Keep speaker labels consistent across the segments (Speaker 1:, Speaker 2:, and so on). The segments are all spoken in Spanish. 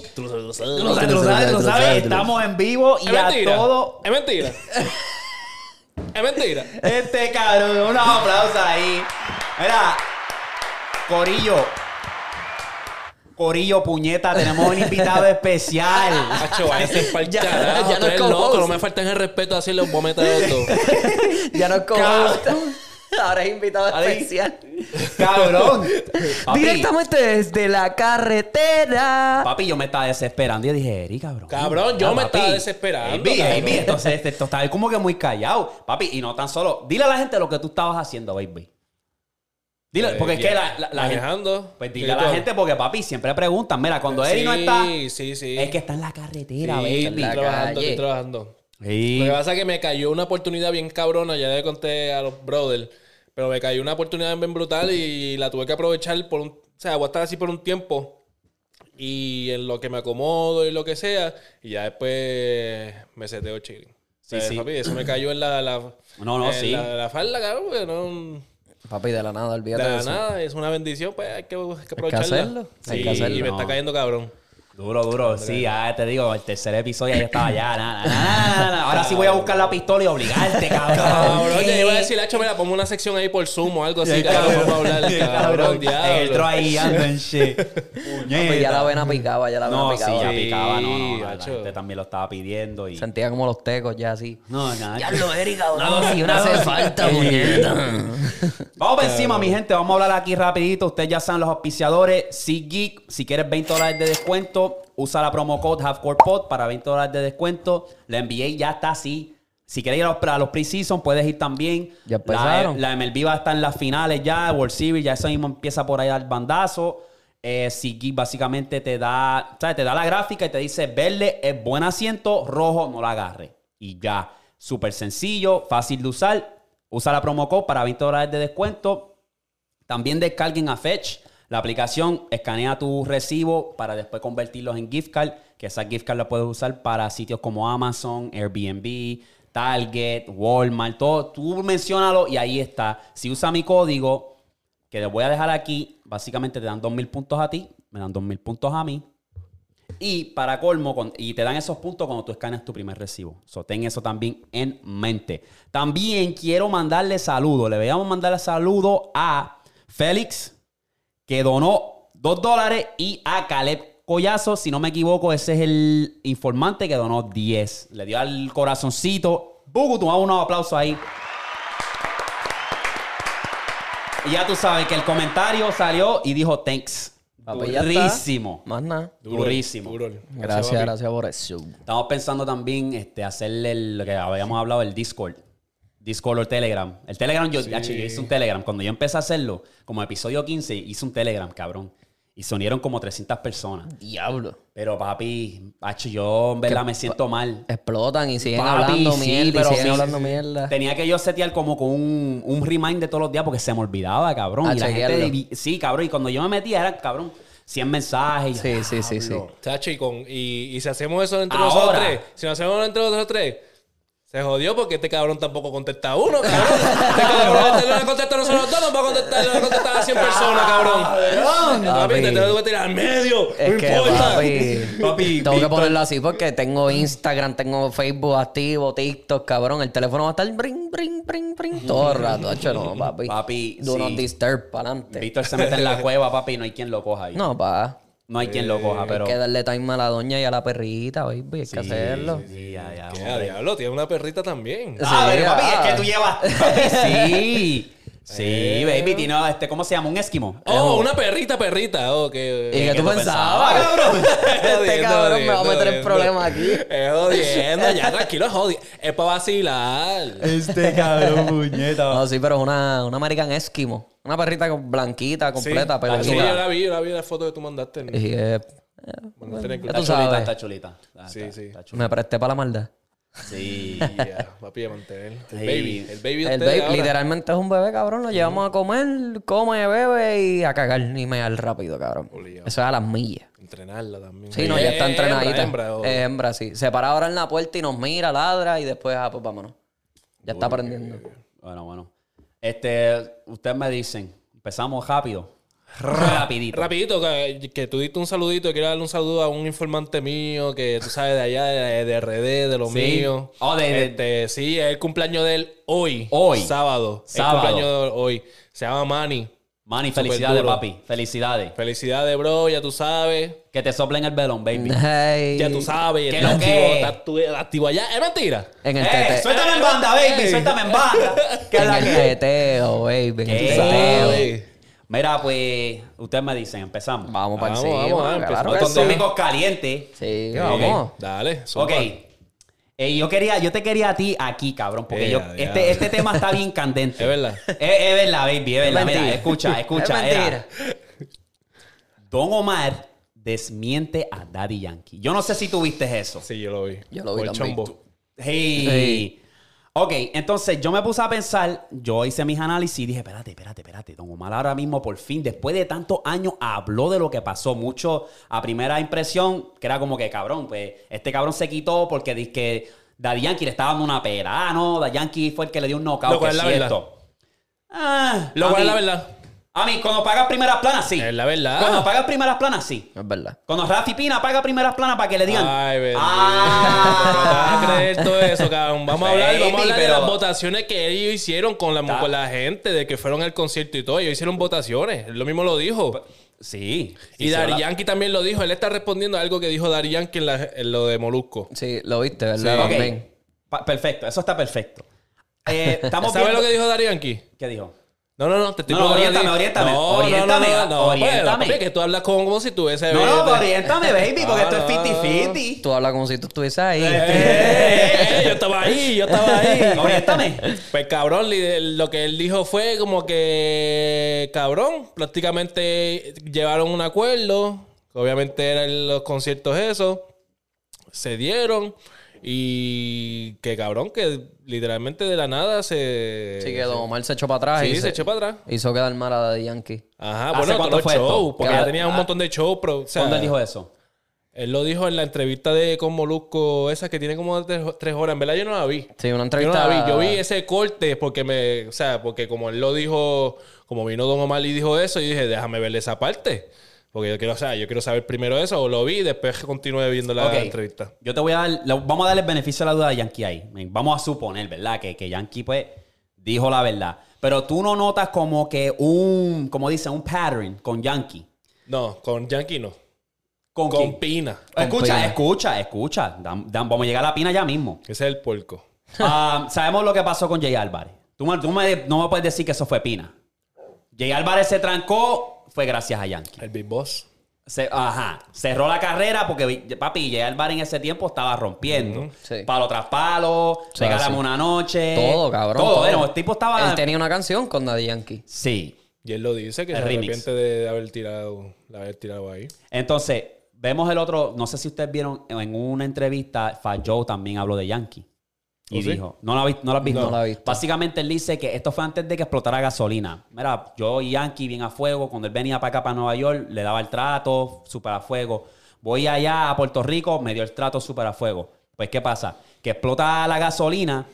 Speaker 1: lo sabes.
Speaker 2: Tú lo sabes, tú lo sabes, tú lo sabes. Estamos en vivo y
Speaker 3: Es
Speaker 2: a
Speaker 3: mentira.
Speaker 2: todo.
Speaker 3: Es mentira. es mentira.
Speaker 2: Este cabrón, unos aplausos ahí. Mira, Corillo. Corillo, puñeta, tenemos un invitado especial.
Speaker 3: Hacho, váyanse pa'l
Speaker 1: Ya,
Speaker 3: carajo,
Speaker 1: ya
Speaker 3: tú
Speaker 1: no
Speaker 3: eres
Speaker 1: es como
Speaker 3: loco,
Speaker 1: vos.
Speaker 3: no me faltan el respeto así los voy a meter de todo.
Speaker 1: Ya no es como.
Speaker 2: Cabrón.
Speaker 1: Ahora es invitado
Speaker 2: Ahora es-
Speaker 1: especial.
Speaker 2: Cabrón. Papi,
Speaker 1: Directamente desde la carretera.
Speaker 2: Papi, yo me estaba desesperando. Yo dije, Eri, cabrón. Ah,
Speaker 3: Cabrón, yo me estaba desesperando,
Speaker 2: Eri,
Speaker 3: cabrón.
Speaker 2: Eri, entonces este, esto estaba como que muy callado. Papi, y no tan solo. Dile a la gente lo que tú estabas haciendo, baby.
Speaker 3: Eh,
Speaker 2: Dile, porque es que la, la- la gente.
Speaker 3: Manejando.
Speaker 2: Pues dile a la
Speaker 3: Yo-
Speaker 2: gente, porque papi, siempre preguntan. Mira, cuando Eri no
Speaker 3: Sí,
Speaker 2: está,
Speaker 3: Sí, sí.
Speaker 2: es que está en la carretera,
Speaker 3: Sí,
Speaker 2: baby.
Speaker 3: estoy
Speaker 1: la
Speaker 3: trabajando,
Speaker 1: calle.
Speaker 3: estoy trabajando.
Speaker 2: Sí.
Speaker 3: Lo que pasa es que me cayó una oportunidad bien cabrona, ya le conté a los brothers, pero me cayó una oportunidad bien brutal y la tuve que aprovechar por un, o sea, voy a estar así por un tiempo y en lo que me acomodo y lo que sea, y ya después me seteo chilling.
Speaker 2: Sí,
Speaker 3: Sí,
Speaker 2: sí.
Speaker 3: eso me cayó en la, la-
Speaker 2: No, no,
Speaker 3: en
Speaker 2: sí.
Speaker 3: la, la falda, claro, porque no
Speaker 1: Papi, de la nada,
Speaker 3: de
Speaker 1: olvídate de,
Speaker 3: la
Speaker 1: eso.
Speaker 3: nada, es una bendición, pues hay que, hay que aprovecharla.
Speaker 1: hacerlo, hay
Speaker 3: Sí,
Speaker 1: que hacerlo.
Speaker 3: y me
Speaker 2: No.
Speaker 3: está cayendo cabrón.
Speaker 2: Duro, duro. Sí, ah, te digo, el tercer episodio ya estaba ya. na, na, na, na, na. Ahora sí voy a buscar la pistola y obligarte, cabrón.
Speaker 3: Cabrón, yo iba a decir, Hacho, mira, ponme una sección ahí por Zoom o algo así, cabrón, vamos a hablar, cabrón,
Speaker 2: El
Speaker 3: diablo. Pues
Speaker 2: tro ahí ando en shit.
Speaker 1: Papi, ya la
Speaker 2: Puñeta.
Speaker 1: vena picaba, ya la vena
Speaker 2: Mm. No, sí,
Speaker 1: picaba.
Speaker 2: ya
Speaker 3: Sí,
Speaker 2: picaba, no, no, no, la
Speaker 3: macho.
Speaker 2: gente también lo estaba pidiendo y...
Speaker 1: Sentía como los tecos ya así.
Speaker 2: No, nada.
Speaker 1: Diablo, Erika, cabrón.
Speaker 2: No,
Speaker 1: si una
Speaker 2: no,
Speaker 1: hace
Speaker 2: sí.
Speaker 1: falta,
Speaker 2: Sí.
Speaker 1: puñeta.
Speaker 2: Vamos para encima, mi gente. Vamos a hablar aquí rapidito. Ustedes ya saben los auspiciadores. SeatGeek, si quieres 20 dólares de descuento, usa la promo code HalfCorePod para 20 dólares de descuento. La NBA ya está así. Si quieres ir a los, a los preseason, puedes ir también. la, E
Speaker 1: Ya empezaron.
Speaker 2: la MLB va a estar en las finales ya. World Series, ya eso mismo empieza por ahí al bandazo. Eh, SeatGeek básicamente te da, ¿sabes? te da la gráfica y te dice verde es buen asiento, rojo no la agarre. Y ya. Súper sencillo, fácil de usar. Usa la promo code para 20 dólares de descuento. También descarguen a Fetch, la aplicación, escanea tu recibo para después convertirlos en gift card, que esa gift card la puedes usar para sitios como Amazon, Airbnb, Target, Walmart, todo. Tú menciónalo y ahí está. Si usa mi código, que les voy a dejar aquí, básicamente te dan 2.000 puntos a ti, me dan 2.000 puntos a mí. Y para colmo, con- y te dan esos puntos cuando tú escaneas tu primer recibo. So, ten eso también en mente. También quiero mandarle saludos. Le veíamos mandarle saludos a Félix, que donó 2 dólares, y a Caleb Collazo, si no me equivoco, ese es el informante que donó 10. Le dio al corazoncito. Bugutu, a unos aplausos ahí. Y ya tú sabes que el comentario salió y dijo thanks.
Speaker 1: Papi, ya está.
Speaker 2: Durísimo.
Speaker 1: Más nada.
Speaker 3: Duro,
Speaker 2: Durísimo.
Speaker 3: duro.
Speaker 1: Gracias, gracias por eso.
Speaker 2: Estamos pensando también este, hacerle el- lo que habíamos hablado, el Discord. Discord o Telegram. El Telegram, yo, acho, yo hice un Telegram. Cuando yo empecé a hacerlo, como episodio 15, hice un Telegram, cabrón. Y se unieron como 300 personas.
Speaker 1: Diablo.
Speaker 2: Pero papi, acho, yo en verdad me siento mal.
Speaker 1: Explotan y siguen
Speaker 2: Papi,
Speaker 1: hablando
Speaker 2: sí,
Speaker 1: mierda. Y
Speaker 2: pero
Speaker 1: siguen
Speaker 2: sí,
Speaker 1: hablando
Speaker 2: sí, sí.
Speaker 1: mierda.
Speaker 2: Tenía que yo setear como con un, un reminder todos los días porque se me olvidaba, cabrón.
Speaker 1: A
Speaker 2: y la gente,
Speaker 1: chequearlo.
Speaker 2: sí, cabrón. Y cuando yo me metía, eran, cabrón, 100 mensajes. Y yo,
Speaker 1: Sí, sí, sí, sí.
Speaker 2: "Diablo".
Speaker 3: Chacho, y, con, y, y si hacemos eso entre
Speaker 2: Ahora.
Speaker 3: nosotros tres, si no hacemos entre nosotros tres, se jodió porque este cabrón tampoco contesta a uno, cabrón. Este cabrón este no le contesta a nosotros dos, no va a contestar, no va a contestar a 100 personas, cabrón. Papi, te
Speaker 1: Papi.
Speaker 3: tengo que tirar al medio.
Speaker 1: Es
Speaker 3: no
Speaker 1: que,
Speaker 3: importa.
Speaker 1: papi,
Speaker 2: Papi,
Speaker 1: tengo que
Speaker 2: Víctor.
Speaker 1: ponerlo así porque tengo Instagram, tengo Facebook activo, TikTok, cabrón. El teléfono va a estar brin, brin, brin, brin todo el rato. Hacho, no, papi.
Speaker 2: Papi,
Speaker 1: Do
Speaker 2: sí.
Speaker 1: not disturb, pa'lante.
Speaker 2: Víctor se mete en la cueva, papi, no hay quien lo coja ahí.
Speaker 1: No, Eh, pa.
Speaker 2: No hay quien lo coja, pero.
Speaker 1: Hay que darle time a la doña y a la perrita, baby. Hay que hacerlo.
Speaker 2: Sí, ya, ya,
Speaker 3: Ya,
Speaker 2: hombre.
Speaker 3: diablo, tiene una perrita también.
Speaker 1: Sí,
Speaker 2: Ah, pero papi,
Speaker 1: ah.
Speaker 2: es que tú llevas. Papi, sí. Sí, baby, tiene este, ¿cómo se llama? Un esquimo.
Speaker 3: Oh, una perrita, perrita. Oh, que,
Speaker 1: ¿Y que tú
Speaker 2: tú
Speaker 1: pensabas,
Speaker 2: pensabas,
Speaker 1: cabrón? Este
Speaker 3: Jodiendo,
Speaker 1: cabrón me va a
Speaker 3: jodiendo,
Speaker 1: meter en
Speaker 3: jodiendo.
Speaker 1: problemas aquí.
Speaker 3: Es jodiendo, ya tranquilo, es jodiendo. Es para vacilar.
Speaker 2: Este cabrón, puñeta.
Speaker 1: No, sí, pero es una, una American Eskimo. Una perrita con- blanquita, completa,
Speaker 3: Ah, Sí,
Speaker 1: peluda.
Speaker 3: sí, yo la vi, yo la vi en la foto que tú mandaste. en-
Speaker 1: Y, eh,
Speaker 3: mandaste en el
Speaker 1: ya
Speaker 3: grupo.
Speaker 1: tú
Speaker 2: Está chulita,
Speaker 1: sabes.
Speaker 2: está chulita. Está-
Speaker 3: Sí,
Speaker 2: está-
Speaker 3: sí.
Speaker 2: está chula.
Speaker 1: me presté para la maldad.
Speaker 2: Sí.
Speaker 3: Ya, papi, de mantener. El
Speaker 2: Sí.
Speaker 3: baby. El baby de ustedes
Speaker 1: El babe
Speaker 3: ahora.
Speaker 1: literalmente es un bebé, cabrón. Lo llevamos a comer, come, bebe y a cagar y mear rápido, cabrón.
Speaker 3: Obligado.
Speaker 1: Eso es a las millas.
Speaker 3: Entrenarla también.
Speaker 1: Sí, no, ya está
Speaker 3: Eh,
Speaker 1: entrenadita.
Speaker 3: hembra, hembra, oh.
Speaker 1: Es hembra, sí. Se para ahora en la puerta y nos mira, ladra y después, ah, pues vámonos. Ya está aprendiendo.
Speaker 2: Bueno, bueno. Este, ustedes me dicen, empezamos rápido. Rapidito.
Speaker 3: Rapidito, que, que tú diste un saludito. Quiero darle un saludo a un informante mío que tú sabes de allá, de, de RD, de lo
Speaker 2: Sí.
Speaker 3: mío.
Speaker 2: Oh, de- de-
Speaker 3: Este, sí, es el cumpleaños de él hoy.
Speaker 2: Hoy.
Speaker 3: Sábado.
Speaker 2: Sábado.
Speaker 3: El cumpleaños de él hoy. Se llama Manny.
Speaker 2: Manny,
Speaker 3: Súper
Speaker 2: felicidades,
Speaker 3: duro.
Speaker 2: papi. Felicidades.
Speaker 3: Felicidades, bro. Ya tú sabes.
Speaker 2: Que te soplen el velón, baby.
Speaker 1: Ay.
Speaker 3: Ya tú sabes.
Speaker 2: ¿Qué
Speaker 3: está
Speaker 2: lo que
Speaker 3: activo,
Speaker 2: es?
Speaker 3: está actu- activo allá. Es mentira.
Speaker 1: En el
Speaker 2: ¡Eh!
Speaker 1: teteo.
Speaker 2: ¡Suéltame en banda, baby! ¡Suéltame en banda! ¿Qué es
Speaker 1: En
Speaker 2: la
Speaker 1: el
Speaker 2: que?
Speaker 1: teteo, baby. En el
Speaker 2: ¿Qué?
Speaker 3: Tú
Speaker 1: teteo.
Speaker 3: sabes.
Speaker 2: Mira, pues, ustedes me dicen, empezamos.
Speaker 1: Vamos para
Speaker 3: Vamos,
Speaker 1: encima.
Speaker 3: vamos, vamos,
Speaker 1: claro
Speaker 3: empezamos.
Speaker 1: que
Speaker 2: Estos
Speaker 1: sí.
Speaker 2: tópicos calientes.
Speaker 1: Sí,
Speaker 2: Ok.
Speaker 1: vamos.
Speaker 3: Dale. zumba.
Speaker 2: Ok. Eh, yo, quería, yo te quería a ti aquí, cabrón, porque
Speaker 3: Ea,
Speaker 2: yo,
Speaker 3: diablo.
Speaker 2: este, este tema está bien candente.
Speaker 3: Es verdad.
Speaker 2: Es, es verdad, baby, es verdad. Mira,
Speaker 1: mentira.
Speaker 2: Ah, escucha, escucha.
Speaker 1: Es
Speaker 2: era.
Speaker 1: mentira.
Speaker 2: Don Omar desmiente a Daddy Yankee. Yo no sé si tuviste eso.
Speaker 3: Sí, yo lo vi.
Speaker 1: Yo lo vi
Speaker 3: Por el
Speaker 1: también.
Speaker 3: chombo.
Speaker 2: Hey.
Speaker 1: Sí.
Speaker 2: Ok, entonces yo me puse a pensar, yo hice mis análisis y dije, espérate, espérate, espérate, Don Omar ahora mismo por fin, después de tantos años, habló de lo que pasó. Mucho a primera impresión, que era como que cabrón, pues este cabrón se quitó porque dice que Daddy Yankee le estaba dando una pera. Ah, no, Daddy Yankee fue el que le dio un knockout.
Speaker 3: Lo cual
Speaker 2: que
Speaker 3: es la verdad.
Speaker 2: cierto. Ah,
Speaker 3: Lo
Speaker 2: a
Speaker 3: cual es
Speaker 2: mí-
Speaker 3: la verdad.
Speaker 2: A mí, cuando pagas primeras planas, sí.
Speaker 3: Es la verdad.
Speaker 2: Cuando pagas primeras planas, sí.
Speaker 1: Es verdad.
Speaker 2: Cuando Rafi Pina paga primeras planas para que le digan.
Speaker 3: Ay, bendito.
Speaker 2: Ah.
Speaker 3: No te vas a creer todo eso, cabrón. Vamos a hablar, vamos a hablar de
Speaker 2: Baby, pero-
Speaker 3: las votaciones que ellos hicieron con la, con la gente, de que fueron al concierto y todo. Ellos hicieron votaciones. Él lo mismo lo dijo.
Speaker 2: Sí.
Speaker 3: Y
Speaker 2: Sí,
Speaker 3: Dari
Speaker 2: sí,
Speaker 3: Yankee también lo dijo. Él está respondiendo a algo que dijo Dari Yankee en, la- en lo de Molusco.
Speaker 1: Sí, lo viste,
Speaker 2: sí.
Speaker 1: ¿verdad?
Speaker 2: Ok.
Speaker 1: También.
Speaker 2: Pa- perfecto, eso está perfecto. Eh, estamos
Speaker 3: ¿Sabes
Speaker 2: viendo-
Speaker 3: lo que dijo Dari Yankee?
Speaker 2: ¿Qué dijo?
Speaker 3: No, no, no, te estoy
Speaker 2: No, no,
Speaker 3: preguntando a ti.
Speaker 2: oriéntame, oriéntame,
Speaker 3: No,
Speaker 2: oriéntame,
Speaker 3: no, no, no,
Speaker 2: oriéntame.
Speaker 3: bueno, papi, que tú hablas como, como si tuviese.
Speaker 2: No, no, pero oriéntame, baby, porque
Speaker 3: Ah,
Speaker 2: esto es
Speaker 3: no.
Speaker 2: 50-50.
Speaker 1: Tú hablas como si tú estuvieses ahí.
Speaker 3: Eh, eh, yo estaba ahí, yo estaba ahí.
Speaker 2: Oriéntame.
Speaker 3: Pues cabrón, li- lo que él dijo fue como que cabrón, prácticamente llevaron un acuerdo, que obviamente eran los conciertos eso, se dieron y que cabrón, que literalmente de la nada se...
Speaker 1: Así que Don Omar se echó para atrás
Speaker 3: Sí,
Speaker 1: y
Speaker 3: se echó para atrás.
Speaker 1: hizo quedar mal a Daddy Yankee.
Speaker 3: Ajá,
Speaker 2: ¿Hace
Speaker 3: bueno,
Speaker 2: cuánto
Speaker 3: todos los
Speaker 2: fue esto?
Speaker 3: shows, porque
Speaker 2: Claro.
Speaker 3: ya tenía un montón de shows, pero... o sea,
Speaker 2: ¿Cuándo él dijo eso?
Speaker 3: Él lo dijo en la entrevista de con Molusco, esa que tiene como tres, tres horas. En verdad yo no la vi.
Speaker 1: Sí, una
Speaker 3: Yo no
Speaker 1: entrevista.
Speaker 3: la vi. Yo vi ese corte porque me, o sea, porque como él lo dijo, como vino Don Omar y dijo eso, yo dije, déjame ver esa parte. Porque yo quiero, o sea, yo quiero saber primero eso, o lo vi, y después continué viendo la
Speaker 2: Ok.
Speaker 3: entrevista.
Speaker 2: Yo te voy a dar, lo- vamos a darle el beneficio a la duda de Yankee ahí. Vamos a suponer, ¿verdad? Que, que Yankee, pues, dijo la verdad. Pero tú no notas como que un, como dicen, un pattern con Yankee.
Speaker 3: No, con Yankee no.
Speaker 2: ¿Con,
Speaker 3: Con
Speaker 2: quién?
Speaker 3: Pina.
Speaker 2: Escucha,
Speaker 1: Pina.
Speaker 2: escucha, escucha. Dan- dan- vamos a llegar a la pina ya mismo.
Speaker 3: Ese es el puerco.
Speaker 2: Ah, sabemos lo que pasó con Jay Álvarez. Tú, me- tú me- no me puedes decir que eso fue Pina. Jay Álvarez se trancó, fue gracias a Yankee.
Speaker 3: El Big Boss.
Speaker 2: Se- ajá. Cerró la carrera porque, vi- papi, Jay Álvarez en ese tiempo estaba rompiendo.
Speaker 1: sí.
Speaker 2: Palo tras palo,
Speaker 1: sea,
Speaker 2: regálame
Speaker 1: sí.
Speaker 2: una noche.
Speaker 1: Todo, cabrón.
Speaker 2: Eh, Todo, bueno, el tipo estaba.
Speaker 1: Él tenía una canción con Daddy Yankee.
Speaker 2: Sí.
Speaker 3: Y él lo dice que
Speaker 2: El
Speaker 3: se
Speaker 2: remix.
Speaker 3: arrepiente de haber tirado, de haber tirado ahí.
Speaker 2: Entonces, vemos el otro. No sé si ustedes vieron en una entrevista, Fajou también habló de Yankee. Y
Speaker 3: ¿Oh, sí?
Speaker 2: dijo, ¿no la, vi- no la has visto?
Speaker 1: No la he visto.
Speaker 2: Básicamente él dice que esto fue antes de que explotara gasolina. Mira, yo y Yankee bien a fuego. Cuando él venía para acá, para Nueva York, le daba el trato, súper a fuego. Voy allá a Puerto Rico, me dio el trato súper a fuego. Pues, ¿qué pasa? Que explota la gasolina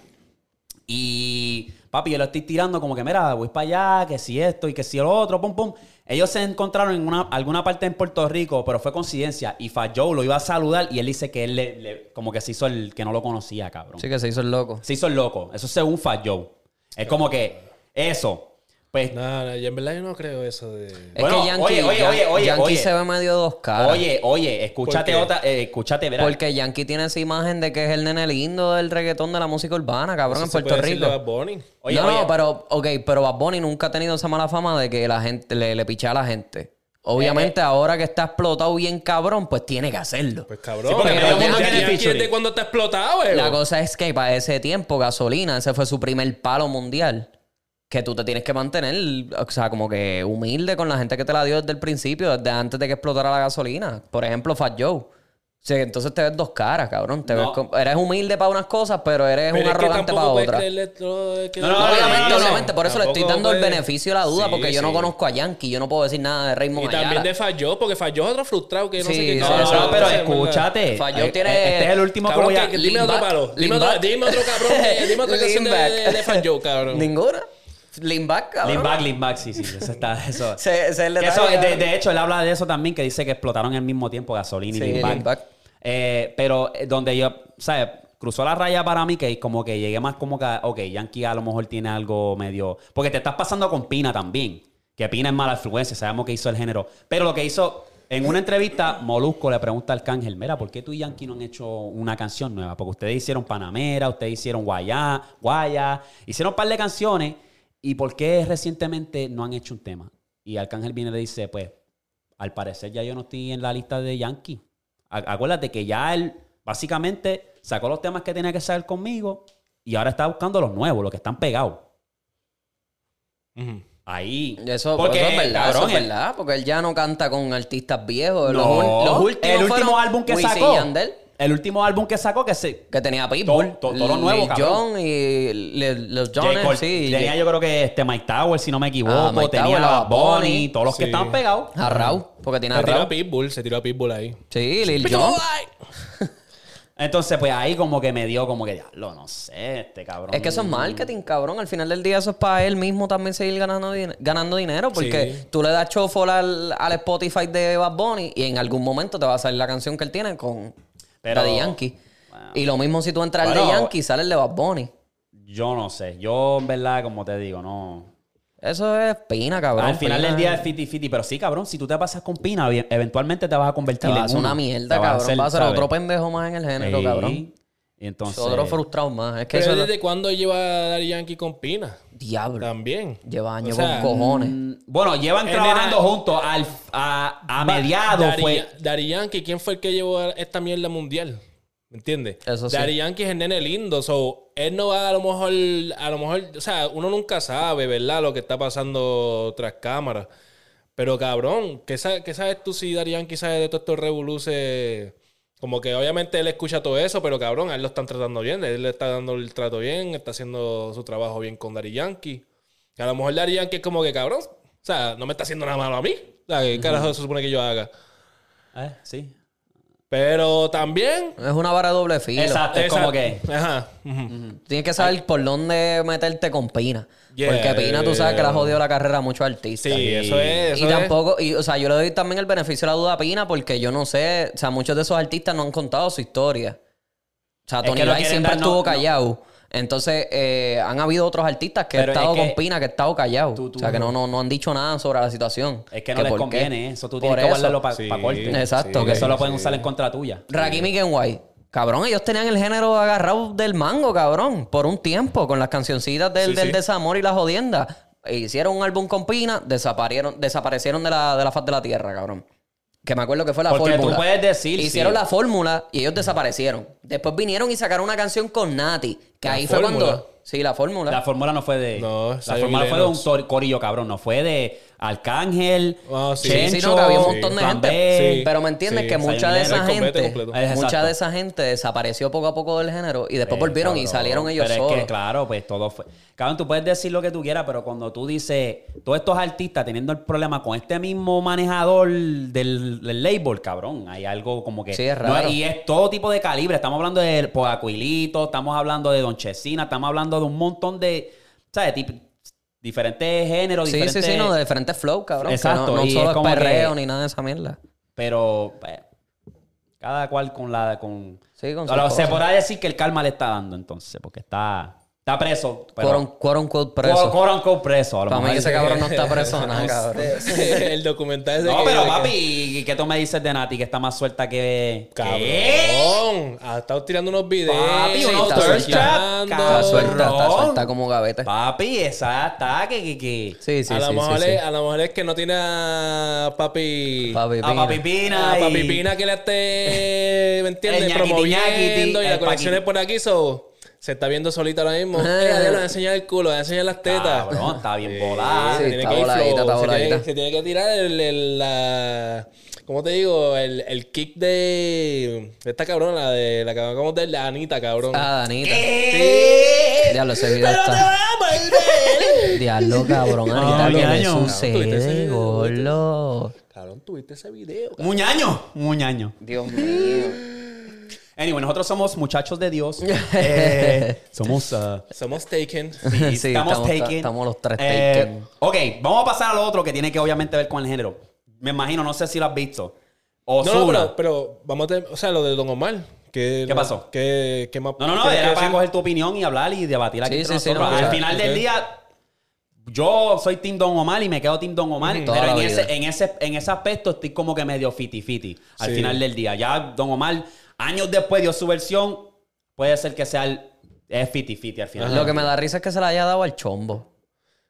Speaker 2: y papi, yo lo estoy tirando como que, mira, voy para allá, que si esto y que si el otro, pum, pum. Ellos se encontraron en una, alguna parte en Puerto Rico, pero fue coincidencia. Y Fajou lo iba a saludar y él dice que él le, le- como que se hizo el que no lo conocía, cabrón.
Speaker 1: Sí, que se hizo el loco.
Speaker 2: Se hizo el loco. Eso es según Fajou. Es como que eso. Pues,
Speaker 3: Nada, yo en verdad yo no creo eso de.
Speaker 1: Es
Speaker 2: Bueno,
Speaker 1: que Yankee,
Speaker 2: oye, oye, oye, oye,
Speaker 1: Yankee
Speaker 2: oye.
Speaker 1: se ve medio dos caras.
Speaker 2: oye, oye, escúchate
Speaker 3: ¿Por qué?
Speaker 2: otra, eh, escúchate, verá.
Speaker 1: Porque Yankee tiene esa imagen de que es el nene lindo del reggaetón de la música urbana, cabrón,
Speaker 3: Eso
Speaker 1: en
Speaker 3: se
Speaker 1: Puerto
Speaker 3: puede decir de
Speaker 1: Rico.
Speaker 3: Bad Bunny.
Speaker 2: Oye,
Speaker 1: no,
Speaker 2: oye.
Speaker 1: no, pero, ok, pero Bad Bunny nunca ha tenido esa mala fama de que la gente le, le pichea a la gente.
Speaker 2: Eh,
Speaker 1: Obviamente, ahora que está explotado bien cabrón, pues tiene que hacerlo.
Speaker 3: Pues cabrón.
Speaker 2: Sí, porque
Speaker 3: pero
Speaker 1: todo el mundo
Speaker 3: Yankee-
Speaker 2: quiere
Speaker 3: Yankee
Speaker 2: featuring.
Speaker 3: es de cuando está explotado, güey.
Speaker 1: La cosa es que para ese tiempo, gasolina, ese fue su primer palo mundial. Que tú te tienes que mantener, o sea, como que humilde con la gente que te la dio desde el principio, desde antes de que explotara la gasolina. Por ejemplo, Fat Joe. O sea, entonces te ves dos caras, cabrón. Te
Speaker 2: No.
Speaker 1: ves como- eres humilde para unas cosas, pero eres
Speaker 3: Pero
Speaker 1: un
Speaker 3: es que
Speaker 1: arrogante
Speaker 3: tampoco
Speaker 1: para
Speaker 3: puedes
Speaker 1: otras.
Speaker 3: creerle todo que-
Speaker 2: No, no,
Speaker 1: No, obviamente,
Speaker 2: Obviamente,
Speaker 1: obviamente. Por eso le estoy
Speaker 3: Tampoco
Speaker 1: dando el
Speaker 3: puedes-
Speaker 1: beneficio de la duda,
Speaker 3: Sí,
Speaker 1: porque yo no
Speaker 3: sí.
Speaker 1: conozco a Yankee. Yo no puedo decir nada de
Speaker 3: Y
Speaker 1: Raymond
Speaker 3: también
Speaker 1: Ayala.
Speaker 3: de falló, porque falló es otro frustrado que no
Speaker 1: Sí,
Speaker 3: sé qué.
Speaker 1: sí,
Speaker 2: No, no,
Speaker 1: eso-
Speaker 2: no, pero
Speaker 1: eso-
Speaker 2: escúchate.
Speaker 1: Fajou
Speaker 2: Eh,
Speaker 1: tiene-
Speaker 2: eh, Este es el último que
Speaker 3: Cabrón,
Speaker 2: voy a...
Speaker 3: que- dime otro
Speaker 1: Lean back,
Speaker 3: palo. Dime
Speaker 1: lean
Speaker 3: otro,
Speaker 1: back.
Speaker 3: dime otro cabrón. que- Dime otra
Speaker 1: Lean
Speaker 3: canción de,
Speaker 1: back.
Speaker 3: de, de Fat Joe, cabrón.
Speaker 1: ¿Ninguna? Lean back, cabrón.
Speaker 2: Limback, Limback, sí, sí. Eso está, eso.
Speaker 1: Ese- ese es el
Speaker 2: Que
Speaker 1: detalle,
Speaker 2: eso, de,
Speaker 1: cabrón.
Speaker 2: de hecho, él habla de eso también, que dice que explotaron al mismo tiempo gasolina y
Speaker 1: Sí,
Speaker 2: Limback.
Speaker 1: Limback.
Speaker 2: Eh, pero eh, donde yo, ¿sabes? Cruzó la raya para mí que como que llegué más como que, a- ok, Yankee a lo mejor tiene algo medio... Porque te estás pasando con Pina también, que Pina es mala influencia, sabemos que hizo el género. Pero lo que hizo, en una entrevista, Molusco le pregunta al Cángel, mira, ¿por qué tú y Yankee no han hecho una canción nueva? Porque ustedes hicieron Panamera, ustedes hicieron Guayá, Guaya, hicieron un par de canciones, ¿y por qué recientemente no han hecho un tema? Y Arcángel viene y le dice, pues, al parecer ya yo no estoy en la lista de Yankee. A- Acuérdate que ya él básicamente sacó los temas que tenía que sacar conmigo y ahora está buscando los nuevos, los que están pegados.
Speaker 3: Ujú.
Speaker 2: Ahí.
Speaker 1: Eso, eso es verdad,
Speaker 2: cabrón,
Speaker 1: eso es
Speaker 2: el-
Speaker 1: verdad, porque él ya no canta con artistas viejos.
Speaker 2: No.
Speaker 1: los, ul- los últimos
Speaker 2: el último
Speaker 1: fueron
Speaker 2: álbum que
Speaker 1: Wisin y
Speaker 2: sacó.
Speaker 1: Yandel,
Speaker 2: El último álbum que sacó que se.
Speaker 1: que tenía Pitbull,
Speaker 2: To- to- todo lo nuevo,
Speaker 1: Lil
Speaker 2: cabrón.
Speaker 1: Jon y Lil- los
Speaker 2: J.
Speaker 1: Jones,
Speaker 2: Cole-
Speaker 1: sí.
Speaker 2: tenía
Speaker 1: J-
Speaker 2: yo creo que este Mike Tower, si no me equivoco,
Speaker 1: Ah, Mike
Speaker 2: tenía
Speaker 1: Tower,
Speaker 2: a Bad
Speaker 1: Bunny,
Speaker 2: Bunny, todos los que
Speaker 3: sí.
Speaker 2: estaban pegados.
Speaker 1: a Rau, porque tiene a
Speaker 3: Se tiró a
Speaker 1: Rau.
Speaker 3: Pitbull, se tiró a Pitbull ahí.
Speaker 1: Sí, Lil Jon.
Speaker 2: Entonces, pues ahí como que me dio como que diablo, no sé, este cabrón.
Speaker 1: Es que eso es marketing, cabrón. Al final del día eso es para él mismo también seguir ganando, din- ganando dinero. Porque
Speaker 3: Sí.
Speaker 1: tú le das chofol al, al Spotify de Bad Bunny y en algún momento te va a salir la canción que él tiene con
Speaker 2: Pero-
Speaker 1: la de Yankee.
Speaker 2: Wow.
Speaker 1: Y lo mismo si tú entras al
Speaker 2: Bueno,
Speaker 1: de Yankee, sale el de Bad Bunny.
Speaker 2: Yo no sé. Yo, en verdad, como te digo, no.
Speaker 1: Eso es pina, cabrón.
Speaker 2: Al final
Speaker 1: Pina
Speaker 2: del día
Speaker 1: es-
Speaker 2: es fiti fiti, pero sí, cabrón, si tú te pasas con Pina, bien- eventualmente te vas a
Speaker 1: te
Speaker 2: convertir
Speaker 1: va a
Speaker 2: en
Speaker 1: hacer
Speaker 2: uno.
Speaker 1: una
Speaker 2: Te
Speaker 1: mierda,
Speaker 2: vas
Speaker 1: cabrón. va a ser
Speaker 2: ¿sabes?
Speaker 1: otro pendejo más en el género,
Speaker 2: Sí.
Speaker 1: cabrón.
Speaker 2: Y entonces,
Speaker 1: Otro frustrado más. Es que
Speaker 3: Pero
Speaker 1: eso
Speaker 3: ¿desde cuándo lleva Daddy Yankee con Pina?
Speaker 1: Diablo.
Speaker 3: También.
Speaker 1: Lleva años
Speaker 3: O sea,
Speaker 1: con cojones.
Speaker 2: Mm, bueno, llevan
Speaker 3: Eh,
Speaker 2: trabajando
Speaker 3: nena,
Speaker 2: juntos al, a, a mediados.
Speaker 3: Daddy,
Speaker 2: Fue,
Speaker 3: Daddy Yankee, ¿quién fue el que llevó a esta mierda mundial? ¿Me entiendes?
Speaker 1: Eso sí.
Speaker 3: Daddy Yankee es el nene lindo, so, él no va a lo mejor, a lo mejor, o sea, uno nunca sabe, ¿verdad? Lo que está pasando tras cámaras. Pero cabrón, ¿qué, sa- qué sabes tú si Daddy Yankee sabe de todos estos revoluces? Como que obviamente él escucha todo eso, pero cabrón, a él lo están tratando bien, él le está dando el trato bien, está haciendo su trabajo bien con Daddy Yankee. Que a lo mejor Daddy Yankee es como que cabrón, o sea, no me está haciendo nada malo a mí. O sea, ¿qué carajo se supone que yo haga?
Speaker 2: eh, sí.
Speaker 3: Pero también.
Speaker 1: Es una vara de doble filo.
Speaker 2: Exacto, es
Speaker 3: esa-
Speaker 2: como que.
Speaker 3: Ajá. ujú.
Speaker 1: Tienes que saber por dónde meterte con Pina.
Speaker 3: Yeah.
Speaker 1: Porque Pina, tú sabes que la jodió la carrera a muchos artistas.
Speaker 3: Sí, eso es.
Speaker 1: Y
Speaker 3: eso es.
Speaker 1: tampoco, y, o sea, yo le doy también el beneficio de la duda a Pina porque yo no sé, o sea, muchos de esos artistas no han contado su historia. O sea,
Speaker 2: Es
Speaker 1: Tony
Speaker 2: que lo
Speaker 1: Lai
Speaker 2: quieren
Speaker 1: siempre
Speaker 2: dar, no-
Speaker 1: estuvo
Speaker 2: no.
Speaker 1: callado. Entonces, eh, han habido otros artistas que han
Speaker 2: Pero es
Speaker 1: estado
Speaker 2: que-
Speaker 1: con Pina, que han estado callado.
Speaker 2: Tú- tú-
Speaker 1: o sea, que no, no, no han dicho nada sobre la situación.
Speaker 2: Es que no les
Speaker 1: por qué.
Speaker 2: conviene, eh, eso tú
Speaker 1: Por
Speaker 2: tienes que guardarlo para
Speaker 3: Sí,
Speaker 2: corte.
Speaker 1: Exacto,
Speaker 2: Porque
Speaker 1: sí,
Speaker 2: eso lo pueden usar en contra tuya.
Speaker 1: Rakim y Ken White. Cabrón, ellos tenían el género agarrado del mango, cabrón, por un tiempo, con las cancioncitas del,
Speaker 3: Sí,
Speaker 1: del
Speaker 3: sí.
Speaker 1: desamor y la jodienda. E Hicieron un álbum con Pina, desaparecieron, desaparecieron de la, de la faz de la tierra, cabrón. Que me acuerdo que fue la
Speaker 2: Porque tú
Speaker 1: fórmula.
Speaker 2: puedes decir,
Speaker 1: Hicieron
Speaker 2: sí.
Speaker 1: la fórmula y ellos desaparecieron. Después vinieron y sacaron una canción con Nati, que
Speaker 3: La
Speaker 1: ahí fue
Speaker 3: fórmula.
Speaker 1: cuando. Sí, la fórmula.
Speaker 2: La fórmula no fue de.
Speaker 3: No,
Speaker 2: la
Speaker 3: salió
Speaker 2: fórmula fue de un
Speaker 3: Lennox.
Speaker 2: tor- corillo, cabrón. No fue de Arcángel,
Speaker 3: Ah, sí.
Speaker 1: Sí, sí,
Speaker 2: Chencho,
Speaker 1: no, que había un montón de
Speaker 2: Plan
Speaker 1: gente.
Speaker 2: B.
Speaker 3: Sí.
Speaker 1: Pero me entiendes
Speaker 3: Sí,
Speaker 1: que
Speaker 2: Zion
Speaker 1: mucha de
Speaker 2: Lennon.
Speaker 1: esa
Speaker 3: El completo,
Speaker 1: gente,
Speaker 3: completo.
Speaker 2: Exacto.
Speaker 1: mucha de esa gente desapareció poco a poco del género y después
Speaker 2: Pues,
Speaker 1: volvieron y
Speaker 2: cabrón,
Speaker 1: salieron ellos
Speaker 2: pero
Speaker 1: solos.
Speaker 2: Es que, claro, pues todo fue. Cabrón, tú puedes decir lo que tú quieras, pero cuando tú dices, todos estos artistas teniendo el problema con este mismo manejador del, del label, cabrón, hay algo como que.
Speaker 1: Sí, es raro.
Speaker 2: No, y es todo tipo de calibre. Estamos hablando de pues, Acuilito, estamos hablando de Don Chesina, estamos hablando de un montón de. ¿Sabes? Tip- diferentes géneros,
Speaker 1: Sí, sí,
Speaker 2: diferentes.
Speaker 1: sí, no, de diferentes flow, cabrón. que no-
Speaker 2: Exacto,
Speaker 1: no
Speaker 2: y
Speaker 1: solo
Speaker 2: es
Speaker 1: es
Speaker 2: como
Speaker 1: perreo
Speaker 2: que-
Speaker 1: ni nada de esa mierda.
Speaker 2: Pero. pues, cada cual con la. Con,
Speaker 1: Sí, con
Speaker 2: Ahora,
Speaker 1: sus
Speaker 2: se
Speaker 1: cosas.
Speaker 2: podrá decir que el karma le está dando entonces, porque está. Está preso. pero-
Speaker 1: Quote un- quote unquote preso.
Speaker 2: Quote Este, unquote preso. A lo
Speaker 1: Para mí
Speaker 2: mejor.
Speaker 1: ese cabrón no está preso nada, cabrón.
Speaker 3: el documental ese
Speaker 2: No,
Speaker 3: que-
Speaker 2: pero
Speaker 3: que-
Speaker 2: papi, ¿y ¿qué tú me dices de Nati que está más suelta que. ¿Qué?
Speaker 3: Cabrón. Ha estado tirando unos videos.
Speaker 2: Papi, unos
Speaker 1: está
Speaker 2: thirst
Speaker 1: suelta.
Speaker 3: Está
Speaker 2: trap.
Speaker 1: Está suelta, está
Speaker 2: cabrón.
Speaker 1: suelta como gavete.
Speaker 2: Papi, esa está que. que, que-
Speaker 1: Sí, sí,
Speaker 3: a, lo
Speaker 1: sí,
Speaker 3: mejor
Speaker 1: sí, sí.
Speaker 3: Es, a lo mejor es que no tiene a papi.
Speaker 1: Papi
Speaker 2: A
Speaker 1: Pina.
Speaker 2: papi Pina.
Speaker 3: A
Speaker 2: y-
Speaker 3: papi Pina que la esté, ¿me
Speaker 2: El
Speaker 3: entiendes?
Speaker 2: ñaquiti, ñaquiti,
Speaker 3: Promoviendo y
Speaker 2: el
Speaker 3: las conexiones por aquí, so, se está viendo solita ahora mismo.
Speaker 1: Ah.
Speaker 3: Eh, le va a enseñar el culo, le va a enseñar las tetas.
Speaker 2: Cabrón, está bien
Speaker 3: Ah,
Speaker 2: volada.
Speaker 1: Sí,
Speaker 3: tiene
Speaker 1: está
Speaker 3: que ir
Speaker 1: voladita,
Speaker 3: flow.
Speaker 1: está
Speaker 3: se,
Speaker 1: voladita.
Speaker 3: tiene, se tiene que tirar el, el- la, ¿cómo te digo? El, el kick de, de esta cabrona, de la que acabamos de la Anita, cabrón.
Speaker 1: Ah, Danita.
Speaker 2: ¿Qué?
Speaker 1: Diablo, ese video
Speaker 2: Eh, Pero te
Speaker 1: está-
Speaker 2: vas a morir.
Speaker 1: Diablo, cabrón.
Speaker 2: Ah,
Speaker 1: Anita, ¿qué le
Speaker 2: ñaño.
Speaker 3: Tuviste
Speaker 1: sucede,
Speaker 3: ese-
Speaker 1: gordo?
Speaker 3: Cabrón, tuviste ese video.
Speaker 2: Muñaño. Muñaño.
Speaker 1: Dios mío.
Speaker 2: Anyway, nosotros somos muchachos de Dios. Eh, somos. ah,
Speaker 3: Somos taken.
Speaker 2: sí,
Speaker 1: Sí,
Speaker 2: estamos,
Speaker 1: estamos-
Speaker 2: taken.
Speaker 1: estamos los tres
Speaker 2: Eh,
Speaker 1: taken.
Speaker 2: ok, vamos a pasar a lo otro que tiene que obviamente ver con el género. Me imagino, no sé si lo has visto. O
Speaker 3: No, no, pero, pero vamos a tener, o sea, lo de Don Omar. Que,
Speaker 2: ¿Qué pasó?
Speaker 3: Que, que más,
Speaker 2: No, no, no,
Speaker 3: que- que
Speaker 2: era para
Speaker 3: decir-
Speaker 2: coger tu opinión y hablar y debatir aquí
Speaker 1: Sí,
Speaker 2: entre
Speaker 1: sí, sí,
Speaker 2: nosotros.
Speaker 1: no,
Speaker 2: Al
Speaker 1: o sea,
Speaker 2: final del
Speaker 3: ok.
Speaker 2: día, yo soy Team Don Omar y me quedo Team Don Omar,
Speaker 1: Toda
Speaker 2: pero en
Speaker 1: la vida.
Speaker 2: ese, en, ese, en ese aspecto estoy como que medio fiti-fiti al
Speaker 3: Sí.
Speaker 2: final del día. Ya Don Omar, años después dio su versión, puede ser que sea el... Es fiti-fiti al final.
Speaker 1: Lo que me da risa es que se la haya dado al chombo.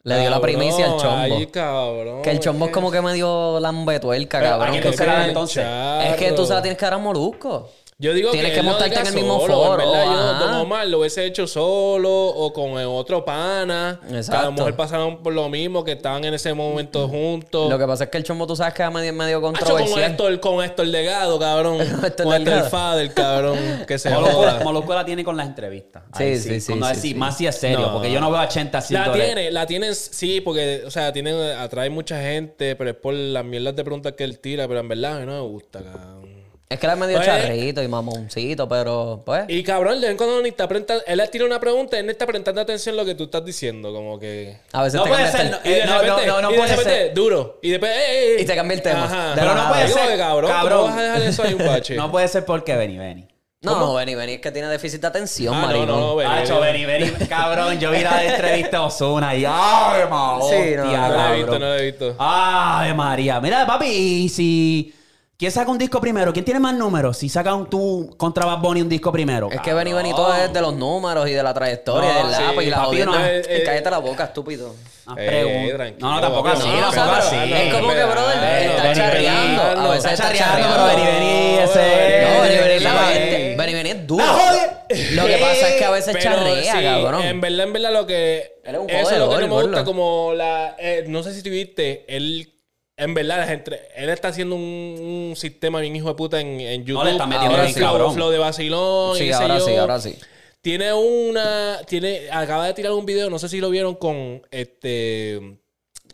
Speaker 1: Le dio la
Speaker 3: Cabrón,
Speaker 1: primicia al chombo.
Speaker 3: Ay, cabrón.
Speaker 1: que el chombo es como que me dio lambetuerca,
Speaker 2: Pero, ¿a
Speaker 1: cabrón.
Speaker 2: quién
Speaker 1: que
Speaker 2: tú se
Speaker 1: se
Speaker 2: la
Speaker 1: la-
Speaker 2: das entonces?
Speaker 1: Es que tú se la tienes que dar a Molusco.
Speaker 3: Yo digo
Speaker 1: Tienes que
Speaker 3: él lo
Speaker 1: montarte
Speaker 3: diga
Speaker 1: en el mismo
Speaker 3: solo,
Speaker 1: foro,
Speaker 3: en verdad,
Speaker 1: ajá.
Speaker 3: yo, Don Omar lo hubiese hecho solo o con el otro pana. Que a
Speaker 1: Exacto. Mm.
Speaker 3: lo mejor pasaron por lo mismo, que estaban en ese momento juntos.
Speaker 1: Lo que pasa es que el chombo, tú sabes que es medio, medio
Speaker 3: Hacho con
Speaker 1: controversial.
Speaker 3: esto, el, con esto el legado, cabrón.
Speaker 1: Héctor
Speaker 3: con esto el
Speaker 1: Delgado.
Speaker 3: fader, cabrón. Que se
Speaker 2: Molusco,
Speaker 3: joda.
Speaker 2: Molusco la tiene con las entrevistas. Ahí
Speaker 1: Sí, sí, sí,
Speaker 2: Cuando
Speaker 1: sí,
Speaker 2: así,
Speaker 1: sí.
Speaker 2: más si es serio,
Speaker 3: No.
Speaker 2: porque yo no veo a 80 haciendo...
Speaker 3: La tiene, la tiene, sí, porque, o sea, tiene, atrae mucha gente, pero es por las mierdas de preguntas que él tira, pero en verdad a mí no me gusta, cabrón.
Speaker 1: Es que era medio
Speaker 3: Pues-
Speaker 1: charrito y mamoncito, pero pues.
Speaker 3: Y cabrón, de vez en cuando ni está prestando, él le tira una pregunta, él no está prestando atención a lo que tú estás diciendo, como que...
Speaker 1: A veces
Speaker 2: No
Speaker 1: te
Speaker 2: puede
Speaker 1: cambia
Speaker 2: ser,
Speaker 1: el-
Speaker 2: no,
Speaker 3: Y de
Speaker 2: eh,
Speaker 3: repente,
Speaker 1: no, no
Speaker 3: y de
Speaker 1: puede
Speaker 3: repente,
Speaker 1: ser.
Speaker 3: duro. Y después, ey, ey,
Speaker 1: Y te cambia el tema.
Speaker 3: Ajá.
Speaker 1: De
Speaker 2: Pero
Speaker 1: la
Speaker 2: no
Speaker 1: nada.
Speaker 2: puede
Speaker 3: Digo
Speaker 2: ser,
Speaker 3: que, cabrón,
Speaker 2: cabrón.
Speaker 3: ¿cómo vas a dejar eso ahí un Ah, bache?
Speaker 2: No puede ser porque Benny, Benny.
Speaker 1: No, no, Benny, Benny, es que tiene déficit de atención,
Speaker 3: Ah, no,
Speaker 1: maricón.
Speaker 3: no, Benny,
Speaker 2: Hacho,
Speaker 3: Benny.
Speaker 2: Benny, Benny, cabrón, yo vi la entrevista a Osuna y ¡ay, ma,
Speaker 1: Sí,
Speaker 2: hostia,
Speaker 1: no, no
Speaker 3: No lo he visto,
Speaker 2: cabrón!
Speaker 3: no lo he visto.
Speaker 2: ¡Ay, María! Mira, papi, y si... ¿Quién saca un disco primero? ¿Quién tiene más números? Si saca un, tú contra Bad Bunny un disco primero.
Speaker 1: Es que Benny Benny todo es de los números y de la trayectoria,
Speaker 2: No,
Speaker 1: del lápiz
Speaker 3: sí,
Speaker 1: y la
Speaker 2: papi,
Speaker 1: jodienda.
Speaker 2: no,
Speaker 3: eh, eh.
Speaker 1: Cállate la boca, estúpido.
Speaker 2: Más
Speaker 3: Eh,
Speaker 2: preguntas.
Speaker 3: tranquilo,
Speaker 2: Ah, no, no, tampoco
Speaker 3: papi,
Speaker 2: así.
Speaker 1: No,
Speaker 3: no,
Speaker 1: o sea,
Speaker 2: tampoco
Speaker 1: pero
Speaker 2: así.
Speaker 1: es como que, brother,
Speaker 3: Dale,
Speaker 1: está
Speaker 3: Benny,
Speaker 1: charreando.
Speaker 3: Benny,
Speaker 1: A veces
Speaker 2: Está
Speaker 1: está
Speaker 2: charreando, pero Benny,
Speaker 1: charreando.
Speaker 2: Benny,
Speaker 3: Eh,
Speaker 1: No,
Speaker 2: ese...
Speaker 1: Benny Benny es la
Speaker 2: ese-
Speaker 1: gente. Benny Benny es duro.
Speaker 2: ¡La jode!
Speaker 1: Lo que pasa es que a veces
Speaker 3: Pero
Speaker 1: charrea,
Speaker 3: sí,
Speaker 1: cabrón.
Speaker 3: En verdad, en verdad, lo que.
Speaker 1: Él es un
Speaker 3: eso es lo que no me
Speaker 1: jodedor,
Speaker 3: gusta,
Speaker 1: gordo.
Speaker 3: como la. eh, no sé si tuviste, él. En verdad, las entre- él está haciendo un, un sistema bien hijo de puta en, en YouTube.
Speaker 2: le está metiendo
Speaker 3: Ahora
Speaker 1: bien
Speaker 3: sí, flow-
Speaker 2: cabrón.
Speaker 3: flow de vacilón. y
Speaker 1: Sí,
Speaker 3: qué sé
Speaker 1: ahora sí,
Speaker 3: yo.
Speaker 1: ahora sí.
Speaker 3: Tiene una. Tiene. Acaba de tirar un video, no sé si lo vieron con este.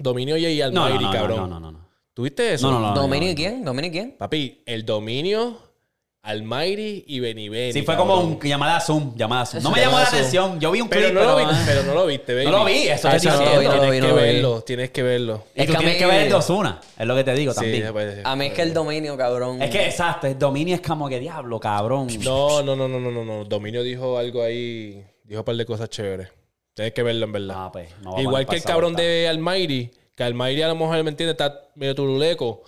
Speaker 3: Dominio y
Speaker 2: No, no,
Speaker 3: Almighty,
Speaker 2: no,
Speaker 3: cabrón.
Speaker 2: no, no, no, no.
Speaker 3: ¿Tuviste eso?
Speaker 2: No, no, no.
Speaker 1: ¿Dominio y quién? ¿Dominio y quién?
Speaker 3: Papi, el dominio, Almighty y Benny Benny.
Speaker 2: Sí, fue como
Speaker 3: cabrón.
Speaker 2: un llamada a Zoom, llamada a Zoom. No me llamó la
Speaker 3: Llamada a Zoom.
Speaker 2: atención. Yo vi un clip,
Speaker 3: Pero no,
Speaker 2: pero...
Speaker 3: lo vi, pero no lo viste, baby.
Speaker 2: No lo vi, eso te
Speaker 1: Eso no
Speaker 2: estoy
Speaker 1: lo vi,
Speaker 2: diciendo.
Speaker 1: no lo vi,
Speaker 3: Tienes que
Speaker 1: lo vi.
Speaker 3: verlo, tienes que verlo.
Speaker 2: Y
Speaker 1: Es
Speaker 2: tú
Speaker 1: que a
Speaker 2: tienes
Speaker 1: mí-
Speaker 2: que ver el de Osuna, es lo que te digo
Speaker 3: Sí,
Speaker 2: también.
Speaker 3: pues,
Speaker 1: A mí es que el dominio, cabrón.
Speaker 2: Es que exacto, el dominio es como que diablo, cabrón.
Speaker 3: No, no, no, no, no, no, no. Dominio dijo algo ahí, dijo un par de cosas chéveres. Tienes que verlo, en verdad.
Speaker 2: Ah, pues, no vamos a
Speaker 3: Igual que el
Speaker 2: pasar
Speaker 3: cabrón
Speaker 2: vuelta.
Speaker 3: de Almighty, que Almighty a lo mejor, ¿me entiendes? Está medio turuleco,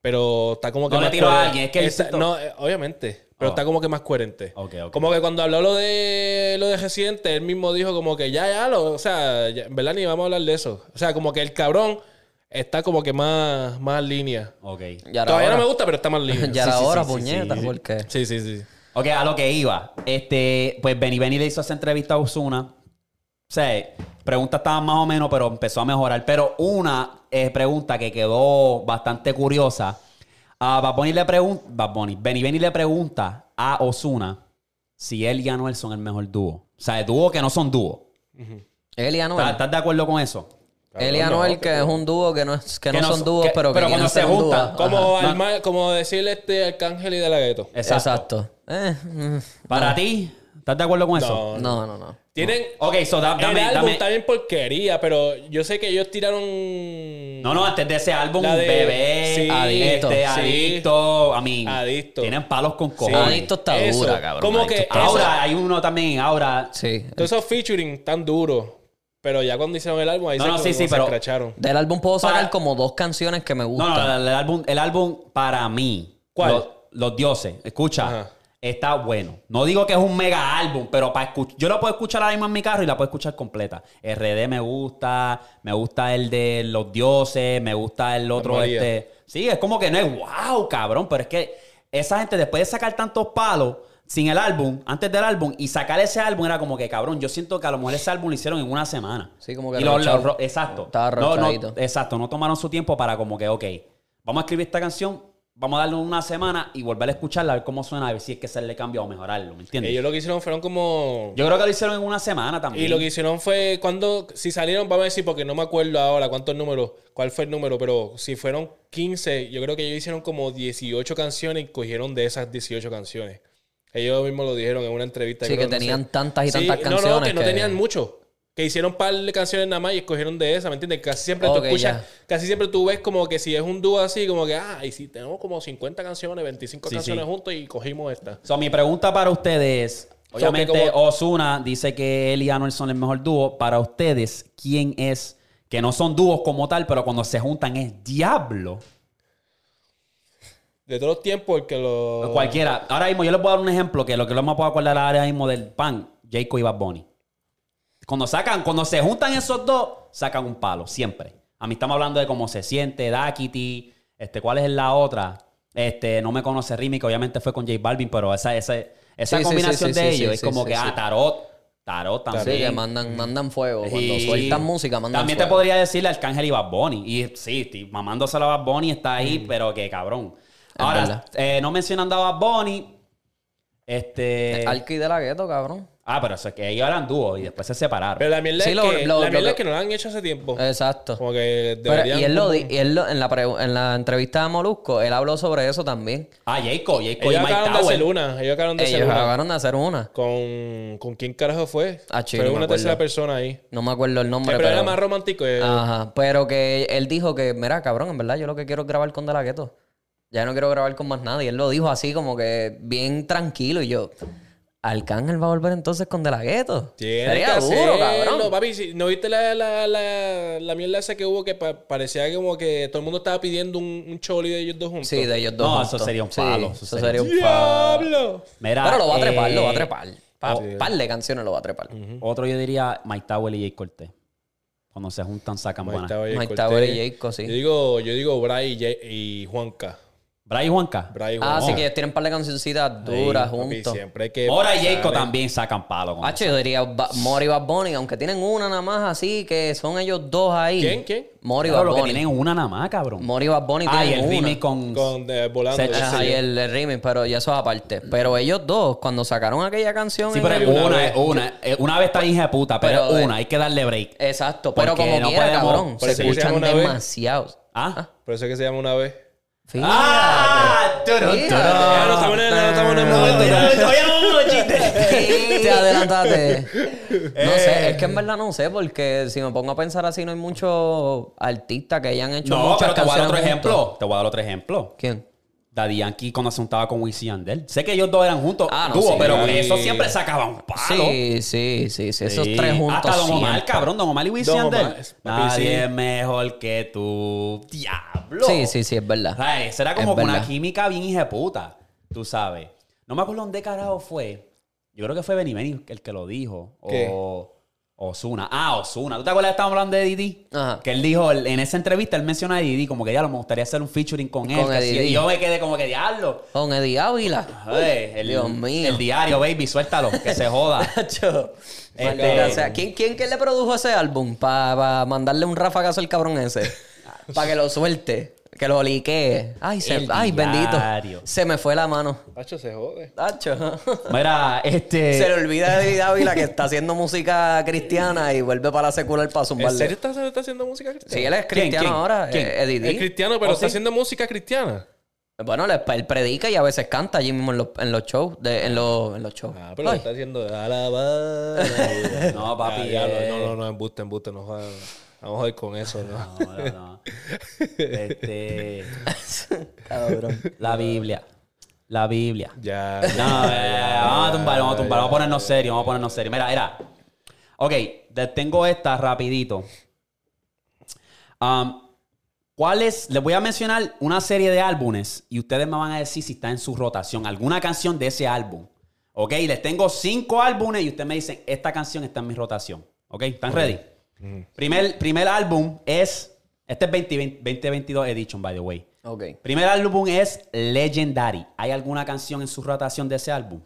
Speaker 3: pero está como que
Speaker 2: No le
Speaker 3: más
Speaker 2: tiró a
Speaker 3: coherente.
Speaker 2: alguien, es que él
Speaker 3: Esa-
Speaker 2: siento-
Speaker 3: No, eh, obviamente, pero
Speaker 2: Oh.
Speaker 3: está como que más coherente.
Speaker 2: Ok, ok.
Speaker 3: Como que cuando habló lo de lo de reciente, él mismo dijo como que ya, ya, lo, o sea, ya- en verdad ni vamos a hablar de eso. O sea, como que el cabrón está como que más, más en línea.
Speaker 2: Ok.
Speaker 1: Ya era
Speaker 3: Todavía no
Speaker 1: hora.
Speaker 3: me gusta, pero está más en línea.
Speaker 1: Ya
Speaker 2: Sí,
Speaker 1: era
Speaker 2: sí, sí,
Speaker 1: hora,
Speaker 2: sí, sí,
Speaker 1: puñeta,
Speaker 2: sí.
Speaker 1: porque...
Speaker 3: Sí, sí, sí.
Speaker 2: Ok, a lo que iba. Este, pues Benny Benny le hizo esa entrevista a Osuna. O sea, preguntas estaban más o menos, pero empezó a mejorar. Pero una eh, pregunta que quedó bastante curiosa. A Bad Bunny le pregunta. Bad Bunny. Benny Benny le pregunta a Osuna si él y Anuel son el mejor dúo. O sea, dúo que no son dúo.
Speaker 1: Él y
Speaker 3: Ah,
Speaker 1: Anuel.
Speaker 2: ¿Estás estás de acuerdo con eso?
Speaker 1: Él y
Speaker 3: Cabrón,
Speaker 1: Anuel,
Speaker 3: no,
Speaker 1: que es un dúo que no, es- que
Speaker 2: Que
Speaker 1: no
Speaker 2: no
Speaker 1: son
Speaker 2: son-
Speaker 1: dúos,
Speaker 2: que-
Speaker 1: pero que
Speaker 2: pero
Speaker 1: quieren
Speaker 2: cuando se
Speaker 1: ser un dúo.
Speaker 2: juntan,
Speaker 1: Ajá.
Speaker 3: Como, Alma- como decirle este Arcángel y de la Gueto.
Speaker 2: Exacto.
Speaker 1: Exacto. Eh, mm,
Speaker 2: Para ti, ¿estás de acuerdo con eso?
Speaker 3: No, no.
Speaker 1: no, no, no.
Speaker 3: Tienen.
Speaker 2: Ok, so da-
Speaker 3: el
Speaker 2: dame,
Speaker 3: álbum
Speaker 2: dame-
Speaker 3: está bien porquería, pero yo sé que ellos tiraron.
Speaker 2: No, no, antes de ese álbum,
Speaker 3: La de-
Speaker 2: bebé,
Speaker 3: sí,
Speaker 2: adicto,
Speaker 1: sí.
Speaker 2: adicto, a mí.
Speaker 3: Adicto.
Speaker 2: Tienen palos con cojones.
Speaker 1: Adicto está
Speaker 3: Eso.
Speaker 1: dura, cabrón.
Speaker 3: Como
Speaker 1: Adicto
Speaker 3: que-
Speaker 1: está-
Speaker 2: Ahora, hay uno también, ahora.
Speaker 1: Sí.
Speaker 3: Todos esos featuring tan duros. Pero ya cuando hicieron el álbum, ahí
Speaker 2: No,
Speaker 3: se,
Speaker 2: no, sí,
Speaker 3: como
Speaker 2: sí,
Speaker 3: se
Speaker 2: pero-
Speaker 3: escracharon.
Speaker 1: Del álbum puedo sacar
Speaker 2: Para-
Speaker 1: como dos canciones que me
Speaker 2: No,
Speaker 1: gustan.
Speaker 2: no, el álbum, el álbum para mí.
Speaker 3: ¿Cuál?
Speaker 2: Los, Los dioses, escucha.
Speaker 3: Ajá.
Speaker 2: Está bueno. No digo que es un mega álbum, pero para escuchar. Yo la puedo escuchar ahora mismo en mi carro y la puedo escuchar completa. RD me gusta, me gusta el de los dioses, me gusta el otro
Speaker 3: María.
Speaker 2: este. Sí, es como que no es wow, cabrón, pero es que esa gente después de sacar tantos palos sin el álbum, antes del álbum, y sacar ese álbum era como que cabrón, yo siento que a lo mejor ese álbum lo hicieron en una semana.
Speaker 1: Sí, como que
Speaker 2: Y los-
Speaker 1: arrochado.
Speaker 2: los- Exacto.
Speaker 1: Estaba
Speaker 2: no, no,
Speaker 1: arrochadito.
Speaker 2: Exacto, no tomaron su tiempo para como que, ok, vamos a escribir esta canción, vamos a darle una semana y volver a escucharla, a ver cómo suena, a ver si es que se le cambia o mejorarlo, ¿me entiendes?
Speaker 3: Ellos lo que hicieron fueron como.
Speaker 2: Yo creo que lo hicieron en una semana también.
Speaker 3: Y lo que hicieron fue cuando, si salieron, vamos a decir, porque no me acuerdo ahora cuántos números, cuál fue el número, pero si fueron 15, yo creo que ellos hicieron como 18 canciones y cogieron de esas 18 canciones. Ellos mismos lo dijeron en una entrevista.
Speaker 1: Sí,
Speaker 3: creo,
Speaker 1: que
Speaker 3: no
Speaker 1: tenían
Speaker 3: sé.
Speaker 1: tantas y
Speaker 3: Sí,
Speaker 1: tantas canciones.
Speaker 3: No, no, que no tenían mucho. Que hicieron un par de canciones nada más y escogieron de esa, ¿me entiendes? Casi siempre
Speaker 1: Ok,
Speaker 3: tú escuchas, casi siempre tú ves como que si es un dúo así, como que, ah, y si tenemos como 50 canciones, 25
Speaker 2: Sí,
Speaker 3: canciones
Speaker 2: sí.
Speaker 3: juntos y cogimos esta.
Speaker 2: So, mi pregunta para ustedes.
Speaker 3: O sea, que
Speaker 2: Obviamente,
Speaker 3: como-
Speaker 2: Osuna dice que él y Anuel son el mejor dúo. Para ustedes, ¿quién es? Que no son dúos como tal, pero cuando se juntan es diablo.
Speaker 3: De todos los tiempos, el que lo.
Speaker 2: Cualquiera. Ahora mismo, yo les puedo dar un ejemplo que lo que lo más puedo acordar ahora mismo del pan, Jacob y Bad Bunny. Cuando sacan, cuando se juntan esos dos, sacan un palo, siempre. A mí estamos hablando de cómo se siente, Dakity, este, ¿cuál es la otra? Este, no me conoce Rimi, que obviamente fue con J Balvin, pero esa, esa, esa
Speaker 1: Sí, sí,
Speaker 2: combinación
Speaker 1: sí, sí,
Speaker 2: de
Speaker 1: sí,
Speaker 2: ellos
Speaker 1: sí,
Speaker 2: es
Speaker 1: sí,
Speaker 2: como
Speaker 1: sí,
Speaker 2: que,
Speaker 1: sí.
Speaker 2: ah, tarot, tarot también.
Speaker 1: Sí, que mandan, mandan fuego. Cuando
Speaker 2: Y
Speaker 1: sueltan música, mandan
Speaker 2: También te
Speaker 1: fuego.
Speaker 2: podría decirle Arcángel y Bad Bunny. Y sí, estoy mamándosela a Bad Bunny está ahí, pero que cabrón.
Speaker 1: Mm. Es
Speaker 2: Ahora,
Speaker 1: verdad.
Speaker 2: eh, no mencionando a Bad Bunny, este...
Speaker 1: Alki de la gueto, cabrón.
Speaker 2: Ah, pero eso es que ellos eran dúo y después se separaron.
Speaker 3: Pero la mierda
Speaker 1: Sí,
Speaker 3: es
Speaker 1: lo-
Speaker 3: que, la
Speaker 1: lo- lo
Speaker 3: mierda
Speaker 1: que-
Speaker 3: es que no la han hecho hace tiempo.
Speaker 1: Exacto.
Speaker 3: Como que
Speaker 1: Pero-
Speaker 3: deberían.
Speaker 1: y él, lo,
Speaker 3: como-
Speaker 1: di- y él lo- en, la pre- en la entrevista de Molusco, él habló sobre eso también.
Speaker 2: Ah, Jacob, Jacob y
Speaker 3: Ellos
Speaker 2: Mike
Speaker 3: acabaron de hacer
Speaker 2: Tower.
Speaker 3: una. Ellos acabaron de hacer
Speaker 1: Ellos
Speaker 3: una.
Speaker 1: acabaron de hacer una.
Speaker 3: Con, ¿Con quién carajo fue?
Speaker 1: Ah, chico,
Speaker 3: Fue
Speaker 1: no me
Speaker 3: una
Speaker 1: acuerdo.
Speaker 3: tercera persona ahí.
Speaker 1: No me acuerdo el nombre,
Speaker 3: Pero,
Speaker 1: pero... Ah,
Speaker 3: era más romántico. eh.
Speaker 1: Ajá, pero que él dijo que, mira, cabrón, en verdad yo lo que quiero es grabar con De La Ghetto. Ya no quiero grabar con más nadie. Él lo dijo así como que bien tranquilo y yo, Arcángel va a volver entonces con De La Ghetto.
Speaker 3: Tiene
Speaker 1: Sería
Speaker 3: que
Speaker 1: duro,
Speaker 3: hacerlo,
Speaker 1: cabrón.
Speaker 3: papi. Si- ¿No viste la, la, la, la mierda esa que hubo que pa- parecía como que todo el mundo estaba pidiendo un, un choli de ellos dos juntos?
Speaker 1: Sí, de ellos dos.
Speaker 2: No, eso
Speaker 1: juntos.
Speaker 2: sería un
Speaker 1: Sí,
Speaker 2: palo,
Speaker 1: eso sería un palo.
Speaker 3: ¡Diablo!
Speaker 2: Mira,
Speaker 1: Pero lo va a trepar,
Speaker 2: eh,
Speaker 1: lo va a trepar. Pa-
Speaker 3: Ah, sí.
Speaker 1: Un par de canciones lo va a trepar.
Speaker 2: Otro yo diría Mike Tower y Jake Cortez. Cuando se juntan sacan
Speaker 3: Mike
Speaker 2: buenas.
Speaker 3: Tower y
Speaker 1: Mike
Speaker 3: Cortés.
Speaker 1: Tower y Jayco, sí.
Speaker 3: Yo digo, yo digo Bray y, Jay- y Juanca.
Speaker 2: Bray y Juanca.
Speaker 3: Bray y
Speaker 1: Ah,
Speaker 3: Juanca.
Speaker 1: sí que ellos tienen un par de cancioncitas duras
Speaker 3: Papi,
Speaker 1: juntos.
Speaker 3: siempre hay que
Speaker 2: Ahora
Speaker 3: pasar,
Speaker 2: Jacob
Speaker 3: eh.
Speaker 2: también sacan palo. con
Speaker 1: Hacho, yo diría Ba- Mori y Bad Bunny, aunque tienen una nada más así, que son ellos dos ahí.
Speaker 3: ¿Quién? ¿Quién?
Speaker 1: Mori y
Speaker 2: Claro,
Speaker 1: Bad
Speaker 2: lo que
Speaker 1: Bunny.
Speaker 2: tienen una nada más, cabrón.
Speaker 1: Mori y Bad Bunny
Speaker 2: Ah, y
Speaker 1: tienen
Speaker 2: el
Speaker 1: una.
Speaker 2: remake con...
Speaker 3: Con, eh, volando.
Speaker 2: Se-
Speaker 3: sí,
Speaker 1: Ajá,
Speaker 3: sí.
Speaker 1: y el, el remix, pero ya eso es aparte. Pero ellos dos, cuando sacaron aquella canción...
Speaker 2: Sí,
Speaker 1: en
Speaker 2: pero
Speaker 1: el-
Speaker 2: es
Speaker 3: una
Speaker 2: una,
Speaker 3: vez.
Speaker 2: es una. Eh, Una vez está hija de puta, pero,
Speaker 1: Pero,
Speaker 2: es
Speaker 1: eh,
Speaker 2: una. Hay que darle break.
Speaker 1: Exacto, pero
Speaker 2: Porque
Speaker 1: como
Speaker 2: no
Speaker 1: quiera,
Speaker 2: podemos-
Speaker 1: cabrón,
Speaker 3: por
Speaker 1: se
Speaker 3: eso que se llama
Speaker 1: escuchan
Speaker 3: una vez.
Speaker 1: demasiados.
Speaker 2: ¿Ah?
Speaker 3: Por eso es que se llama una vez.
Speaker 1: Fíjate.
Speaker 2: ¡Ah! ¡Turun,
Speaker 1: Fíjate.
Speaker 2: turun!
Speaker 3: no estamos en- no estamos en el
Speaker 1: Ah,
Speaker 3: momento.
Speaker 2: Todavía no hubo chiste.
Speaker 1: Te adelantaste. No sé, es que en
Speaker 3: Eh.
Speaker 1: verdad no sé, porque si me pongo a pensar así, no hay muchos artistas que hayan hecho
Speaker 2: No,
Speaker 1: muchas
Speaker 2: pero te voy a dar
Speaker 1: canciones
Speaker 2: otro
Speaker 1: juntos.
Speaker 2: ejemplo. Te voy a dar otro ejemplo.
Speaker 1: ¿Quién?
Speaker 2: Daddy Yankee cuando se juntaba con Wisin y Yandel. Sé que ellos dos eran juntos,
Speaker 1: Ah, no,
Speaker 2: dúo,
Speaker 1: sí.
Speaker 2: pero
Speaker 3: Sí.
Speaker 2: eso siempre sacaba un palo.
Speaker 1: Sí, sí, sí, sí. Esos
Speaker 2: Sí.
Speaker 1: tres juntos.
Speaker 2: Hasta Don Omar,
Speaker 1: siempre.
Speaker 2: cabrón. Don Omar y Wisin y
Speaker 3: Don Omar,
Speaker 2: Yandel.
Speaker 3: es- papi,
Speaker 2: Nadie
Speaker 3: sí.
Speaker 2: es mejor que tú. Diablo.
Speaker 1: Sí, sí, sí, es verdad.
Speaker 2: Ay, Será
Speaker 1: Es
Speaker 2: como que una
Speaker 1: verdad.
Speaker 2: química bien hija de puta, tú sabes. No me acuerdo dónde carajo fue. Yo creo que fue Benny Benny el que lo dijo.
Speaker 3: ¿Qué?
Speaker 2: O Osuna. Ah, Osuna. ¿Tú te acuerdas que estábamos hablando de Didi?
Speaker 1: Ajá.
Speaker 2: Que él dijo, él- en esa entrevista, él menciona a Didi como que ya lo me gustaría hacer un featuring con él.
Speaker 1: Con
Speaker 2: que
Speaker 1: el
Speaker 2: sí.
Speaker 1: Didi.
Speaker 2: y yo me quedé como que diablo.
Speaker 1: Con Eddie Ávila.
Speaker 2: Ay, el,
Speaker 1: Dios mío.
Speaker 2: El diario, baby, suéltalo, que se joda.
Speaker 1: Tacho.
Speaker 2: Este-
Speaker 1: Maldita sea. ¿Quién, quién que le produjo ese álbum para mandarle un rafagazo al cabrón ese? para que lo suelte, que lo liquee. Ay, se-
Speaker 2: El
Speaker 1: ay bendito.
Speaker 2: diario.
Speaker 1: Se me fue la mano.
Speaker 3: Tacho, se jode.
Speaker 1: Tacho.
Speaker 2: Mira, este.
Speaker 1: Se le olvida de Eddie Ávila que está haciendo música cristiana y vuelve para la secular para
Speaker 3: ¿En serio
Speaker 1: zumbarle.
Speaker 3: está, está haciendo música cristiana?
Speaker 1: Sí, él es cristiano
Speaker 2: quién?
Speaker 1: ahora,
Speaker 2: ¿Quién?
Speaker 1: eh, Eddie D.
Speaker 3: Es cristiano, pero
Speaker 2: ¿Oh,
Speaker 3: está
Speaker 2: sí?
Speaker 3: haciendo música cristiana.
Speaker 1: Bueno, él, él predica y a veces canta allí mismo en los, en los shows. de- en, los, en los shows.
Speaker 3: Ah, pero
Speaker 1: Ay.
Speaker 3: está haciendo alabada.
Speaker 2: No, papi,
Speaker 3: Ah, diablo,
Speaker 2: eh.
Speaker 3: No, no, no, embuste, embuste. No, jodas. vamos a ir con eso, ¿no?
Speaker 2: No, no, no. Este.
Speaker 1: Cabrón.
Speaker 2: La Biblia. La Biblia.
Speaker 3: Ya.
Speaker 2: No, eh, vamos a tumbar, vamos a tumbar, vamos a ponernos serio, vamos a ponernos serio. Mira, mira. Ok, te- tengo esta rapidito. Um, ¿Cuál es? Les voy a mencionar una serie de álbumes y ustedes me van a decir si está en su rotación, alguna canción de ese álbum. Ok, les tengo cinco álbumes y ustedes me dicen, esta canción está en mi rotación. Ok, ¿están ready? Primer, primer álbum es, este es 2020 2022 Edition, by the way.
Speaker 1: Ok.
Speaker 2: Primer álbum es Legendary. ¿Hay alguna canción en su rotación de ese álbum?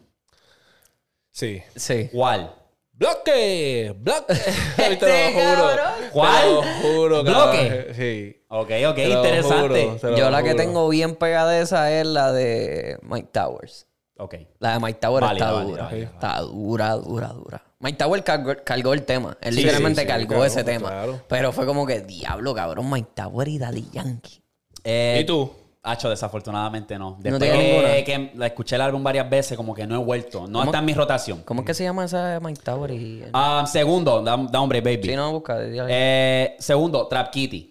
Speaker 3: Sí.
Speaker 1: Sí.
Speaker 2: ¿Cuál?
Speaker 3: ¡Bloque! ¡Bloque! Ay,
Speaker 1: Este cabrón.
Speaker 2: ¿Cuál?
Speaker 3: Te lo juro,
Speaker 2: ¿Bloque?
Speaker 3: cabrón. Sí.
Speaker 2: Ok, ok,
Speaker 3: Te lo
Speaker 2: interesante.
Speaker 3: juro, te lo
Speaker 1: Yo la que
Speaker 3: juro.
Speaker 1: tengo bien pegada de esa es la de Mike Towers.
Speaker 2: Ok.
Speaker 1: La de Mike Towers
Speaker 2: Válida,
Speaker 1: está
Speaker 2: válida,
Speaker 1: dura.
Speaker 2: válida.
Speaker 1: Está dura, dura, dura. Mike Towers cargó, cargó el tema. Él
Speaker 2: Sí,
Speaker 1: literalmente
Speaker 3: sí, sí,
Speaker 1: cargó
Speaker 3: claro,
Speaker 1: ese tema.
Speaker 3: claro.
Speaker 1: Pero fue como que, diablo, cabrón, Mike Towers y Daddy Yankee.
Speaker 2: Eh,
Speaker 3: ¿Y tú?
Speaker 2: Hacho, desafortunadamente no. Después
Speaker 1: tiene
Speaker 2: de que la escuché el álbum varias veces, como que no he vuelto. No está en mi rotación.
Speaker 1: ¿Cómo es
Speaker 3: Mm.
Speaker 1: que se llama esa de Mike Tower? Y...
Speaker 2: Ah, segundo, da, da hombre, baby.
Speaker 1: Sí, no, busca. di- di-
Speaker 2: Eh, segundo, Trap Kitty.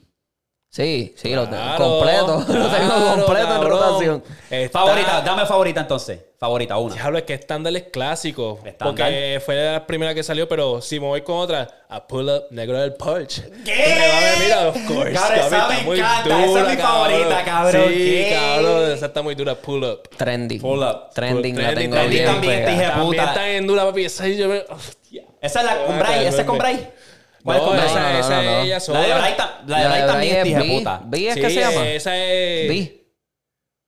Speaker 1: Sí, sí, lo tengo
Speaker 3: Claro,
Speaker 1: completo. lo tengo
Speaker 3: claro,
Speaker 1: completo en
Speaker 3: cabrón.
Speaker 1: rotación.
Speaker 3: Está-
Speaker 2: Favorita, dame favorita entonces. Favorita, una.
Speaker 3: Diablo, es que estándar es clásico.
Speaker 2: Estándar.
Speaker 3: Porque fue la primera que salió, pero si me voy con otra, a pull up negro del porch.
Speaker 2: ¿Qué?
Speaker 3: Y me va a ver, mira, of course.
Speaker 2: Cabrón, esa
Speaker 3: está
Speaker 2: me
Speaker 3: muy
Speaker 2: encanta, esa es mi favorita, cabrón.
Speaker 3: Sí,
Speaker 2: ¿Qué?
Speaker 3: cabrón, esa está muy dura, pull up.
Speaker 1: Trending.
Speaker 2: Pull up.
Speaker 1: Trending, la
Speaker 3: Trending,
Speaker 1: tengo
Speaker 3: trending
Speaker 1: bien
Speaker 2: también,
Speaker 1: pegada.
Speaker 2: dije,
Speaker 3: También
Speaker 2: puta.
Speaker 3: está en dura, papi. Esa yo me... Hostia.
Speaker 2: Esa es la con Bray, esa es con Bray. ¿Cuál es
Speaker 3: No,
Speaker 2: con Bray?
Speaker 3: esa,
Speaker 1: No, no,
Speaker 3: esa
Speaker 1: no, no.
Speaker 3: es ella sola.
Speaker 2: La de Bray, ta- la de Bray también es
Speaker 1: Brian
Speaker 2: hija
Speaker 1: B.
Speaker 2: puta.
Speaker 1: B es
Speaker 3: Sí,
Speaker 1: que se llama.
Speaker 3: Esa es...
Speaker 2: eh,
Speaker 1: B.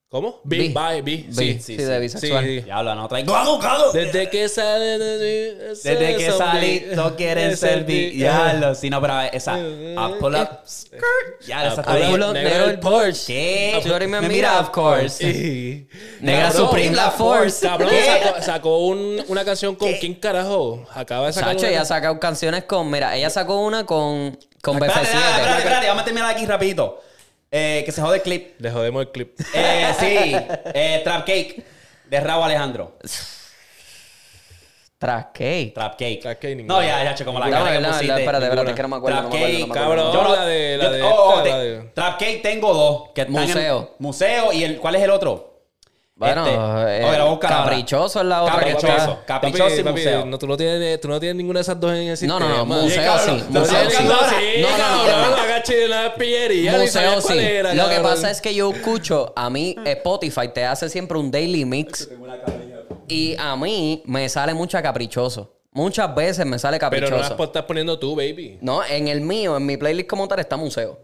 Speaker 3: ¿Cómo?
Speaker 1: Bi.
Speaker 3: B. Bye, B.
Speaker 1: Bi,
Speaker 3: Sí,
Speaker 1: sí,
Speaker 3: sí,
Speaker 1: de bisexual.
Speaker 3: sí.
Speaker 2: Diablo, no traigo. ¡Gago, gago!
Speaker 3: Desde que sale... Desde
Speaker 2: Desde que salí, no quieren ser bi. Diablo, sí, no, pero esa. A pull up. skirt. Ya, esa está
Speaker 1: pull
Speaker 2: bien.
Speaker 1: up. Negro del Porsche.
Speaker 2: ¿Qué?
Speaker 1: Flori me mira, of course.
Speaker 3: Sí.
Speaker 1: Negra
Speaker 3: Cabrón,
Speaker 1: Supreme la Force.
Speaker 3: Cabrón,
Speaker 1: ¿Qué?
Speaker 3: sacó, sacó un- una canción con quién carajo. Acaba de sacar.
Speaker 1: Sacho,
Speaker 3: una-
Speaker 1: ella ha sacado canciones con. Mira, ella sacó una con, con
Speaker 2: Espérate, espérate, espérate,
Speaker 1: BF7.
Speaker 2: espérate, vamos a terminar aquí rapidito. Eh, que se jode el clip.
Speaker 3: Le jodemos el clip.
Speaker 2: Eh, sí, eh, Trap Cake de Raúl Alejandro.
Speaker 1: Tras Cake.
Speaker 2: Trap Cake.
Speaker 3: Trap Cake, ninguna.
Speaker 2: no, ya, ya, che, como la
Speaker 1: No,
Speaker 2: cara que
Speaker 1: no, no,
Speaker 2: pusiste.
Speaker 1: espérate, espérate,
Speaker 2: Ninguna.
Speaker 1: que no me acuerdo,
Speaker 2: Trap
Speaker 1: no me acuerdo,
Speaker 2: Cake,
Speaker 1: no me acuerdo.
Speaker 3: Yo
Speaker 2: cabrón.
Speaker 3: la de- la
Speaker 2: yo-
Speaker 3: de
Speaker 2: oh,
Speaker 3: esta,
Speaker 2: te-
Speaker 3: la de-
Speaker 2: Trap Cake tengo dos. Que están en-
Speaker 1: Museo.
Speaker 2: museo. ¿Y el, cuál es el otro?
Speaker 1: Bueno,
Speaker 2: Este.
Speaker 1: eh,
Speaker 2: Ok, la voy a buscar ahora.
Speaker 1: caprichoso es la otra que
Speaker 2: Caprichoso.
Speaker 1: está.
Speaker 2: Caprichoso y museo.
Speaker 3: No, tú, no tienes, tú no tienes ninguna de esas dos en el
Speaker 1: No,
Speaker 3: sistema.
Speaker 1: no, no,
Speaker 3: man.
Speaker 1: museo sí.
Speaker 2: cabrón,
Speaker 3: No
Speaker 1: Museo
Speaker 3: tienes
Speaker 2: Museo
Speaker 1: sí.
Speaker 3: ninguna
Speaker 2: cabrón.
Speaker 3: así,
Speaker 1: No, no, no,
Speaker 3: cabrón.
Speaker 1: no.
Speaker 3: Agache de la pillería. ni
Speaker 1: Museo
Speaker 3: sabías
Speaker 1: sí.
Speaker 3: cuál era,
Speaker 1: Lo que
Speaker 3: cabrón.
Speaker 1: pasa es que yo escucho, a mí Spotify te hace siempre un daily mix. Y a mí me sale mucha caprichoso. Muchas veces me sale
Speaker 3: Pero no las
Speaker 1: caprichoso.
Speaker 3: po- estás poniendo tú, baby.
Speaker 1: No, en el mío, en mi playlist como tal está museo.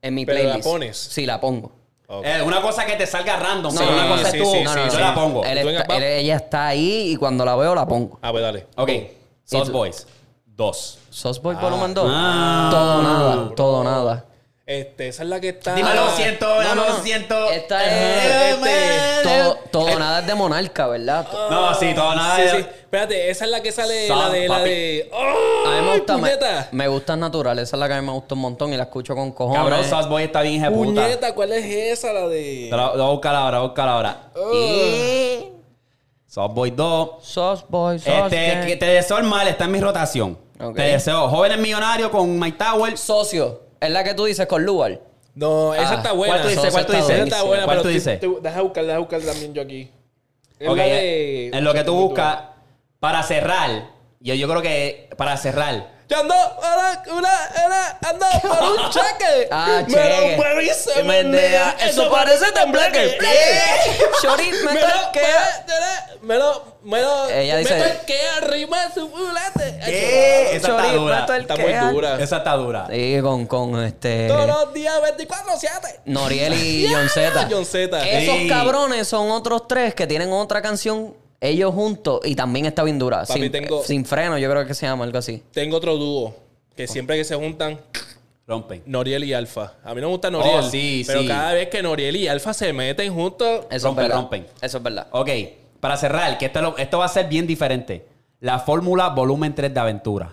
Speaker 1: En mi
Speaker 3: Pero la
Speaker 1: playlist.
Speaker 3: pones.
Speaker 1: Sí, la pongo.
Speaker 3: Ok.
Speaker 2: Eh, una cosa que te salga random.
Speaker 1: No,
Speaker 2: pero
Speaker 1: no,
Speaker 2: una
Speaker 1: no,
Speaker 2: cosa
Speaker 1: sí,
Speaker 2: es tú.
Speaker 3: sí,
Speaker 2: yo
Speaker 3: sí, sí.
Speaker 2: la pongo.
Speaker 1: Él
Speaker 3: Tú
Speaker 1: está-
Speaker 3: venga, va.
Speaker 1: él- ella está ahí y cuando la veo la pongo.
Speaker 3: Ah, pues dale.
Speaker 2: Ok.
Speaker 1: ¿Y
Speaker 2: Sauce
Speaker 1: tú?
Speaker 2: Boys. Dos.
Speaker 1: Sosboy volumen 2.
Speaker 2: Ah.
Speaker 1: todo nada, todo nada.
Speaker 3: Este, esa es la que está.
Speaker 2: Dime lo siento,
Speaker 1: no, no,
Speaker 2: no,
Speaker 1: no.
Speaker 2: lo siento.
Speaker 1: Esta
Speaker 2: Eh,
Speaker 1: es-
Speaker 2: este-
Speaker 1: Todo, todo nada es de monarca, ¿verdad?
Speaker 2: No, sí, todo nada.
Speaker 3: Sí,
Speaker 2: de-
Speaker 3: sí. Espérate, esa es la que sale.
Speaker 2: Son,
Speaker 3: la de. La
Speaker 2: papi.
Speaker 3: de... ¡Oh,
Speaker 1: A mí me gusta, me,
Speaker 3: puñeta!
Speaker 1: me gusta natural, esa es la que a mí me gusta un montón y la escucho con cojones.
Speaker 2: Cabrón, Sauce Boys está bien ejeputa. Te
Speaker 3: Puñeta, ¿cuál es esa? La de.
Speaker 2: Lo lo voy a buscar ahora, voy a buscar ahora.
Speaker 3: Uh.
Speaker 1: Y...
Speaker 2: Sauce Boys 2.
Speaker 1: Sauce Boy, Sauce
Speaker 2: Este,
Speaker 1: Gang.
Speaker 2: que te deseo el mal, está en mi rotación.
Speaker 1: Ok.
Speaker 2: Te deseo Jóvenes Millonarios con Mike Tower.
Speaker 1: Socio, es la que tú dices con Lugar.
Speaker 3: No, esa
Speaker 1: Ah,
Speaker 3: está buena.
Speaker 2: ¿Cuál tú dices?
Speaker 1: Sosa
Speaker 2: ¿Cuál tú
Speaker 1: está
Speaker 2: dices?
Speaker 3: Esa está buena,
Speaker 2: ¿Cuál
Speaker 3: pero
Speaker 2: tú
Speaker 3: tú
Speaker 2: dices?
Speaker 3: deja buscar, deja buscar también yo aquí. Es
Speaker 2: Ok,
Speaker 3: la de-
Speaker 2: en lo que tú buscas, para cerrar, yo, yo creo que para cerrar,
Speaker 3: Yo ando, ahora, una, ahora, ando por un cheque.
Speaker 1: Ah,
Speaker 3: Me lo
Speaker 1: cheque.
Speaker 3: mueve y se
Speaker 1: Y mendea.
Speaker 3: menea. Eso parece tembleque.
Speaker 2: Eh,
Speaker 1: Shorty, me
Speaker 3: Me lo,
Speaker 1: tanquea.
Speaker 3: me lo, me lo,
Speaker 1: Ella
Speaker 3: me
Speaker 1: dice-
Speaker 3: tanquea arriba de su fulete.
Speaker 2: ¿Qué? Esa está
Speaker 1: Shorty,
Speaker 2: dura.
Speaker 1: me
Speaker 3: Está muy
Speaker 1: tanquea.
Speaker 3: dura.
Speaker 2: esa está dura.
Speaker 1: Sí, con, con este...
Speaker 3: Todos los días 24-7.
Speaker 1: Noriel y John Z.
Speaker 3: John Zeta.
Speaker 1: Esos
Speaker 2: Sí.
Speaker 1: cabrones son otros tres que tienen otra canción, ellos juntos, y también está bien dura.
Speaker 3: Papi,
Speaker 1: sin,
Speaker 3: tengo-
Speaker 1: sin freno, yo creo que se llama algo así.
Speaker 3: Tengo otro dúo
Speaker 2: Oh.
Speaker 3: que siempre que se juntan,
Speaker 2: Rompen.
Speaker 3: Noriel y Alfa. A mí no me gusta Noriel.
Speaker 2: Oh, sí,
Speaker 3: pero
Speaker 2: sí.
Speaker 3: cada vez que Noriel y Alfa se meten juntos,
Speaker 1: Eso
Speaker 2: Rompen,
Speaker 1: es verdad.
Speaker 2: rompen.
Speaker 1: Eso es verdad.
Speaker 2: Ok, para cerrar, que esto, lo- esto va a ser bien diferente. La fórmula volumen 3 de aventura.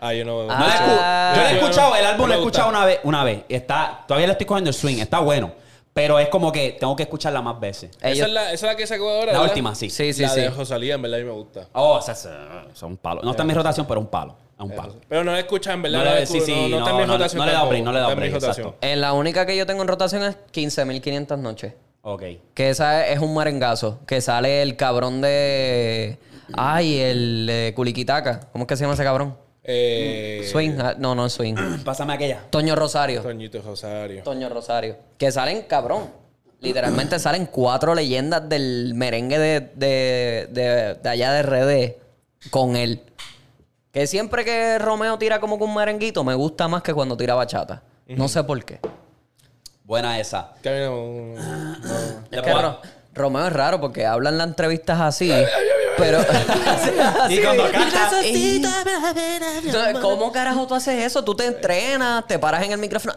Speaker 3: Ah, yo no.
Speaker 1: Ah,
Speaker 2: No la
Speaker 1: sí.
Speaker 2: escu- yo la he
Speaker 3: Yo no-
Speaker 2: escuchado, el álbum
Speaker 3: no
Speaker 2: lo he
Speaker 3: me gusta.
Speaker 2: escuchado una vez, una vez. Está, todavía le estoy cogiendo el swing, está bueno. Pero es como que tengo que escucharla más veces.
Speaker 1: Ellos-
Speaker 3: Esa, es la, esa es la que sacó ahora.
Speaker 2: La
Speaker 3: ¿verdad?
Speaker 2: última, sí.
Speaker 1: Sí, sí,
Speaker 3: la
Speaker 1: sí.
Speaker 3: de Rosalía, en verdad, a mí me gusta.
Speaker 2: Oh, o sea, es, eh, es un palo. No está en mi rotación, pero es un palo. Es un palo.
Speaker 3: Pero no la escuchan, en verdad.
Speaker 2: No
Speaker 3: No,
Speaker 2: la-
Speaker 3: la escu-
Speaker 2: sí, sí,
Speaker 3: no, no está en
Speaker 2: no,
Speaker 3: mi
Speaker 2: no,
Speaker 3: rotación
Speaker 2: no le da
Speaker 3: tampoco,
Speaker 2: break, no le da
Speaker 3: está en mi
Speaker 2: break,
Speaker 3: rotación.
Speaker 2: exacto.
Speaker 1: En la única que yo tengo en rotación es 15.500 noches.
Speaker 2: Ok.
Speaker 1: Que esa es un merengazo. Que sale el cabrón de. Ay, el de Culiquitaca. ¿Cómo es que se llama ese cabrón?
Speaker 3: Eh,
Speaker 1: Swing. Ah, No, no es Swing.
Speaker 2: Pásame aquella.
Speaker 1: Toño Rosario.
Speaker 3: Toñito Rosario.
Speaker 1: Toño Rosario. Que salen cabrón. Literalmente salen cuatro leyendas del merengue de, de, de- de allá de RD con él. Que siempre que Romeo tira como con un merenguito, me gusta más que cuando tira bachata. No sé por qué.
Speaker 2: Buena esa.
Speaker 3: Que a mí no-
Speaker 1: Es que Ro- Romeo es raro porque hablan las entrevistas así. pero.
Speaker 2: Y cuando canta.
Speaker 1: Entonces, ¿Cómo carajo tú haces eso? Tú te entrenas, te paras en el micrófono.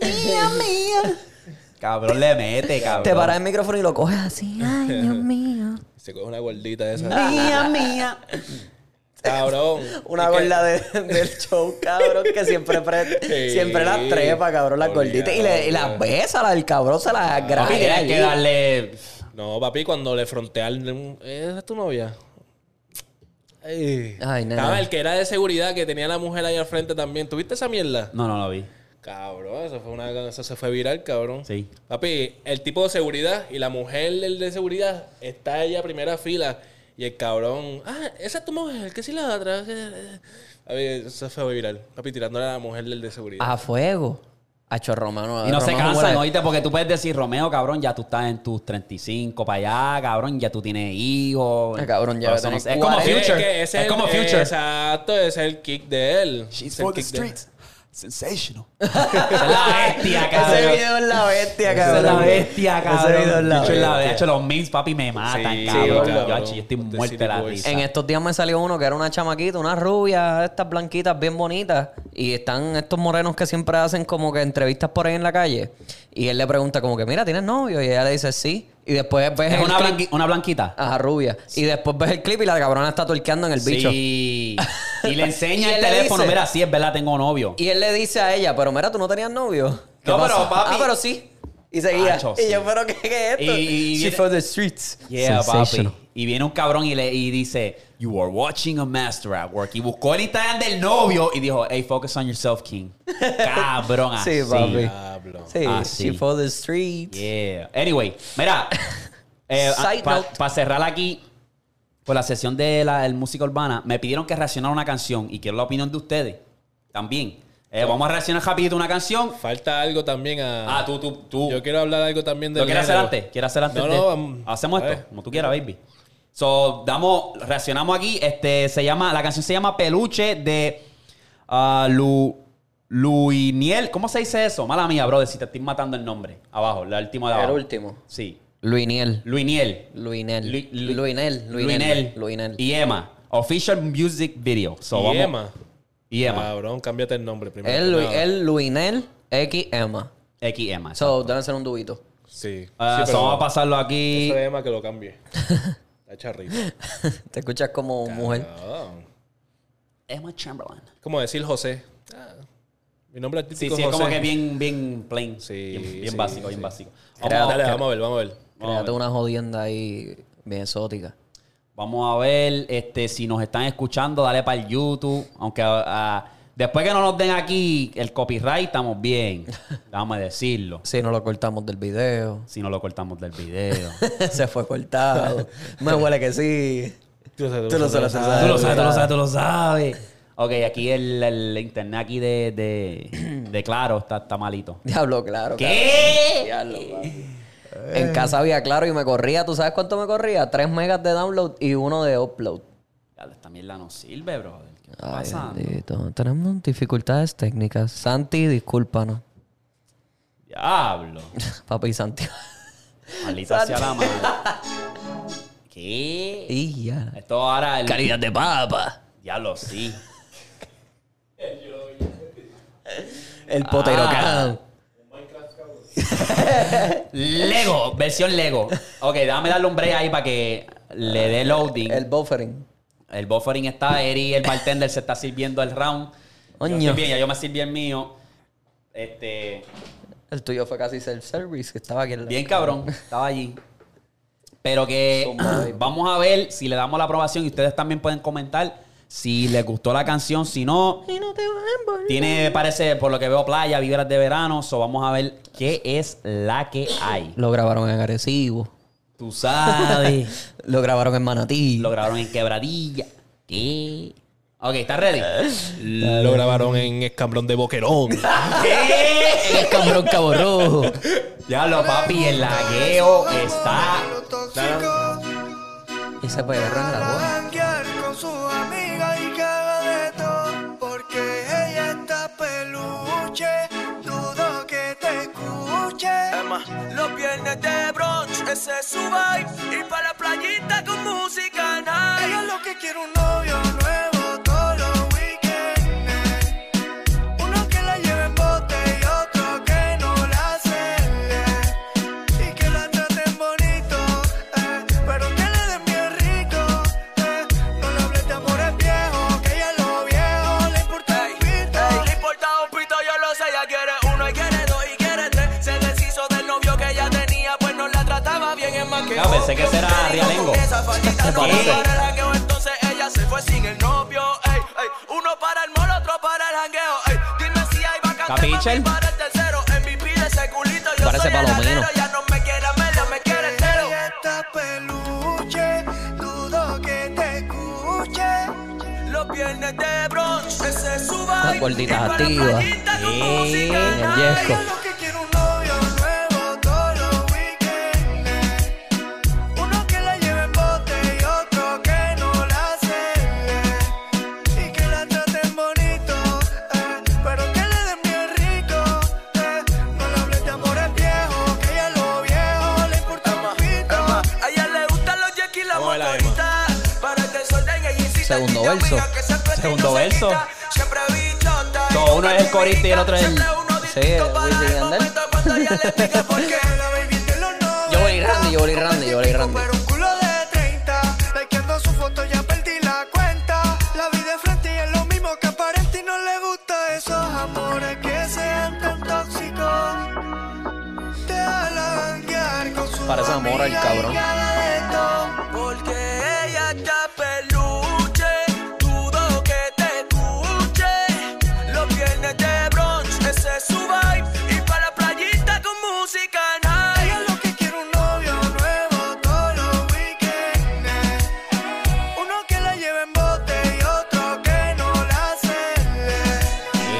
Speaker 1: Dios mío.
Speaker 2: Cabrón, le mete, cabrón.
Speaker 1: Te paras en el micrófono y lo coges así. Ay, Dios mío.
Speaker 3: Se coge una gordita esa.
Speaker 1: Mía, mía.
Speaker 3: Cabrón.
Speaker 1: Una
Speaker 3: Es que-
Speaker 1: gorda de- del show, cabrón, que siempre, pre-
Speaker 3: Sí.
Speaker 1: siempre las trepa, cabrón, las
Speaker 3: Obligado,
Speaker 1: gorditas. Y, le- y las
Speaker 3: obligado.
Speaker 1: besa, la- el cabrón se las
Speaker 2: Papi,
Speaker 1: graba.
Speaker 2: tienes que darle.
Speaker 3: No, papi, cuando le frontean. ¿Esa es tu novia? Ay,
Speaker 1: Ay, nena.
Speaker 3: Estaba el que era de seguridad que tenía la mujer ahí al frente también. ¿Tuviste esa mierda?
Speaker 2: No, no lo vi.
Speaker 3: Cabrón, eso fue una eso se fue viral, cabrón.
Speaker 2: Sí.
Speaker 3: Papi, el tipo de seguridad y la mujer del de seguridad está ella a primera fila y el cabrón, ah, esa es tu mujer, que si la otra. que- eh". Papi, eso se fue viral. Papi tirándole a la mujer del de
Speaker 4: Ah,
Speaker 3: seguridad.
Speaker 1: A fuego. Hacho Romano.
Speaker 2: Y no se
Speaker 1: Romano
Speaker 2: cansan,
Speaker 1: huele-
Speaker 2: oíste, porque tú puedes decir, Romeo, cabrón, ya tú estás en tus 35 para allá, cabrón, ya tú tienes hijos.
Speaker 1: Ah, cabrón,
Speaker 2: Pero
Speaker 1: ya va a
Speaker 2: eso no
Speaker 1: tener
Speaker 2: sé, Es como
Speaker 4: eh,
Speaker 1: 40.
Speaker 2: Future.
Speaker 3: que
Speaker 2: Es,
Speaker 3: ese el-
Speaker 2: como Future. Esa
Speaker 3: Exacto, ese es el kick de él.
Speaker 4: She's
Speaker 3: Ese es
Speaker 4: for
Speaker 3: el
Speaker 4: the
Speaker 3: kick de él.
Speaker 4: streets. Sensational.
Speaker 2: es la bestia,
Speaker 1: Ese
Speaker 2: cabrón.
Speaker 1: video es la bestia,
Speaker 2: Esa
Speaker 1: cabrón.
Speaker 2: es la bestia, cabrón.
Speaker 1: Ese video es la
Speaker 2: Bicho, es
Speaker 1: bestia.
Speaker 2: De hecho, los memes, papi, me matan,
Speaker 3: Sí,
Speaker 2: cabrón.
Speaker 3: sí,
Speaker 2: Yo,
Speaker 3: cabrón.
Speaker 2: achi, yo
Speaker 3: Este
Speaker 2: estoy muerto de la
Speaker 3: City Boys.
Speaker 2: risa.
Speaker 1: En estos días me salió uno que era una chamaquita, una rubia, estas blanquitas bien bonitas. Y están estos morenos que siempre hacen como que entrevistas por ahí en la calle. Y él le pregunta como que, mira, ¿tienes novio? Y ella le dice sí. Y después ves
Speaker 2: Es
Speaker 1: el
Speaker 2: una,
Speaker 1: clip-
Speaker 2: blanqui- una blanquita.
Speaker 1: Ajá, rubia. Y después ves el clip y la cabrona está torqueando en el bicho.
Speaker 2: Sí. Y le enseña
Speaker 1: Y
Speaker 2: el
Speaker 1: él le
Speaker 2: teléfono.
Speaker 1: dice-
Speaker 2: Mira, sí, es verdad, tengo novio.
Speaker 1: Y él le dice a ella, pero mira, tú no tenías novio. ¿Qué
Speaker 2: No, pero, papi.
Speaker 1: Ah, pero sí. Y seguía.
Speaker 2: Acho,
Speaker 1: y
Speaker 2: sí.
Speaker 1: yo, pero ¿qué, qué es esto?
Speaker 2: Y- y-
Speaker 1: She for the streets.
Speaker 2: Yeah, papi.
Speaker 1: Sensational.
Speaker 2: Y viene un cabrón y, le, y dice, You are watching a master at work. Y buscó el Instagram del novio y dijo, Hey, focus on yourself, King. Cabrón, así.
Speaker 1: Sí, papi.
Speaker 3: Diablo.
Speaker 1: Sí,
Speaker 2: Ah, sí.
Speaker 1: she for the streets.
Speaker 2: Yeah. Anyway, mira. eh,
Speaker 1: Side
Speaker 2: Para
Speaker 1: note.
Speaker 2: cerrar aquí, con la sesión de la el música urbana, me pidieron que reaccionara a una canción y quiero la opinión de ustedes también. Eh, vamos a reaccionar rapidito a una canción.
Speaker 3: Falta algo también a.
Speaker 2: Ah, tú, tú, tú.
Speaker 3: Yo quiero hablar algo también de.
Speaker 2: ¿Lo quieres hacer antes? ¿Quieres hacer antes?
Speaker 3: No,
Speaker 2: de-
Speaker 3: no, vamos-
Speaker 2: Hacemos
Speaker 3: a
Speaker 2: esto,
Speaker 3: ver.
Speaker 2: como tú quieras, baby. So, damos, reaccionamos aquí. Este, se llama, la canción se llama Peluche de ah, Lu, Luiniel. ¿Cómo se dice eso? Mala mía, brother, si te estoy matando el nombre. Abajo, la última de
Speaker 1: El
Speaker 2: abajo.
Speaker 1: último.
Speaker 2: Sí.
Speaker 1: Luiniel.
Speaker 2: Luiniel.
Speaker 1: Luinel.
Speaker 2: Lu- Lu-
Speaker 1: Luinel. Luinel. Luinel.
Speaker 2: Y Emma. Official Music Video. So, vamos-
Speaker 3: Y Emma. Ah.
Speaker 2: Y Emma.
Speaker 3: Cabrón, cámbiate el nombre primero.
Speaker 1: Él,
Speaker 3: que
Speaker 1: Lu-
Speaker 3: nada.
Speaker 1: él, Luinel, X, Emma.
Speaker 2: X Emma.
Speaker 1: So, deben ser un dubito.
Speaker 3: Sí.
Speaker 2: Ah,
Speaker 3: Sí,
Speaker 2: so,
Speaker 3: pero
Speaker 2: vamos a pasarlo aquí.
Speaker 3: eso de Emma que lo cambie. La charrita.
Speaker 1: Te escuchas como mujer.
Speaker 3: Cabrón.
Speaker 2: Emma Chamberlain.
Speaker 3: Como decir José. Ah, mi nombre
Speaker 2: Sí,
Speaker 3: artístico
Speaker 2: sí,
Speaker 3: es
Speaker 2: es como
Speaker 3: José.
Speaker 2: que bien, bien plain.
Speaker 3: Sí,
Speaker 2: Bien, bien
Speaker 3: sí,
Speaker 2: básico, bien
Speaker 3: sí.
Speaker 2: básico.
Speaker 3: Dale,
Speaker 2: Vamos,
Speaker 3: dale,
Speaker 2: a-
Speaker 3: vamos a ver, vamos a ver.
Speaker 2: vamos a
Speaker 1: Créate
Speaker 2: ver.
Speaker 1: una jodienda ahí bien exótica.
Speaker 2: Vamos a ver, este, si nos están escuchando, dale para el YouTube. Aunque ah, después que no nos den aquí el copyright, estamos bien. Déjame decirlo.
Speaker 1: Si no lo cortamos del video.
Speaker 2: Si no lo cortamos del video.
Speaker 1: Se fue cortado. Me huele que sí.
Speaker 3: Tú lo
Speaker 1: Tú lo sabes, tú lo sabes.
Speaker 2: tú lo sabes, tú lo sabes, tú lo sabes. Ok, aquí el, el internet aquí de, de, de Claro está, está malito.
Speaker 1: Diablo, claro.
Speaker 2: ¿Qué?
Speaker 1: Diablo, papi. En casa había claro y me corría. ¿Tú sabes cuánto me corría? 3 megas de download y uno de upload.
Speaker 2: Ya, Esta mierda no sirve, bro. ¿Qué está
Speaker 1: Ay,
Speaker 2: pasando?
Speaker 1: bendito. Tenemos dificultades técnicas. Santi, discúlpanos.
Speaker 2: Diablo.
Speaker 1: Papi Santi.
Speaker 2: Maldita sea la madre. ¿Qué?
Speaker 1: y ya.
Speaker 2: Esto ahora el...
Speaker 1: Caridad de papa.
Speaker 2: Diablo, sí.
Speaker 1: El potero
Speaker 2: Ah.
Speaker 1: can.
Speaker 2: Lego, versión Lego. Ok, déjame darle un break ahí para que le dé loading.
Speaker 1: El
Speaker 2: El,
Speaker 1: buffering.
Speaker 2: buffering está, Eri, el bartender se está sirviendo el round. Yo,
Speaker 1: Coño.
Speaker 2: estoy bien, ya yo me sirví el mío. Este,
Speaker 1: El tuyo fue casi self-service, que estaba aquí en la-
Speaker 2: bien cabrón, estaba allí. Pero que vamos a ver si le damos la aprobación y ustedes también pueden comentar si les gustó la canción, si no.
Speaker 1: Y no te vas a envolver.
Speaker 2: Tiene, parece, por lo que veo, playa, vibras de verano. So vamos a ver qué es la que hay.
Speaker 1: Lo grabaron en Arecibo.
Speaker 2: Tú sabes.
Speaker 1: Lo grabaron en Manatí.
Speaker 2: Lo grabaron en quebradilla. ¿Qué? Ok, ¿estás ready?
Speaker 3: Lo grabaron en Escambrón de Boquerón.
Speaker 1: En el cambrón Cabo Rojo.
Speaker 2: Ya lo papi, el lagueo está.
Speaker 1: Y se perro en la boda.
Speaker 5: janguear con su amiga y que haga de todo porque ella está peluche dudo que te escuche los viernes de brunch ese es su vibe y para la playita con música night ella lo que quiere un novio nuevo todos los weekends uno que la lleve en bote y otro que no la cele y que la traten bonito, eh, pero que le den bien rico, eh, no le hables de amores viejos, pues faldita no
Speaker 1: Parece.
Speaker 5: me relajo, entonces ella se fue sin el novio. Ey, ey, uno para el mall, otro para el jangueo. Ey, dime si hay vacante
Speaker 2: Capiche.
Speaker 5: mami, para el tercero. En mi pila ese culito, yo
Speaker 1: Parece
Speaker 5: soy el
Speaker 1: Palomino.
Speaker 5: alero, ya no me quiere Amelia, me quiere entero. esta peluche, dudo que te escuche. Los viernes de brunch, ese es su
Speaker 1: Las
Speaker 5: vibe.
Speaker 1: gorditas
Speaker 5: Y para
Speaker 1: activas.
Speaker 5: playita con
Speaker 1: Sí,
Speaker 5: música
Speaker 1: el
Speaker 5: nice.
Speaker 1: yesco.
Speaker 5: Ella lo que quiere un novio nuevo todos los weekends. Uno que la lleve en bote y otro que no la cele Y que la traten bonito, eh, pero que le den bien rico eh. No le hables de amores viejos, que ella lo viejo le importa un pito A ella le gustan los yekis y las
Speaker 3: Vamos a verla, Emma.
Speaker 5: motoritas Para que solten ella incita
Speaker 1: Segundo
Speaker 5: chica,
Speaker 1: verso.
Speaker 5: amiga, que se aprieta y
Speaker 2: Segundo
Speaker 5: no se
Speaker 2: verso.
Speaker 5: quita. Siempre bichota y
Speaker 2: No,
Speaker 5: nunca
Speaker 2: uno es el corista y el otro es el-
Speaker 5: Siempre uno
Speaker 1: Sí,
Speaker 5: distinto para
Speaker 1: Wisin y
Speaker 5: el
Speaker 1: Yandel.
Speaker 5: momento cuando ella le pica, porque la baby de los
Speaker 1: Yo voy Randy, yo voy Randy, yo voy Randy.
Speaker 5: pero un culo de 30, likeando su foto ya perdí la cuenta. La vi de frente y es lo mismo que aparenta y no le gusta esos amores que sean tan tóxicos. Te la guiar con su
Speaker 1: Parece amor
Speaker 5: amiga
Speaker 1: el
Speaker 5: y
Speaker 1: cabrón.
Speaker 5: cada de todo. Porque ella está peluche, dudo que te escuche. Los viernes de brunch, ese es su vibe. Y para la playita con música nice. Ella lo que quiere un novio nuevo todos los weekends. Uno que la lleve en bote y otro que no la cele.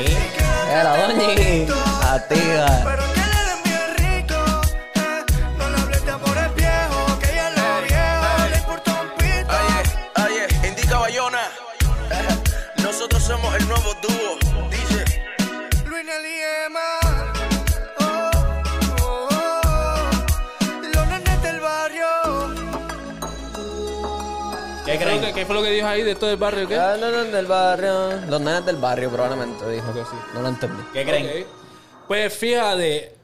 Speaker 5: Y que la
Speaker 1: Era
Speaker 5: trate
Speaker 1: Doñi.
Speaker 5: bonito.
Speaker 1: Activa.
Speaker 5: Pero que le den bien rico, eh. no le hables de amores viejos, que ella lo viejo le importa un pito.
Speaker 4: Oye, oye, indica Bayona. Eh, Nosotros somos el nuevo dúo. Dice.
Speaker 5: Luis Nelly y Emma, oh, oh, oh, los nenes del barrio.
Speaker 2: ¿Qué
Speaker 3: ¿Qué fue, lo
Speaker 2: creen?
Speaker 3: que, qué fue lo que dijo ahí de esto del barrio? ¿Qué?
Speaker 1: Ah, no, no, del barrio. Los nenes del barrio, probablemente, dijo. No lo entendí.
Speaker 2: ¿Qué creen?
Speaker 3: Ok. Pues fíjate,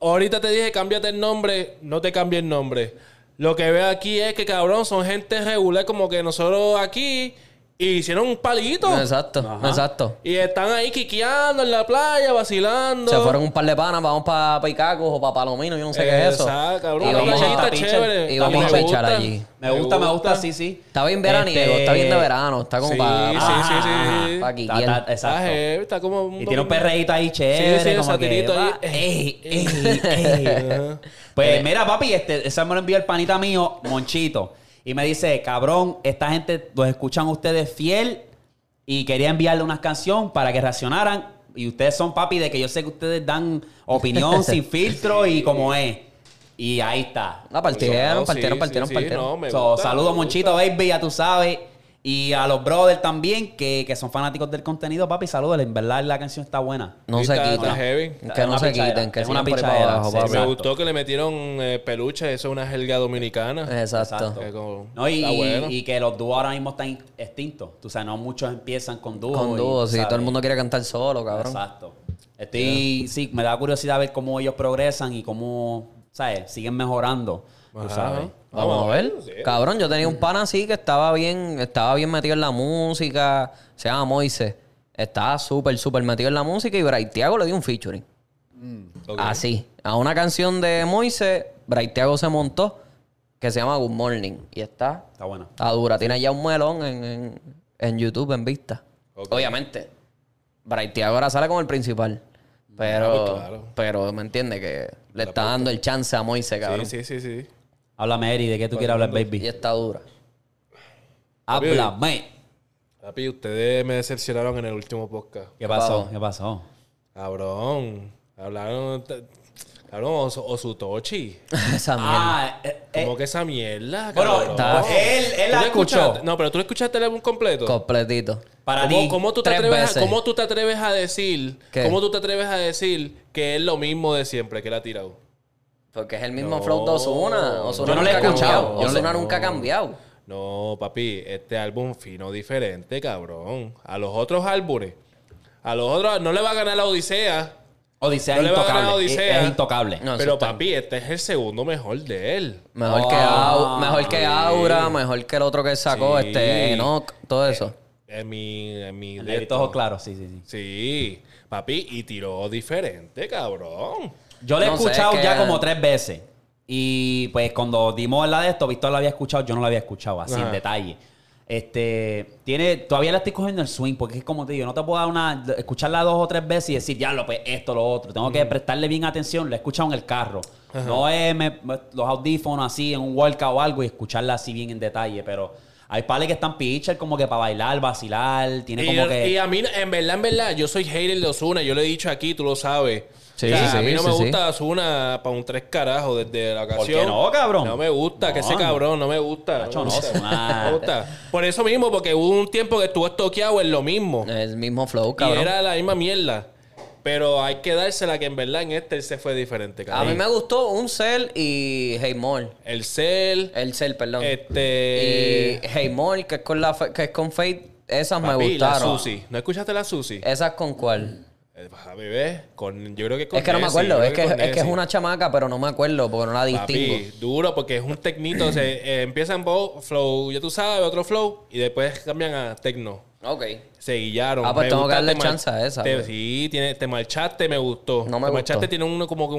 Speaker 3: ahorita te dije cámbiate el nombre, no te cambie el nombre. Lo que veo aquí es que cabrón son gente regular como que nosotros aquí y hicieron un palito.
Speaker 1: Exacto,
Speaker 2: Ajá.
Speaker 1: exacto.
Speaker 3: Y están ahí quiqueando en la playa, vacilando.
Speaker 1: Se fueron un par de panas, vamos para Picacos o para Palomino, yo no sé qué es eso.
Speaker 3: Exacto, cabrón.
Speaker 1: Y
Speaker 3: Una
Speaker 1: vamos a-
Speaker 3: playita
Speaker 2: pichar.
Speaker 3: chévere.
Speaker 1: y vamos
Speaker 3: Me
Speaker 1: a pichar
Speaker 3: gusta.
Speaker 1: allí.
Speaker 2: Me gusta, me gusta, sí, sí.
Speaker 1: Está bien veraniego,
Speaker 2: Este,
Speaker 1: está bien de verano, está como
Speaker 3: Sí,
Speaker 1: para...
Speaker 3: sí,
Speaker 2: Ah,
Speaker 3: sí, sí.
Speaker 1: pa' aquí.
Speaker 2: está- está-
Speaker 3: Está
Speaker 2: exacto.
Speaker 3: heavy, está como un
Speaker 2: Y tiene
Speaker 3: poquito-
Speaker 2: un perreíto ahí chévere.
Speaker 3: Sí, sí,
Speaker 2: como
Speaker 3: satirito
Speaker 2: que,
Speaker 3: ahí.
Speaker 2: va, ey, ey, ey. Pues mira, papi, este, ese me lo envió el panita mío, Monchito. Y me dice, cabrón, esta gente los escuchan ustedes fiel y quería enviarle una canción para que reaccionaran. Y ustedes son papi de que yo sé que ustedes dan opinión sin filtro y como es. Y ahí está.
Speaker 1: No, Ah, partieron,
Speaker 3: No,
Speaker 1: partieron,
Speaker 3: sí,
Speaker 1: partieron,
Speaker 3: sí, sí,
Speaker 1: partieron.
Speaker 3: no, me
Speaker 2: So,
Speaker 3: gusta,
Speaker 2: saludos,
Speaker 3: me
Speaker 2: Monchito
Speaker 3: gusta.
Speaker 2: Baby, ya tú sabes. Y a los brothers también, que, que son fanáticos del contenido, papi, saludos. En verdad la canción está buena.
Speaker 1: No
Speaker 3: Sí,
Speaker 1: se
Speaker 3: está-
Speaker 1: quiten.
Speaker 3: está heavy.
Speaker 1: Que
Speaker 2: Es
Speaker 1: no
Speaker 2: una
Speaker 1: se
Speaker 2: pichadera,
Speaker 1: quiten, que
Speaker 2: es
Speaker 1: sigan
Speaker 2: una
Speaker 1: por ahí para
Speaker 2: pichadera,
Speaker 1: abajo,
Speaker 2: sí,
Speaker 3: Ah,
Speaker 1: papi.
Speaker 3: Me
Speaker 2: Exacto.
Speaker 3: gustó que le metieron eh, peluche, eso es una jerga dominicana.
Speaker 1: Exacto.
Speaker 2: Exacto.
Speaker 3: Que como-
Speaker 2: No, y,
Speaker 3: está bueno.
Speaker 2: y que los dúos ahora mismo están extintos. Tú sabes, no muchos empiezan con dúos.
Speaker 1: Con
Speaker 2: y,
Speaker 1: dúos,
Speaker 2: tú
Speaker 1: si
Speaker 2: sabes,
Speaker 1: todo el mundo quiere cantar solo, cabrón.
Speaker 2: Exacto. Estoy, sí, me da curiosidad ver cómo ellos progresan y cómo, ¿sabes? Siguen mejorando. Tú
Speaker 3: Ajá.
Speaker 2: sabes.
Speaker 1: Vamos a ver.
Speaker 3: sí.
Speaker 1: Cabrón, yo tenía un pan así que estaba bien, estaba bien metido en la música. Se llama Moise. Estaba súper, súper metido en la música y Braithiago le dio un featuring.
Speaker 3: Mm, Ok.
Speaker 1: Así. A una canción de Moise, Braithiago se montó que se llama Good Morning. Y está,
Speaker 2: Está buena.
Speaker 1: está dura. Tiene ya un melón en, en- en YouTube en vista.
Speaker 3: Ok.
Speaker 1: Obviamente. Braithiago ahora sale con el principal. Pero,
Speaker 3: Ah, pues claro.
Speaker 1: pero me entiende que le está dando el chance a Moise, cabrón.
Speaker 3: Sí, sí, sí, sí.
Speaker 2: Háblame, Eri, ¿de qué tú quieres hablar,
Speaker 1: Y
Speaker 2: baby?
Speaker 1: está dura.
Speaker 2: Háblame.
Speaker 3: Papi, ustedes me decepcionaron en el último podcast.
Speaker 2: ¿Qué pasó? ¿Qué pasó?
Speaker 3: Cabrón. Hablaron. t- Cabrón, Os- Osutochi.
Speaker 1: Esa mierda.
Speaker 2: Ah, eh, eh,
Speaker 3: Como que esa mierda.
Speaker 2: Bueno,
Speaker 3: cabrón.
Speaker 1: está-
Speaker 2: él- él
Speaker 3: ¿Tú
Speaker 2: la
Speaker 3: lo
Speaker 2: escuchó.
Speaker 3: escuchaste? No, pero tú lo escuchaste el álbum completo.
Speaker 1: Completito.
Speaker 2: para
Speaker 3: ¿Cómo,
Speaker 2: ti.
Speaker 3: cómo tú te
Speaker 1: tres
Speaker 3: atreves a,
Speaker 1: veces.
Speaker 3: ¿Cómo tú te atreves a decir?
Speaker 1: ¿Qué?
Speaker 3: ¿Cómo tú te atreves a decir que es lo mismo de siempre que él ha tirado?
Speaker 1: Porque es el mismo
Speaker 3: No.
Speaker 1: flow de Ozuna. Ozuna
Speaker 2: Yo no lo he
Speaker 1: nunca ha
Speaker 2: escuchado.
Speaker 1: cambiado.
Speaker 2: Yo no lo-
Speaker 1: Ozuna nunca ha cambiado.
Speaker 3: No, papi, este álbum fino diferente, cabrón. A los otros álbumes. A los otros no le va a ganar la Odisea.
Speaker 2: Odisea
Speaker 3: No
Speaker 2: es
Speaker 3: le va a ganar
Speaker 2: intocable.
Speaker 1: Eh,
Speaker 3: Odisea.
Speaker 2: Es, es intocable.
Speaker 1: No, eso
Speaker 3: pero
Speaker 1: está-
Speaker 3: papi, este es el segundo mejor de él.
Speaker 1: Mejor, que
Speaker 2: Ah,
Speaker 1: Au- mejor que Aura, mejor que el otro que sacó,
Speaker 3: Sí.
Speaker 1: este Enoch, todo eso.
Speaker 3: En mi, en mi
Speaker 2: El
Speaker 3: de
Speaker 2: negrito
Speaker 3: esto.
Speaker 2: ojo claro, sí, sí, sí.
Speaker 3: Sí, papi, y tiró diferente, cabrón.
Speaker 2: Yo lo he
Speaker 1: No sé,
Speaker 2: escuchado
Speaker 1: es que-
Speaker 2: ya como tres veces. Y pues cuando dimos la de esto, Víctor la había escuchado, yo no la había escuchado así en
Speaker 3: Ajá.
Speaker 2: detalle. Este, tiene, todavía la estoy cogiendo el swing, porque es como te digo, no te puedo dar una, escucharla dos o tres veces y decir, ya lo, pues esto, lo otro. Tengo que prestarle bien atención, la he escuchado en el carro. No es me- me- los audífonos así, en un workout o algo y escucharla así bien en detalle, pero hay pales que están pitcher como que para bailar, vacilar, tiene
Speaker 3: Y,
Speaker 2: como que...
Speaker 3: y a mí, en verdad, en verdad, yo soy hater de Osuna. Yo lo he dicho aquí, tú lo sabes.
Speaker 1: Sí,
Speaker 3: O sea,
Speaker 1: sí,
Speaker 3: a mí no
Speaker 1: sí,
Speaker 3: me
Speaker 1: sí.
Speaker 3: gusta Osuna para un tres carajos desde la
Speaker 2: qué
Speaker 3: ocasión.
Speaker 2: no, cabrón?
Speaker 3: No me gusta, que
Speaker 2: No,
Speaker 3: ese
Speaker 2: no.
Speaker 3: cabrón no me gusta.
Speaker 2: Nacho,
Speaker 3: no, me
Speaker 2: no,
Speaker 3: gusta.
Speaker 2: Ozuna.
Speaker 3: No me gusta. Por eso mismo, porque hubo un tiempo que estuvo estoqueado en lo mismo.
Speaker 1: El mismo flow,
Speaker 3: Y
Speaker 1: Eh, cabrón.
Speaker 3: era la misma mierda. Pero hay que dársela que en verdad en este él se fue diferente,
Speaker 1: A mí
Speaker 3: cabrón.
Speaker 1: me gustó un cel y Hey More.
Speaker 3: El cel,
Speaker 1: El cel, perdón.
Speaker 3: este...
Speaker 1: Eh, Y Hey More, que es con, la, fe- que es con Fate, esas me
Speaker 3: papi, la
Speaker 1: gustaron.
Speaker 3: Susi. ¿No escuchaste la Susi?
Speaker 1: ¿Esas con cuál?
Speaker 3: Eh, a bebé, con, yo creo que con
Speaker 1: es que no me
Speaker 3: Nessie,
Speaker 1: acuerdo.
Speaker 3: yo
Speaker 1: Es que,
Speaker 3: creo con
Speaker 1: es que es
Speaker 3: Nessie.
Speaker 1: una chamaca, pero no me acuerdo porque no la distingo.
Speaker 3: Papi, duro, porque es un tecnito. o sea, eh, empiezan bo- flow, ya tú sabes, otro flow, y después cambian a techno.
Speaker 1: Ok.
Speaker 3: Se guillaron.
Speaker 1: Ah, pues tengo que darle
Speaker 3: te
Speaker 1: chance a esa,
Speaker 3: te-
Speaker 1: pues.
Speaker 3: sí, tiene, te marchaste, me gustó.
Speaker 1: No me
Speaker 3: te
Speaker 1: gustó.
Speaker 3: marchaste, tiene uno como que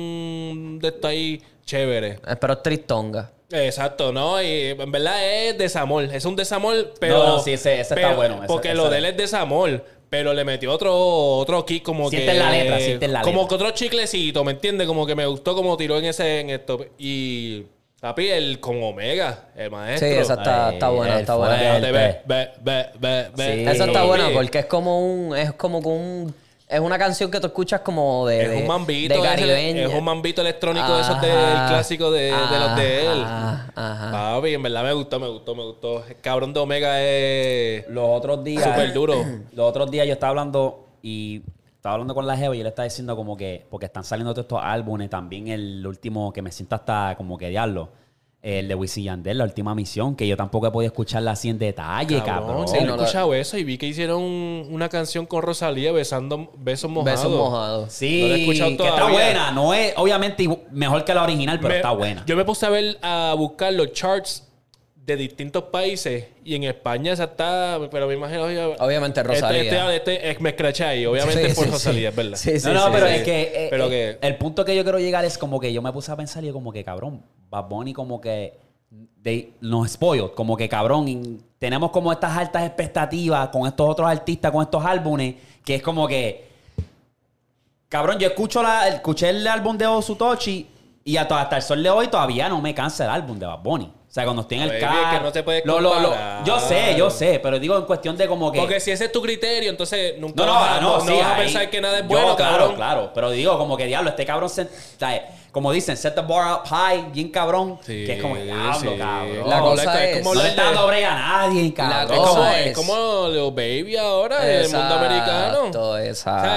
Speaker 3: un de esto ahí chévere.
Speaker 1: Eh, Pero es Tristonga.
Speaker 3: Exacto, ¿no? Y en verdad es desamor. Es un desamor, pero.
Speaker 2: No, no, sí, ese- ese está
Speaker 3: pero-
Speaker 2: bueno. Ese-
Speaker 3: porque
Speaker 2: ese-
Speaker 3: lo de él es desamor. Pero le metió otro, otro kick como
Speaker 2: Siente
Speaker 3: que.
Speaker 2: la letra, siente la
Speaker 3: Como
Speaker 2: letra.
Speaker 3: que otro chiclecito, ¿me entiendes? Como que me gustó como tiró en ese, en esto. Y. Papi, el con Omega, el maestro.
Speaker 1: Sí, esa está,
Speaker 2: Ay,
Speaker 1: está buena,
Speaker 2: el
Speaker 1: está
Speaker 2: fuerte.
Speaker 1: buena.
Speaker 3: Espérate, ve, ve, ve, ve, ve.
Speaker 2: Sí.
Speaker 1: Esa está
Speaker 3: Papi,
Speaker 1: buena porque es como un. Es como que un. Es una canción que tú escuchas como de.
Speaker 3: Es
Speaker 1: de-
Speaker 3: un mambito,
Speaker 1: de
Speaker 3: ese-
Speaker 1: caribeño.
Speaker 3: es un mambito electrónico de esos del
Speaker 1: Ajá.
Speaker 3: clásico de, de los de él.
Speaker 1: Ajá, ajá.
Speaker 3: Papi, en verdad me gustó, me gustó, me gustó. El cabrón de Omega es.
Speaker 2: Los otros días. eh,
Speaker 3: Súper duro.
Speaker 2: Los otros días yo estaba hablando y estaba hablando con la Jeva y yo le estaba diciendo como que. Porque están saliendo todos estos álbumes. También el último que me siento hasta como que diablo. El de Wisin Yandel, la última misión, que yo tampoco he podido escucharla así en detalle, cabrón.
Speaker 3: Cabrón, sí,
Speaker 1: no
Speaker 3: no he
Speaker 1: lo-
Speaker 3: escuchado eso y vi que hicieron un- una canción con Rosalía besando besos mojados.
Speaker 1: Besos mojados.
Speaker 2: Sí,
Speaker 3: No la he escuchado
Speaker 2: que está
Speaker 3: todavía.
Speaker 2: buena. No es, obviamente, igu- mejor que la original, pero
Speaker 3: Me-
Speaker 2: está buena.
Speaker 3: Yo me puse a ver a buscar los charts de distintos países y en España esa está, pero me imagino oye,
Speaker 1: Obviamente
Speaker 3: este-
Speaker 1: Rosalía.
Speaker 3: Este, este- eh, me escraché ahí, obviamente
Speaker 1: Sí,
Speaker 3: por
Speaker 1: sí,
Speaker 3: Rosalía,
Speaker 1: sí.
Speaker 3: es verdad.
Speaker 1: Sí, sí,
Speaker 2: no, no,
Speaker 1: sí,
Speaker 2: pero
Speaker 1: sí.
Speaker 2: es que, eh,
Speaker 3: Pero
Speaker 2: eh,
Speaker 3: que-
Speaker 2: el punto que yo quiero llegar es como que yo me puse a pensar y yo como que cabrón, Bad Bunny como que they- nos spoiled, como que cabrón, y tenemos como estas altas expectativas con estos otros artistas, con estos álbumes, que es como que cabrón, yo escucho la, escuché el álbum de Osutochi y hasta, hasta el sol de hoy todavía no me cansa el álbum de Bad Bunny. O sea, cuando estoy en el
Speaker 3: Baby,
Speaker 2: carro,
Speaker 3: Pues, es que no te puedes
Speaker 2: lo- lo- lo-
Speaker 3: comparar.
Speaker 2: yo sé, yo sé, pero digo en cuestión de como que
Speaker 3: Porque si ese es tu criterio, entonces nunca
Speaker 2: no, no,
Speaker 3: vas, a-
Speaker 2: ah, no,
Speaker 3: no
Speaker 2: sí,
Speaker 3: vas a
Speaker 2: ahí-
Speaker 3: pensar que nada es
Speaker 2: yo,
Speaker 3: bueno,
Speaker 2: claro,
Speaker 3: cabrón.
Speaker 2: claro. Pero digo, como que diablo, este cabrón, se- o sea, como dicen, set the bar up high, bien cabrón.
Speaker 3: Sí,
Speaker 2: que es como que diablo,
Speaker 3: sí.
Speaker 2: cabrón.
Speaker 1: La
Speaker 2: no,
Speaker 1: cosa es-
Speaker 3: como
Speaker 2: no le
Speaker 3: hablar
Speaker 2: está
Speaker 3: de-
Speaker 2: dando brega a nadie, cabrón.
Speaker 3: Es como,
Speaker 1: cosa
Speaker 3: es
Speaker 1: es-
Speaker 3: como Leo Baby ahora en el mundo
Speaker 1: Exacto,
Speaker 3: americano. O sea, ese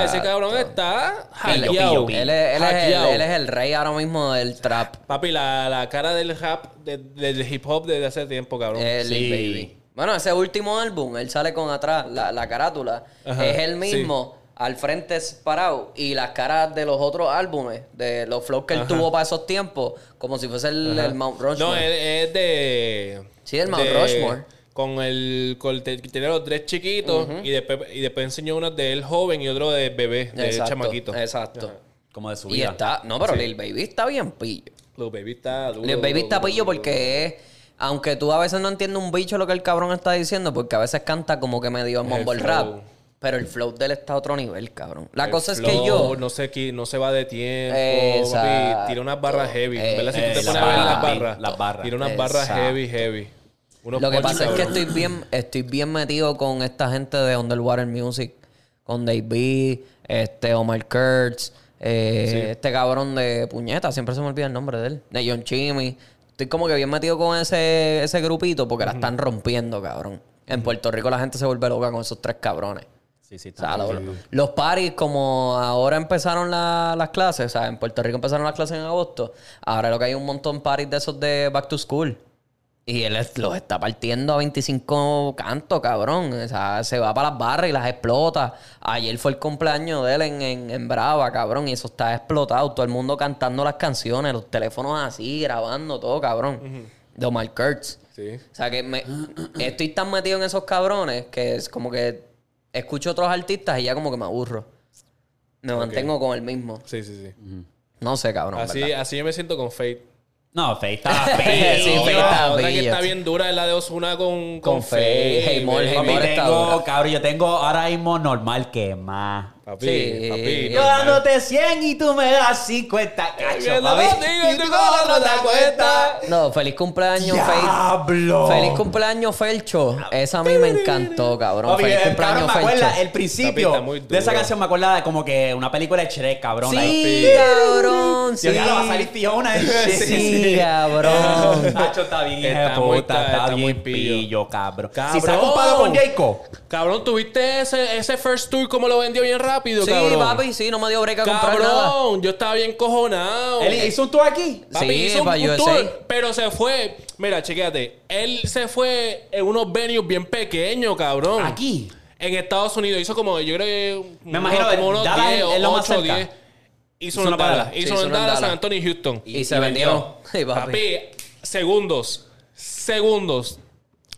Speaker 1: exacto.
Speaker 3: cabrón está
Speaker 2: Pillo,
Speaker 3: hackeado.
Speaker 2: pillo, pillo.
Speaker 1: Él es, él es el,
Speaker 3: Hackeado.
Speaker 1: él es el rey ahora mismo del trap.
Speaker 3: Papi, la, la cara del rap, de- del hip hop desde hace tiempo, cabrón.
Speaker 1: El
Speaker 2: Sí.
Speaker 1: Baby. Bueno, ese último álbum, él sale con atrás, la, la carátula.
Speaker 3: Ajá,
Speaker 1: es él mismo, al frente es parado. Y las caras de los otros álbumes, de los flows que él tuvo para esos tiempos, como si fuese el, el Mount
Speaker 3: no,
Speaker 1: Rushmore.
Speaker 3: es, es de.
Speaker 1: Sí, del Mount
Speaker 3: de-
Speaker 1: Rushmore.
Speaker 3: Con el. Con el que tiene los tres chiquitos. y, después, y después enseñó uno de él joven y otro de bebé, de
Speaker 1: Exacto,
Speaker 3: chamaquito.
Speaker 1: Exacto.
Speaker 2: Como de su
Speaker 1: Y
Speaker 2: vida.
Speaker 1: está, no, pero Lil Baby está bien pillo.
Speaker 3: Lil Baby está duro.
Speaker 1: Lil Baby
Speaker 3: duro,
Speaker 1: está
Speaker 3: duro,
Speaker 1: pillo
Speaker 3: duro.
Speaker 1: porque es. Aunque tú a veces no entiendes un bicho lo que el cabrón está diciendo, porque a veces canta como que medio en mumble rap.
Speaker 3: flow.
Speaker 1: Pero el flow de él está a otro nivel, cabrón. La
Speaker 3: El
Speaker 1: cosa es
Speaker 3: flow,
Speaker 1: que yo.
Speaker 3: No sé qui- no se va de tiempo.
Speaker 1: Exacto.
Speaker 3: Papi, tira unas barras heavy.
Speaker 1: Eh,
Speaker 3: ¿Verdad? Si tú te
Speaker 2: exacto.
Speaker 3: pones a ver las
Speaker 2: Papi,
Speaker 3: barras.
Speaker 2: las barras.
Speaker 3: Tira unas barras
Speaker 1: Exacto.
Speaker 3: heavy, heavy. Unos
Speaker 1: Lo que
Speaker 3: punches,
Speaker 1: pasa es que
Speaker 3: cabrón.
Speaker 1: estoy bien, estoy bien metido con esta gente de Underwater Music, con Dave B, este Omar Kurtz, eh, este cabrón de puñeta, siempre se me olvida el nombre de él, de John Chimmy. Estoy como que bien metido con ese, ese grupito porque la están rompiendo, cabrón. En Puerto Rico la gente se vuelve loca con esos tres cabrones.
Speaker 2: Sí, sí,
Speaker 1: O
Speaker 2: está.
Speaker 1: sea, lo- los paris, como ahora empezaron la- las clases, o sea, en Puerto Rico empezaron las clases en agosto, ahora lo que hay un montón paris de esos de Back to School. Y él es- los está partiendo a 25 cantos, cabrón. O sea, se va para las barras y las explota. Ayer fue el cumpleaños de él en, en- en Brava, cabrón, y eso está explotado. Todo el mundo cantando las canciones, los teléfonos así, grabando todo, cabrón. De Omar Kurtz.
Speaker 3: Sí.
Speaker 1: O sea, que me, estoy tan metido en esos cabrones que es como que escucho otros artistas y ya como que me aburro. Me mantengo con el mismo.
Speaker 3: Sí, sí, sí.
Speaker 1: No sé, cabrón.
Speaker 3: Así,
Speaker 1: ¿verdad?
Speaker 3: así yo me siento con Fate.
Speaker 2: No, Faye está feo.
Speaker 1: Sí, Faye
Speaker 3: La
Speaker 1: está
Speaker 3: otra que
Speaker 1: bello.
Speaker 3: está bien dura es la de Osuna con,
Speaker 1: Con Faye. Hey, Mol, hey,
Speaker 3: papi.
Speaker 2: Papi,
Speaker 1: Mol. está
Speaker 2: tengo,
Speaker 1: dura.
Speaker 2: cabrón, yo tengo ahora mismo normal que más.
Speaker 3: Papi,
Speaker 1: Sí.
Speaker 3: papi.
Speaker 2: Yo dándote 100 y tú me das 50, cacho,
Speaker 3: Viendo
Speaker 2: papi.
Speaker 3: contigo y tú como no te das cuenta.
Speaker 1: No, feliz cumpleaños, Fel.
Speaker 3: Oh.
Speaker 2: ¡Diablo!
Speaker 1: Feliz cumpleaños, Felcho. Esa a mí me encantó, cabrón.
Speaker 2: Papi,
Speaker 1: feliz
Speaker 2: el, cabrón,
Speaker 1: cumpleaños,
Speaker 2: me acuerda,
Speaker 1: Felcho.
Speaker 2: el principio
Speaker 3: Está muy duro.
Speaker 2: de esa canción me acuerda de como que una película de Shrek, cabrón.
Speaker 1: Sí,
Speaker 3: Papi.
Speaker 1: cabrón. Sí,
Speaker 2: Sí. va a salir Fiona. y
Speaker 1: Sí,
Speaker 2: shit.
Speaker 1: sí, cabrón.
Speaker 2: Nacho está bien, hija de
Speaker 3: Está muy-
Speaker 2: puta,
Speaker 3: está-
Speaker 2: está,
Speaker 3: está muy
Speaker 2: bien
Speaker 3: pillo.
Speaker 2: pillo, cabrón. Si
Speaker 3: Cabrón.
Speaker 2: se ha comparado con Jacob.
Speaker 3: Cabrón, ¿tuviste ese, ese first tour como lo vendió bien rápido,
Speaker 1: Sí,
Speaker 3: cabrón?
Speaker 1: papi, sí, no me dio break a comprar nada.
Speaker 3: Cabrón, yo estaba bien cojonado.
Speaker 2: Él hizo un tour aquí.
Speaker 3: Papi
Speaker 1: Sí,
Speaker 3: hizo un
Speaker 1: para
Speaker 3: un
Speaker 1: USA.
Speaker 3: tour, pero se fue. Mira, chequéate. Él se fue en unos venues bien pequeños, cabrón.
Speaker 1: Ah,
Speaker 2: Aquí.
Speaker 3: En Estados Unidos hizo como, yo creo que.
Speaker 2: Me imagino, Dallas es lo más cerca.
Speaker 3: Hizo una en Dallas.
Speaker 1: Sí,
Speaker 3: Hizo una en Dallas, San Antonio y Houston.
Speaker 1: Y, se vendió. Sí, papi.
Speaker 3: Papi, segundos. Segundos.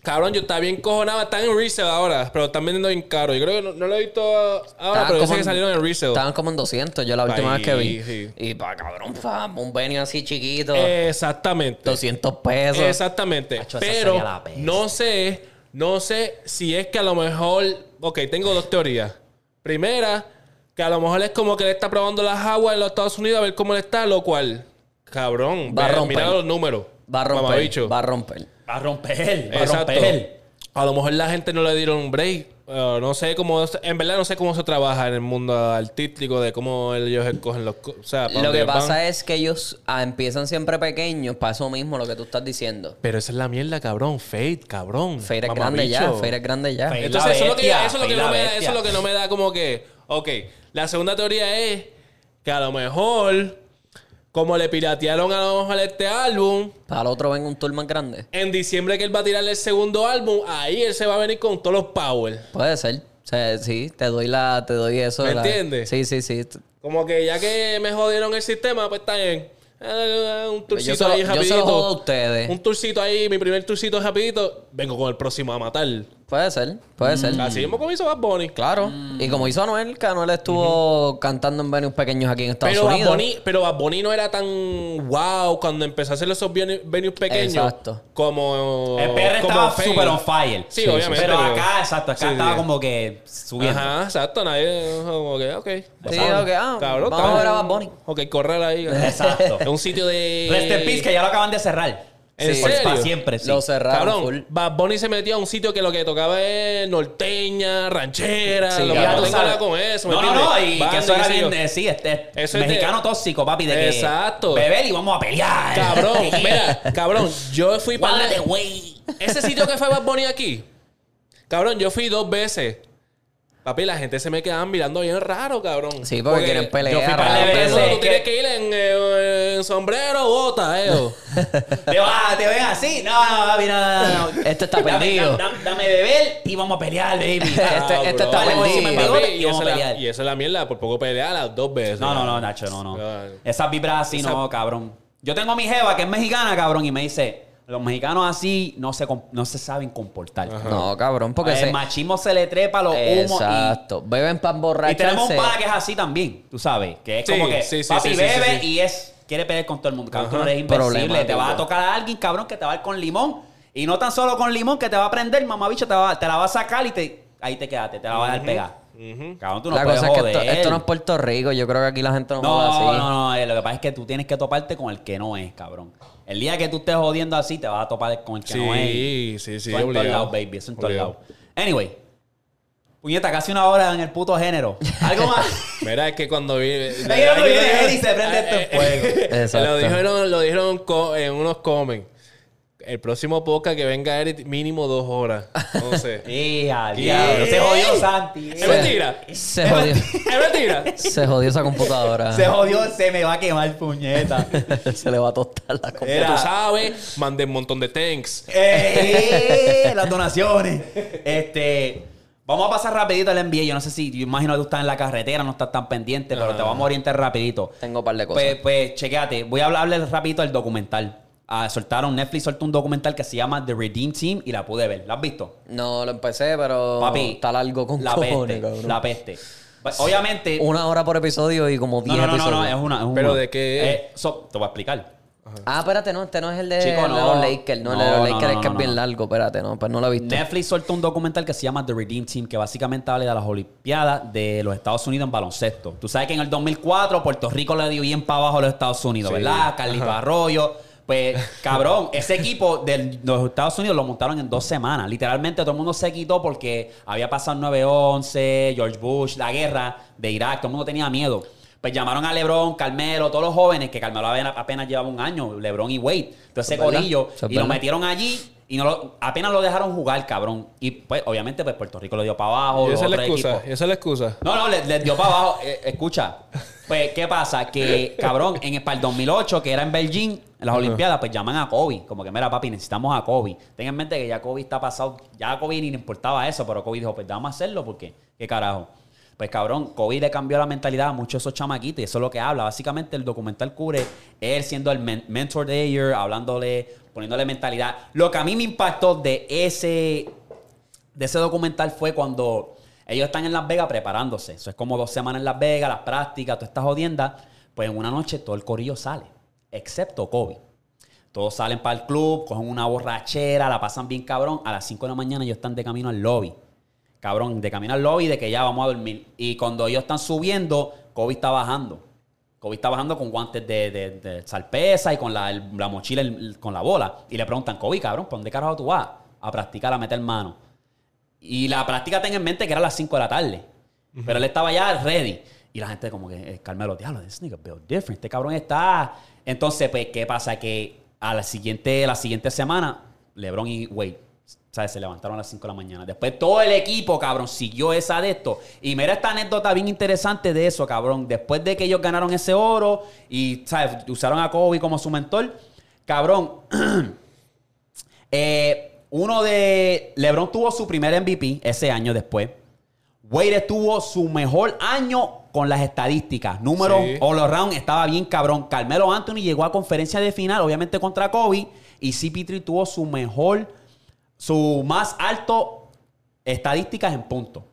Speaker 3: Cabrón, yo estaba bien cojonado. Están en resale ahora, pero están vendiendo bien caro. Yo creo que no, no lo he visto ahora,
Speaker 1: Estaban
Speaker 3: pero yo sé
Speaker 1: como
Speaker 3: que salieron en resale.
Speaker 1: Estaban como en 200, yo la última
Speaker 3: Ahí,
Speaker 1: vez que vi.
Speaker 3: sí. Eh,
Speaker 1: Y pa, cabrón, pa, un venio así chiquito.
Speaker 3: Exactamente.
Speaker 1: 200 pesos.
Speaker 3: Exactamente.
Speaker 2: Hacho, esa
Speaker 3: Pero
Speaker 2: sería la peste.
Speaker 3: no sé, no sé si es que a lo mejor. Ok, tengo dos teorías. Primera, que a lo mejor es como que le está probando las aguas en los Estados Unidos a ver cómo le está, lo cual, cabrón,
Speaker 1: Va a
Speaker 3: ve-
Speaker 1: romper.
Speaker 3: mira los números.
Speaker 1: Va a romper.
Speaker 3: mamabicho.
Speaker 1: Va a romper.
Speaker 2: Va a romper, va
Speaker 3: Exacto.
Speaker 2: a romper.
Speaker 3: A lo mejor la gente no le dieron un break. Uh, no sé cómo, en verdad no sé cómo se trabaja en el mundo artístico de cómo ellos escogen los, co- o sea, para
Speaker 1: Lo
Speaker 3: dónde
Speaker 1: que
Speaker 3: ellos van.
Speaker 1: pasa es que ellos ah, empiezan siempre pequeños, para eso mismo lo que tú estás diciendo.
Speaker 3: Pero esa es la mierda, cabrón. Fade, cabrón.
Speaker 1: Feira es
Speaker 3: Mamabicho.
Speaker 1: grande ya, Feira es grande ya.
Speaker 2: Feira.
Speaker 3: Entonces,
Speaker 2: La
Speaker 3: eso es, lo que,
Speaker 2: bestia,
Speaker 3: eso es lo que
Speaker 2: la
Speaker 3: no me,
Speaker 2: bestia.
Speaker 3: eso es lo que no me da como que. Ok, la segunda teoría es que a lo mejor, como le piratearon a lo mejor este álbum,
Speaker 1: Para el otro ven un tour más grande.
Speaker 3: en diciembre que él va a tirar el segundo álbum, ahí él se va a venir con todos los power.
Speaker 1: Puede ser. O sea, sí, te doy la, te doy eso.
Speaker 3: ¿Me
Speaker 1: la-
Speaker 3: entiendes?
Speaker 1: Sí, sí, sí. T-
Speaker 3: Como que ya que me jodieron el sistema, pues está bien. Eh, Un turcito
Speaker 1: Yo se lo-
Speaker 3: ahí
Speaker 1: yo se lo
Speaker 3: rapidito.
Speaker 1: jodo a ustedes.
Speaker 3: Un turcito ahí, mi primer turcito rapidito. Vengo con el próximo a matar.
Speaker 1: Puede ser, puede ser.
Speaker 3: Así mismo como hizo Bad Bunny.
Speaker 1: Claro. Y como hizo Anuel, que Anuel estuvo cantando en venues pequeños aquí en Estados
Speaker 3: Pero Bad,
Speaker 1: Unidos.
Speaker 3: Bunny, pero Bad Bunny no era tan wow cuando empezó a hacer esos veni- venues pequeños.
Speaker 1: Exacto.
Speaker 3: Como.
Speaker 2: El PR
Speaker 3: como
Speaker 2: estaba
Speaker 3: Fade.
Speaker 2: super on fire.
Speaker 3: Sí, obviamente,
Speaker 2: Pero
Speaker 3: pero-
Speaker 2: acá, exacto, acá
Speaker 3: Sí, sí.
Speaker 2: estaba como que subiendo.
Speaker 3: Ajá, exacto. Nadie. Como que, ok.
Speaker 1: Sí,
Speaker 2: Bad Bunny.
Speaker 1: ok, ah,
Speaker 3: Cabrón,
Speaker 1: vamos a ver a Bad
Speaker 3: estamos-
Speaker 1: Bunny.
Speaker 3: Ok, correr ahí.
Speaker 2: Exacto.
Speaker 3: Es un sitio de.
Speaker 2: Rest in peace, que ya lo acaban de cerrar.
Speaker 3: ¿En
Speaker 2: Por-
Speaker 3: serio?
Speaker 2: Para siempre, sí.
Speaker 1: Lo cerraron
Speaker 3: Cabrón,
Speaker 1: full.
Speaker 3: Bad Bunny se metió a un sitio que lo que tocaba es norteña, ranchera.
Speaker 1: Sí,
Speaker 3: lo que
Speaker 1: ya
Speaker 3: no
Speaker 1: tú
Speaker 3: tengo
Speaker 2: sabes.
Speaker 3: nada con eso. ¿me
Speaker 2: No, no,
Speaker 3: entiendes?
Speaker 2: no, y que
Speaker 3: Banda,
Speaker 2: eso
Speaker 3: qué
Speaker 2: era
Speaker 3: sé yo.
Speaker 2: bien, eh, sí, este,
Speaker 3: Eso es
Speaker 2: mexicano
Speaker 3: de-
Speaker 2: tóxico, papi, de que
Speaker 3: Exacto.
Speaker 2: beber y vamos a pelear.
Speaker 3: Cabrón, mira, cabrón, yo fui para.
Speaker 2: Guárdate, güey.
Speaker 3: Ese sitio que fue Bad Bunny aquí. Cabrón, yo fui dos veces. Papi, la gente se me quedaba mirando bien raro, cabrón.
Speaker 1: Sí, porque quieren pelear,
Speaker 3: Yo fui
Speaker 1: raro,
Speaker 3: para el
Speaker 1: pero-
Speaker 3: tú tienes que ir en, eh, en sombrero, bota, eh.
Speaker 2: Te vas, te ven así. No, no, papi, no, no, no.
Speaker 1: Este está
Speaker 2: Dame-
Speaker 1: perdido.
Speaker 2: Dame, dame beber y vamos a pelear, baby.
Speaker 1: Este- este está
Speaker 2: Dale,
Speaker 3: pues,
Speaker 1: perdido.
Speaker 2: encima el
Speaker 1: Papi,
Speaker 2: bigote y
Speaker 3: y,
Speaker 2: vamos
Speaker 3: esa
Speaker 2: a
Speaker 3: la-
Speaker 2: pelear.
Speaker 3: y esa es la mierda, por poco pelea las dos veces.
Speaker 2: No, no, no, Nacho, no, no.
Speaker 3: No.
Speaker 2: Esas vibras así, no, cabrón. Yo tengo a mi jeva que es mexicana, cabrón, y me dice, los mexicanos así no se, com- no se saben comportar.
Speaker 1: No, cabrón, porque
Speaker 2: el
Speaker 1: se...
Speaker 2: machismo se le trepa los humos y
Speaker 1: Exacto. Beben para
Speaker 2: Y tenemos un
Speaker 1: emborracharse.
Speaker 2: pana que es así también, tú sabes. Que es
Speaker 3: Sí,
Speaker 2: como que
Speaker 3: sí, sí,
Speaker 2: papi
Speaker 3: sí, sí,
Speaker 2: bebe
Speaker 3: sí, sí.
Speaker 2: y es quiere pelear con todo el mundo. Cabrón, tú no eres invencible.
Speaker 1: Problemático.
Speaker 2: Te vas a tocar a alguien, cabrón, que te va a ir con limón. Y no tan solo con limón, que te va a prender, mamabicho, te, va- te la va a sacar y te, ahí te quedaste, te la va a dar pegar. Cabrón, tú no
Speaker 1: la
Speaker 2: puedes
Speaker 1: cosa es que
Speaker 2: joder.
Speaker 1: esto, esto no es Puerto Rico. Yo creo que aquí la gente no,
Speaker 2: no,
Speaker 1: joda así.
Speaker 2: no, no, eh, Lo que pasa es que tú tienes que toparte con el que no es, cabrón. El día que tú estés jodiendo así, te vas a topar con el que no es.
Speaker 3: Sí, sí, sí,
Speaker 2: Eso en todos
Speaker 3: obligado.
Speaker 2: lados, baby. Eso en todos
Speaker 3: Obligado.
Speaker 2: lados. Anyway. Puñeta, casi una hora en el puto género. Algo más.
Speaker 3: Mira, es que cuando vi. de
Speaker 2: Ahí
Speaker 3: verdad
Speaker 2: cuando
Speaker 3: que
Speaker 2: viene
Speaker 3: lo-
Speaker 2: él y se prende esto en
Speaker 3: Eh, eh,
Speaker 2: fuego.
Speaker 1: Exacto.
Speaker 3: Lo dijeron, lo dijeron co- en unos comen. El próximo podcast que venga Eric, mínimo dos horas. No sé.
Speaker 2: ¡Ea, diablo! Se jodió Santi.
Speaker 3: Es mentira.
Speaker 1: Se jodió.
Speaker 3: Es mentira.
Speaker 1: se jodió esa computadora.
Speaker 2: Se jodió, se me va a quemar puñeta.
Speaker 1: Se le va a tostar la computadora.
Speaker 3: Ya tú
Speaker 2: Era,
Speaker 3: sabes, mandé un montón de tanks.
Speaker 2: eh, eh, las donaciones. Este, vamos a pasar rapidito al NBA. Yo no sé si, yo imagino que tú estás en la carretera, no estás tan pendiente, pero te vamos a orientar rapidito.
Speaker 1: Ah. Tengo un par de cosas.
Speaker 2: Pues, pues chequéate, voy a hablarle rapidito del documental. Ah, soltaron, Netflix soltó un documental que se llama The Redeem Team y la pude ver. ¿La has visto?
Speaker 1: no, lo empecé, pero
Speaker 2: Papi,
Speaker 1: Oh, está largo con
Speaker 2: la
Speaker 1: cojones,
Speaker 2: peste,
Speaker 1: cabrón.
Speaker 2: la peste. Pues, Obviamente,
Speaker 1: Una hora por episodio y como
Speaker 2: No,
Speaker 1: 10
Speaker 2: no, no, no,
Speaker 1: episodios.
Speaker 2: no, es una. es
Speaker 3: ¿Pero
Speaker 2: una.
Speaker 3: de qué es?
Speaker 2: Eh, so- te voy a explicar.
Speaker 1: Ah, espérate, no, este no es el de
Speaker 2: Chico, no.
Speaker 1: los Lakers. No, el de
Speaker 2: No,
Speaker 1: los
Speaker 2: no,
Speaker 1: Lakers
Speaker 2: no,
Speaker 1: es que
Speaker 2: no,
Speaker 1: es bien
Speaker 2: no.
Speaker 1: largo, espérate, no, pues no lo he visto.
Speaker 2: Netflix soltó un documental que se llama The Redeem Team, que básicamente habla de las Olimpiadas de los Estados Unidos en baloncesto. Tú sabes que en el 2004 Puerto Rico le dio bien para abajo a los Estados Unidos, ¿verdad? Carlito Arroyo. Pues, cabrón, ese equipo de los Estados Unidos lo montaron en dos semanas. Literalmente todo el mundo se quitó porque había pasado el 9-11, George Bush, la guerra de Irak, todo el mundo tenía miedo. Pues llamaron a Lebron, Carmelo, todos los jóvenes, que Carmelo apenas, apenas llevaba un año, Lebron y Wade. Entonces ese
Speaker 1: ¿Verdad?
Speaker 2: corillo,
Speaker 1: Eso es
Speaker 2: y lo
Speaker 1: verdad.
Speaker 2: metieron allí y no lo- apenas lo dejaron jugar, cabrón. Y pues, obviamente, pues Puerto Rico lo dio para abajo.
Speaker 3: Y
Speaker 2: los
Speaker 3: esa es la
Speaker 2: otros
Speaker 3: excusa.
Speaker 2: equipos-
Speaker 3: y Esa es la excusa.
Speaker 2: No, no, les, les dio para abajo. Eh, escucha. Pues, ¿qué pasa? Que, cabrón, en el, para el 2008, que era en Beijing, en las Olimpiadas, pues llaman a Kobe. Como que, mira, papi, necesitamos a Kobe. Ten en mente que ya Kobe está pasado. Ya a Kobe ni le importaba eso, pero Kobe dijo, pues vamos a hacerlo porque, ¿qué carajo? Pues, cabrón, Kobe le cambió la mentalidad a muchos de esos chamaquitos y eso es lo que habla. Básicamente, el documental cubre él siendo el men- mentor de ellos, hablándole, poniéndole mentalidad. Lo que a mí me impactó de ese de ese documental fue cuando ellos están en Las Vegas preparándose. Eso es como dos semanas en Las Vegas, las prácticas, todas estas jodiendas. Pues en una noche todo el corillo sale, excepto Kobe. Todos salen para el club, cogen una borrachera, la pasan bien cabrón. A las 5 de la mañana ellos están de camino al lobby. Cabrón, de camino al lobby de que ya vamos a dormir. Y cuando ellos están subiendo, Kobe está bajando. Kobe está bajando con guantes de, de, de salpesa y con la, el- la mochila el- con la bola. Y le preguntan, Kobe, cabrón, ¿para dónde carajo tú vas? A practicar, a meter mano. Y la práctica ten en mente que era a las 5 de la tarde. Pero él estaba ya ready. Y la gente como que, eh, Carmelo, diablo, this nigga built different. Este cabrón está... Entonces, pues, ¿qué pasa? Que a la siguiente, la siguiente semana, LeBron y Wade, ¿sabes? Se levantaron a las 5 de la mañana. Después todo el equipo, cabrón, siguió esa de esto. Y mira esta anécdota bien interesante de eso, cabrón. Después de que ellos ganaron ese oro y, ¿sabes? Usaron a Kobe como su mentor. Cabrón, eh, uno de. LeBron tuvo su primer MVP ese año después. Wade tuvo su mejor año con las estadísticas. Número
Speaker 3: Sí.
Speaker 2: all around estaba bien cabrón. Carmelo Anthony llegó a conferencia de final, obviamente contra Kobe. Y CP3 tuvo su mejor. Su más alto estadísticas en puntos.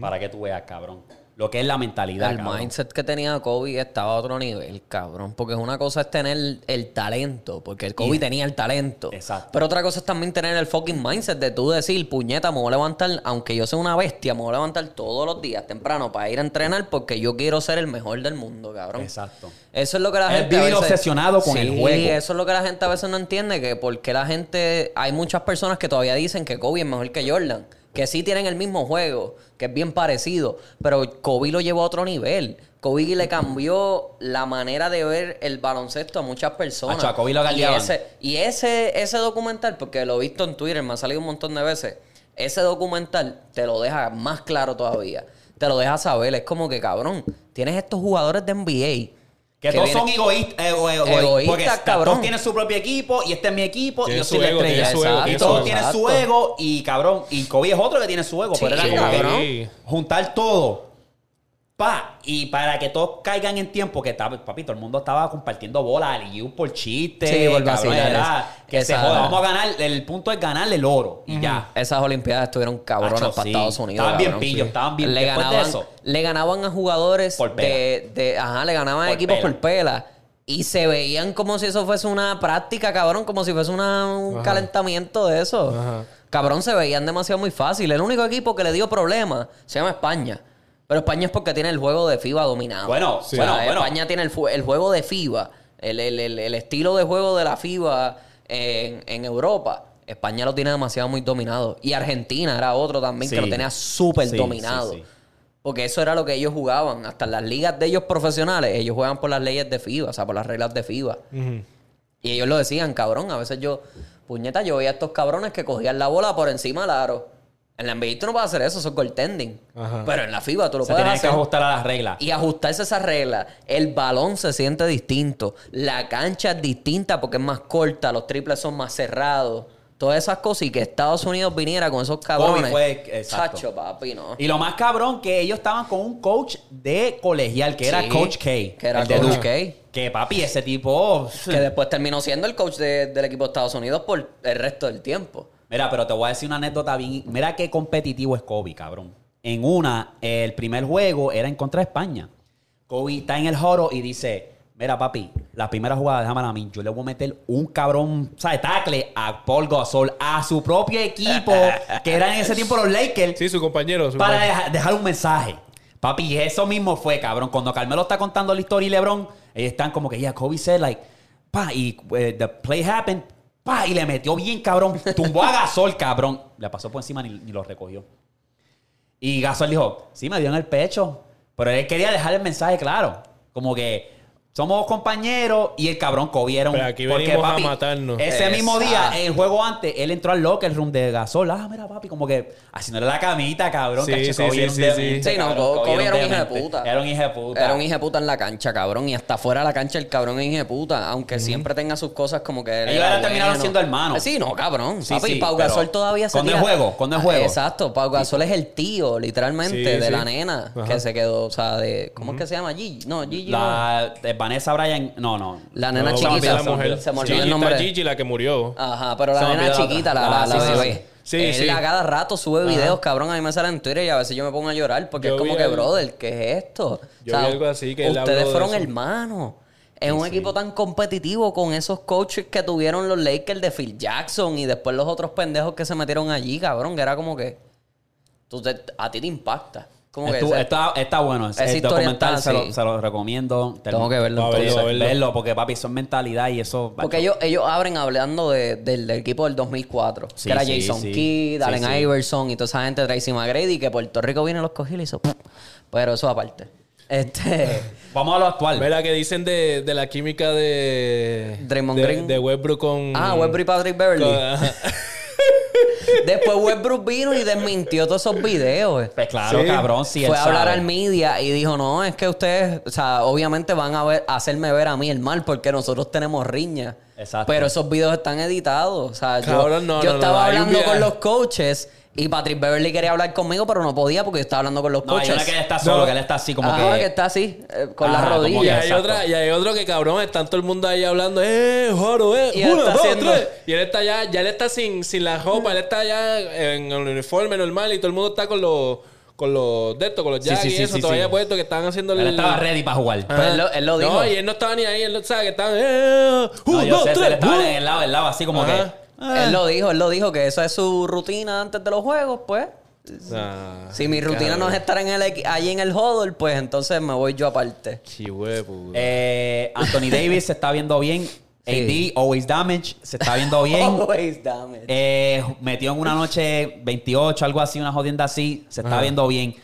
Speaker 2: Para que tú veas, cabrón. Lo que es la mentalidad.
Speaker 1: El
Speaker 2: cabrón.
Speaker 1: mindset que tenía Kobe estaba a otro nivel, cabrón. Porque una cosa es tener el talento, porque el Kobe
Speaker 2: Y-
Speaker 1: tenía el talento.
Speaker 2: Exacto.
Speaker 1: Pero otra cosa es también tener el fucking mindset de tú decir, puñeta, me voy a levantar, aunque yo sea una bestia, me voy a levantar todos los días temprano para ir a entrenar porque yo quiero ser el mejor del mundo, cabrón.
Speaker 2: Exacto.
Speaker 1: Eso es lo que la
Speaker 2: Es
Speaker 1: gente. a
Speaker 2: vivir
Speaker 1: veces-
Speaker 2: obsesionado con
Speaker 1: Sí,
Speaker 2: el juego.
Speaker 1: eso es lo que la gente a veces no entiende, que porque la gente. Hay muchas personas que todavía dicen que Kobe es mejor que Jordan, que sí tienen el mismo juego, que es bien parecido, pero Kobe lo llevó a otro nivel. Kobe le cambió la manera de ver el baloncesto a muchas personas.
Speaker 2: Acho, a Kobe lo
Speaker 1: y
Speaker 2: galdeaban.
Speaker 1: ese, y ese, ese documental, porque lo he visto en Twitter, me ha salido un montón de veces, ese documental te lo deja más claro todavía. Te lo deja saber. Es como que, cabrón, tienes estos jugadores de NBA
Speaker 2: Que, todos
Speaker 1: vienen-
Speaker 2: son eh, egoístas, ego- ego-
Speaker 1: Egoístas,
Speaker 2: porque
Speaker 1: cabrón.
Speaker 2: todos tienen su propio equipo y este es mi equipo y
Speaker 3: Tiene
Speaker 2: yo
Speaker 3: su
Speaker 2: soy la
Speaker 3: ego, tiene
Speaker 2: estrella.
Speaker 3: su ego,
Speaker 2: Y
Speaker 3: tiene
Speaker 2: todos
Speaker 3: su
Speaker 2: tienen
Speaker 1: ego.
Speaker 2: su ego y cabrón, y Kobe es otro que tiene su ego, pero
Speaker 1: Sí,
Speaker 2: era como que
Speaker 3: cabrón.
Speaker 2: juntar todo. Pa, y para que todos caigan en tiempo, que estaba, papi, todo el mundo estaba compartiendo bola, aliyu por chiste,
Speaker 1: Sí, por
Speaker 2: cabrón,
Speaker 1: vacilar,
Speaker 2: era,
Speaker 1: es-
Speaker 2: que se
Speaker 1: esa-
Speaker 2: joda, vamos a ganar, el punto es ganar el oro y ya.
Speaker 1: Esas Olimpiadas estuvieron cabronas
Speaker 2: Acho,
Speaker 1: para
Speaker 2: sí.
Speaker 1: Estados Unidos.
Speaker 2: Estaban bien
Speaker 1: cabrón.
Speaker 2: pillos, estaban bien-
Speaker 1: Le
Speaker 2: después de
Speaker 1: ganaban,
Speaker 2: eso.
Speaker 1: le ganaban a jugadores
Speaker 2: Por pela.
Speaker 1: de, de- Ajá, le ganaban
Speaker 2: Por
Speaker 1: equipos
Speaker 2: pela.
Speaker 1: por pela. Y se veían como si eso fuese una práctica, cabrón, como si fuese una- un calentamiento de eso.
Speaker 3: Ajá.
Speaker 1: Cabrón, se veían demasiado muy fácil. El único equipo que le dio problemas se llama España. Pero España es porque tiene el juego de FIBA dominado.
Speaker 2: Bueno,
Speaker 1: O sea,
Speaker 2: bueno, bueno.
Speaker 1: España tiene el, fu- el juego de FIBA, el, el- el- el estilo de juego de la FIBA en, en Europa. España lo tiene demasiado muy dominado. Y Argentina era otro también que
Speaker 2: Sí.
Speaker 1: lo tenía súper
Speaker 2: Sí,
Speaker 1: dominado.
Speaker 2: sí, sí.
Speaker 1: Porque eso era lo que ellos jugaban. Hasta en las ligas de ellos profesionales, ellos juegan por las leyes de FIBA, o sea, por las reglas de FIBA. Y ellos lo decían, cabrón. A veces yo, puñeta, yo veía a estos cabrones que cogían la bola por encima del aro. En la NBA tú no puedes hacer eso, eso es goaltending.
Speaker 3: Ajá.
Speaker 1: Pero en la FIBA tú lo
Speaker 2: Se
Speaker 1: puedes
Speaker 2: tienen que
Speaker 1: hacer.
Speaker 2: ajustar a las reglas.
Speaker 1: Y ajustarse a esas reglas. El balón se siente distinto. La cancha es distinta porque es más corta. Los triples son más cerrados. Todas esas cosas. Y que Estados Unidos viniera con esos cabrones.
Speaker 2: fue- exacto.
Speaker 1: Chacho, papi, no.
Speaker 2: Y lo más cabrón que ellos estaban con un coach de colegial, que era
Speaker 1: Sí,
Speaker 2: Coach K.
Speaker 1: que era
Speaker 2: el de
Speaker 1: Coach
Speaker 2: Duke.
Speaker 1: K.
Speaker 2: Que papi, ese tipo.
Speaker 1: Que después terminó siendo el coach de- del equipo de Estados Unidos por el resto del tiempo.
Speaker 2: Mira, pero te voy a decir una anécdota bien. Mira qué competitivo es Kobe, cabrón. En una, el primer juego era en contra de España. Kobe está en el joro y dice: Mira, papi, la primera jugada, déjamela a mí. Yo le voy a meter un cabrón, o sea, de tackle a Paul Gasol, a su propio equipo, que eran en ese tiempo los Lakers,
Speaker 3: Sí, su compañero. su
Speaker 2: para
Speaker 3: compañero.
Speaker 2: deja- dejar un mensaje. Papi, eso mismo fue, cabrón. Cuando Carmelo está contando la historia y LeBron, ellos están como que, yeah, Kobe said, like, pa, y eh, the play happened, pa, y le metió bien, cabrón. Tumbó a Gasol, cabrón. Le pasó por encima ni, ni lo recogió. Y Gasol dijo, sí, me dio en el pecho. Pero él quería dejar el mensaje claro. Como que somos compañeros y el cabrón cobieron.
Speaker 3: Pero aquí venimos a matarnos.
Speaker 2: Ese mismo día, el juego antes, él entró al locker room de Gasol. Ah, mira, papi, como que haciéndole la camita, cabrón.
Speaker 3: Sí,
Speaker 2: cacho,
Speaker 3: sí, sí,
Speaker 2: cogieron
Speaker 3: sí, sí.
Speaker 2: demente,
Speaker 1: Sí, no,
Speaker 2: cabrón,
Speaker 1: co-
Speaker 2: cogieron
Speaker 1: cogieron hijo de
Speaker 2: demente.
Speaker 1: puta.
Speaker 2: Era un hijo de puta.
Speaker 1: Era un hijo de puta en la cancha, cabrón. Y hasta fuera de la cancha el cabrón es hijo de puta. Aunque siempre tenga sus cosas como que. él
Speaker 2: Ellos
Speaker 1: era Eh,
Speaker 2: ahora terminaron siendo hermanos.
Speaker 1: Sí, no, cabrón.
Speaker 2: Sí, sí,
Speaker 1: Papi, Pau
Speaker 2: pero
Speaker 1: Gasol todavía se
Speaker 2: cuando es
Speaker 1: tira- Ah,
Speaker 2: juego, cuando es juego.
Speaker 1: Exacto. Pau Gasol es el tío, literalmente,
Speaker 3: Sí,
Speaker 1: de
Speaker 3: sí.
Speaker 1: la nena
Speaker 3: Ajá.
Speaker 1: que se quedó. O sea, de. ¿Cómo es que se llama? Gigi. No, Gigi. no. La,
Speaker 2: La eh, Vanessa Bryan, no, no.
Speaker 1: nena
Speaker 3: No,
Speaker 1: chiquita.
Speaker 3: la mujer.
Speaker 1: Se me
Speaker 3: Gigi,
Speaker 1: olvidó
Speaker 3: está
Speaker 1: el nombre.
Speaker 3: Gigi, la que murió.
Speaker 1: Ajá, pero
Speaker 2: Se
Speaker 1: la
Speaker 2: me
Speaker 1: nena
Speaker 2: olvidó la
Speaker 1: chiquita,
Speaker 2: otra.
Speaker 1: la, la,
Speaker 2: Ah,
Speaker 1: la
Speaker 2: sí, sí,
Speaker 1: bebé.
Speaker 3: sí.
Speaker 1: Él
Speaker 3: Sí, sí.
Speaker 1: a cada rato sube videos, cabrón. A mí me sale en Twitter y a veces yo me pongo a llorar porque
Speaker 3: Yo
Speaker 1: es como
Speaker 3: vi
Speaker 1: que,
Speaker 3: el-
Speaker 1: brother, ¿qué es esto?
Speaker 3: Yo vi algo así que él habló
Speaker 1: ustedes
Speaker 3: de
Speaker 1: fueron
Speaker 3: eso.
Speaker 1: hermanos. Es un equipo tan competitivo con esos coaches que tuvieron los Lakers de Phil Jackson y después los otros pendejos que se metieron allí, cabrón. Que era como que. tú te- a ti te impacta. Como que.
Speaker 2: Estu-
Speaker 1: ese-
Speaker 2: está, está bueno.
Speaker 1: Esa
Speaker 2: el
Speaker 1: historia
Speaker 2: documental
Speaker 1: está
Speaker 2: se, lo,
Speaker 1: así.
Speaker 2: se lo recomiendo.
Speaker 1: Tengo que verlo
Speaker 3: Va a verlo,
Speaker 1: entonces.
Speaker 3: va a
Speaker 2: verlo. porque papi, eso es mentalidad y eso.
Speaker 1: Porque ellos, ellos abren hablando de- del, del equipo del 2004.
Speaker 2: Sí,
Speaker 1: que era
Speaker 2: sí,
Speaker 1: Jason
Speaker 2: sí.
Speaker 1: Kidd,
Speaker 2: Sí,
Speaker 1: Allen
Speaker 2: sí.
Speaker 1: Iverson y toda esa gente, Tracy McGrady, que Puerto Rico viene a los cogiles y hizo... ¡pum! Pero eso aparte. Este...
Speaker 2: Vamos a lo actual.
Speaker 3: Ve la que dicen de, de la química de.
Speaker 1: Draymond
Speaker 3: de,
Speaker 1: Green.
Speaker 3: De Westbrook con.
Speaker 1: ah, Westbrook y Patrick Beverly. Después Westbrook vino y desmintió todos esos videos. eh.
Speaker 2: Pues claro,
Speaker 3: Sí.
Speaker 2: cabrón, si él
Speaker 1: Fue a hablar
Speaker 2: sabe.
Speaker 1: al media y dijo, no, es que ustedes, o sea, obviamente van a ver, a hacerme ver a mí el mal porque nosotros tenemos riña.
Speaker 2: Exacto.
Speaker 1: Pero esos videos están editados. O sea, yo-
Speaker 3: Cabrón,
Speaker 1: yo,
Speaker 3: no, no, no,
Speaker 1: estaba
Speaker 3: no, hay un
Speaker 1: hablando
Speaker 3: video-
Speaker 1: con los coaches y Patrick Beverly quería hablar conmigo, pero no podía porque yo estaba hablando con los
Speaker 2: No, hay
Speaker 1: coaches.
Speaker 2: una que él está solo,
Speaker 3: No.
Speaker 2: que él está así como
Speaker 1: Ajá,
Speaker 2: que.
Speaker 1: que está así, eh, con
Speaker 2: Ajá,
Speaker 1: las
Speaker 2: como que-
Speaker 3: Y
Speaker 1: rodillas.
Speaker 3: hay,
Speaker 2: Exacto.
Speaker 3: otra, y hay otro que cabrón, están todo el mundo ahí hablando, eh, joro, eh,
Speaker 1: Y él
Speaker 3: uno,
Speaker 1: está
Speaker 3: dos,
Speaker 1: haciendo-
Speaker 3: tres. Y él está ya, ya él está sin, sin la ropa, él está ya en el uniforme normal y todo el mundo está con los, con los de estos, con los
Speaker 2: Sí,
Speaker 3: jags
Speaker 2: sí,
Speaker 3: y
Speaker 2: sí,
Speaker 3: eso,
Speaker 2: sí,
Speaker 3: todavía
Speaker 2: sí.
Speaker 3: puesto que están haciendo
Speaker 2: Él
Speaker 3: el-
Speaker 2: estaba ready Pues para jugar.
Speaker 1: Pero él lo, él lo dijo.
Speaker 3: No, y él no estaba ni ahí, él no sabe que estaban, eh, uno,
Speaker 2: Pues, No, yo
Speaker 3: dos,
Speaker 2: sé, él
Speaker 3: tres.
Speaker 2: estaba
Speaker 3: uh.
Speaker 2: en el lado, el lado, así como
Speaker 3: Ajá.
Speaker 2: que.
Speaker 1: Él lo dijo, él lo dijo, que esa es su rutina antes de los juegos, pues.
Speaker 3: Ah,
Speaker 1: Si mi rutina no es estar en el, equi- ahí en el huddle, pues entonces me voy yo aparte.
Speaker 3: chihuepu.
Speaker 2: Eh, Anthony Davis se está viendo bien.
Speaker 1: Sí.
Speaker 2: AD,
Speaker 1: Oh,
Speaker 2: always damage, se está viendo bien.
Speaker 1: Always damaged.
Speaker 2: Eh, metió en una noche 28, algo así, una jodienda así. Se está viendo bien.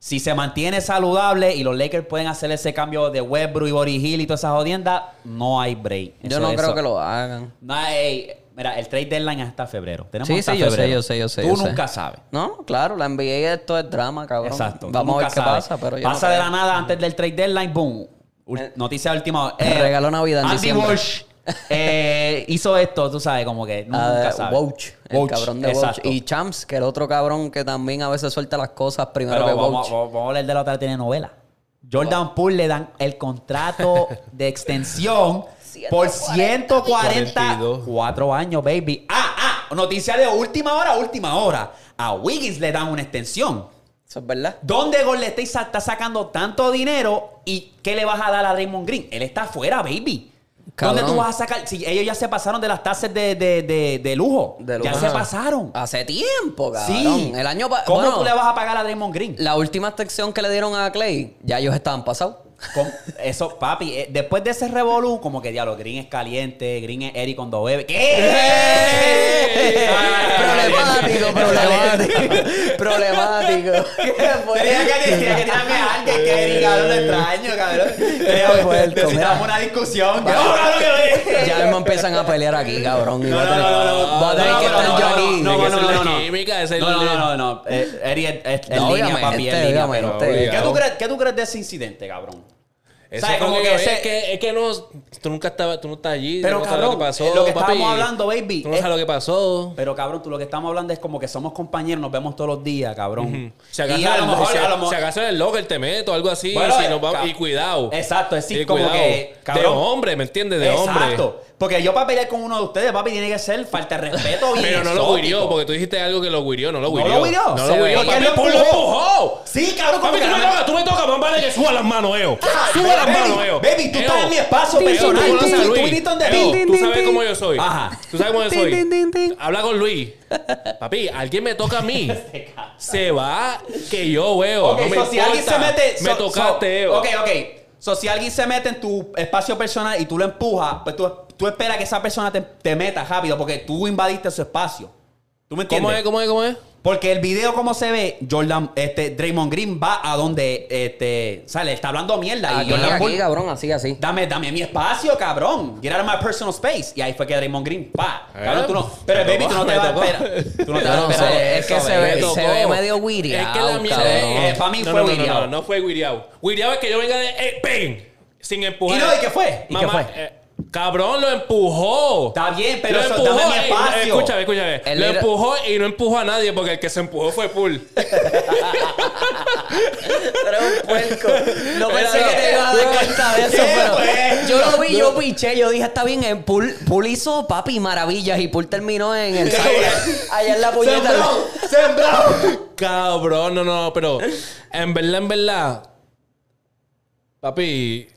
Speaker 2: Si se mantiene saludable y los Lakers pueden hacer ese cambio de Westbrook y Boris Hill y toda esa jodienda, no hay break.
Speaker 1: Yo
Speaker 2: Eso-
Speaker 1: no creo
Speaker 2: eso-
Speaker 1: que lo hagan.
Speaker 2: No, ey, mira, el trade deadline es hasta febrero. Tenemos
Speaker 1: Sí,
Speaker 2: hasta
Speaker 1: sí, yo sé,
Speaker 2: febrero.
Speaker 1: yo sé, yo sé.
Speaker 2: Tú
Speaker 1: yo sé.
Speaker 2: nunca sabes.
Speaker 1: No, claro, la NBA esto es drama, cabrón.
Speaker 2: Exacto. tú
Speaker 1: Vamos a ver
Speaker 2: nunca
Speaker 1: qué
Speaker 2: sabes.
Speaker 1: pasa, pero yo
Speaker 2: Pasa
Speaker 1: no
Speaker 2: de
Speaker 1: creo.
Speaker 2: la nada antes del trade deadline, boom. Ul-
Speaker 1: Eh,
Speaker 2: Noticia de última hora.
Speaker 1: regaló Navidad en
Speaker 2: Andy
Speaker 1: diciembre.
Speaker 2: Walsh, eh, hizo esto, tú sabes, como que
Speaker 1: Ah,
Speaker 2: nunca sabes.
Speaker 1: Woj, el
Speaker 2: Woj,
Speaker 1: cabrón de Woj.
Speaker 2: exacto.
Speaker 1: Y Champs, que el otro cabrón que también a veces suelta las cosas primero
Speaker 2: Pero
Speaker 1: que
Speaker 2: vamos,
Speaker 1: Woj.
Speaker 2: vamos- vamos a hablar de la otra telenovela. Jordan Poole le dan el contrato de extensión por 144 años, baby. Ah, ah, noticia de última hora, última hora. A Wiggins le dan una extensión.
Speaker 1: Eso es verdad.
Speaker 2: ¿Dónde Golden State sa- está sacando tanto dinero y qué le vas a dar a Raymond Green? Él está afuera, baby.
Speaker 1: Cabrón.
Speaker 2: ¿Dónde tú vas a sacar? Si ellos ya se pasaron de las tasas de, de- de- de lujo.
Speaker 1: De
Speaker 2: Ya
Speaker 1: lujo.
Speaker 2: se
Speaker 1: Ajá.
Speaker 2: pasaron.
Speaker 1: Hace tiempo, cabrón.
Speaker 2: Sí.
Speaker 1: El año pa-
Speaker 2: ¿Cómo
Speaker 1: bueno,
Speaker 2: tú le vas a pagar a Raymond Green?
Speaker 1: La última extensión que le dieron a Clay, ya ellos estaban pasados.
Speaker 2: Con- Eso, papi, eh, después de ese revolú, como que diablo, Green es caliente, Green es Eric cuando bebe.
Speaker 1: ¡Eh!
Speaker 2: ¿Qué?
Speaker 1: problemático, problemático. problemático. ¿Qué
Speaker 2: Tenía
Speaker 1: fue?
Speaker 2: que tenía que tirarme a alguien que Eric, cabrón, lo extraño, cabrón. Creo
Speaker 1: fuerte,
Speaker 2: que necesitamos
Speaker 1: mira.
Speaker 2: una discusión. que- ¡Oh, cabrón, que-
Speaker 1: Ya mismo empiezan a pelear aquí, cabrón. y
Speaker 2: No,
Speaker 1: va a
Speaker 2: no,
Speaker 1: tener-
Speaker 2: no, no,
Speaker 1: va a tener
Speaker 2: no,
Speaker 1: que
Speaker 2: no,
Speaker 1: estar
Speaker 2: no,
Speaker 1: yo
Speaker 2: no,
Speaker 1: aquí.
Speaker 2: No,
Speaker 3: Tiene
Speaker 2: no,
Speaker 3: que
Speaker 2: no,
Speaker 3: ser
Speaker 2: no,
Speaker 3: la
Speaker 2: no.
Speaker 3: química, es el-
Speaker 2: No, no, no, no. Eh, Eri es, es
Speaker 1: No,
Speaker 2: línea, papi, es
Speaker 1: obviamente,
Speaker 2: línea, pero-
Speaker 1: obviamente.
Speaker 2: ¿Qué tú crees- ¿Qué tú crees de ese incidente, cabrón?
Speaker 3: Ese
Speaker 2: ¿Sabes?
Speaker 3: fue
Speaker 2: Como
Speaker 3: que
Speaker 2: que
Speaker 3: es,
Speaker 2: ese-
Speaker 3: que, es que no, tú nunca estabas, tú no estás allí,
Speaker 2: Pero,
Speaker 3: tú no sabes
Speaker 2: cabrón, es lo que estábamos hablando, baby,
Speaker 3: Tú no
Speaker 2: es-
Speaker 3: sabes lo que pasó.
Speaker 2: Pero cabrón, tú lo que estamos hablando es como que somos compañeros, nos vemos todos los días, cabrón.
Speaker 3: Si acaso,
Speaker 2: Y a lo mejor,
Speaker 3: si,
Speaker 2: a lo mejor-
Speaker 3: si acaso en el locker te meto, algo así.
Speaker 2: Bueno,
Speaker 3: si
Speaker 2: eh,
Speaker 3: nos vamos-
Speaker 2: ca-
Speaker 3: y cuidado.
Speaker 2: Exacto, es decir,
Speaker 3: Y
Speaker 2: como
Speaker 3: cuidado.
Speaker 2: que,
Speaker 3: De
Speaker 2: cabrón.
Speaker 3: hombre, ¿me entiendes? De
Speaker 2: Exacto.
Speaker 3: hombre.
Speaker 2: Porque yo para pelear con uno de ustedes, papi, tiene que ser falta de respeto bien
Speaker 3: Pero no lo
Speaker 2: exótico.
Speaker 3: guirió, porque tú dijiste algo que lo guirió, no lo
Speaker 2: ¿No
Speaker 3: guirió.
Speaker 2: lo guirió?
Speaker 3: No
Speaker 2: Se
Speaker 3: lo
Speaker 2: ve.
Speaker 3: guirió.
Speaker 2: Porque él
Speaker 3: Papi,
Speaker 2: lo
Speaker 3: pues, lo
Speaker 2: empujó.
Speaker 3: empujó.
Speaker 2: Sí, cabrón, Ah, como
Speaker 3: Papi,
Speaker 2: que
Speaker 3: tú me
Speaker 2: no me-
Speaker 3: tocas, tú me tocas, más vale que suba las manos, Eo. Sube las
Speaker 2: Baby,
Speaker 3: manos, Eo.
Speaker 2: baby, tú
Speaker 3: Eo,
Speaker 2: estás en mi espacio
Speaker 3: Eo,
Speaker 2: personal.
Speaker 3: tú hablas
Speaker 2: Tú-
Speaker 3: a
Speaker 2: tú
Speaker 3: Luis.
Speaker 2: viniste donde
Speaker 3: Eo,
Speaker 2: mí.
Speaker 3: Tú sabes cómo yo soy.
Speaker 2: Ajá.
Speaker 3: Tú sabes cómo yo
Speaker 1: Tin, tin,
Speaker 3: soy.
Speaker 1: tin, tin.
Speaker 3: Habla con Luis. Papi, alguien me toca a mí.
Speaker 2: Este
Speaker 3: Se va que yo veo.
Speaker 2: Ok,
Speaker 3: no me
Speaker 2: so si alguien se
Speaker 3: importa.
Speaker 2: mete.
Speaker 3: Me
Speaker 2: so-
Speaker 3: tocaste,
Speaker 2: so-
Speaker 3: Eo.
Speaker 2: Ok, ok. So, si alguien se mete en tu espacio personal y tú lo empujas, pues tú, tú esperas que esa persona te, te meta rápido porque tú invadiste su espacio. ¿Tú me entiendes?
Speaker 3: ¿Cómo es? ¿Cómo es? ¿Cómo es?
Speaker 2: Porque el video, como se ve, Jordan, este, Draymond Green va a donde este, sale, está hablando mierda.
Speaker 1: Aquí,
Speaker 2: y Jordan
Speaker 1: aquí,
Speaker 2: Poole,
Speaker 1: cabrón, así, así.
Speaker 2: dame, dame mi espacio, cabrón. Get out of my personal space. Y ahí fue que Draymond Green, pa. Cabrón, tú no. Pero,
Speaker 3: Eh, me
Speaker 2: baby, tú no
Speaker 3: tocó,
Speaker 2: te vas a
Speaker 3: me tocó.
Speaker 2: esperar. Tú no te vas
Speaker 1: No,
Speaker 2: a esperar.
Speaker 1: so, es que
Speaker 2: eso,
Speaker 1: se
Speaker 2: baby.
Speaker 1: ve,
Speaker 3: tocó.
Speaker 1: se ve medio guiriao,
Speaker 3: Es que la mierda
Speaker 1: cabrón.
Speaker 2: Eh, pa' mí
Speaker 3: No,
Speaker 2: fue
Speaker 3: no, no,
Speaker 2: guiriao.
Speaker 3: No, no, no fue guiriao. Guiriao es que yo venga de... Eh, ¡Ping! Sin empujar.
Speaker 2: ¿Y no? ¿Y qué fue?
Speaker 1: ¿Y
Speaker 3: Mamá,
Speaker 1: qué fue?
Speaker 3: eh, cabrón, lo empujó.
Speaker 2: Está bien, pero
Speaker 3: lo
Speaker 2: eso,
Speaker 3: empujó.
Speaker 2: dame mi
Speaker 3: ey,
Speaker 2: espacio.
Speaker 3: escúchame, escúchame.
Speaker 1: Él
Speaker 3: lo
Speaker 1: era-
Speaker 3: empujó y no empujó a nadie porque el que se empujó fue Pool.
Speaker 1: Pero es un puerco. No pensé
Speaker 3: Pero-
Speaker 1: que te ibas a dar cuenta de eso,
Speaker 2: Sí,
Speaker 1: pero
Speaker 2: pues.
Speaker 1: yo lo vi, yo piché, yo dije, está bien, el pool, Pool hizo papi maravillas y Pool terminó en el allá en la puñeta.
Speaker 2: Sembrado, sembrado.
Speaker 3: cabrón, no, no, pero en verdad, en verdad, papi,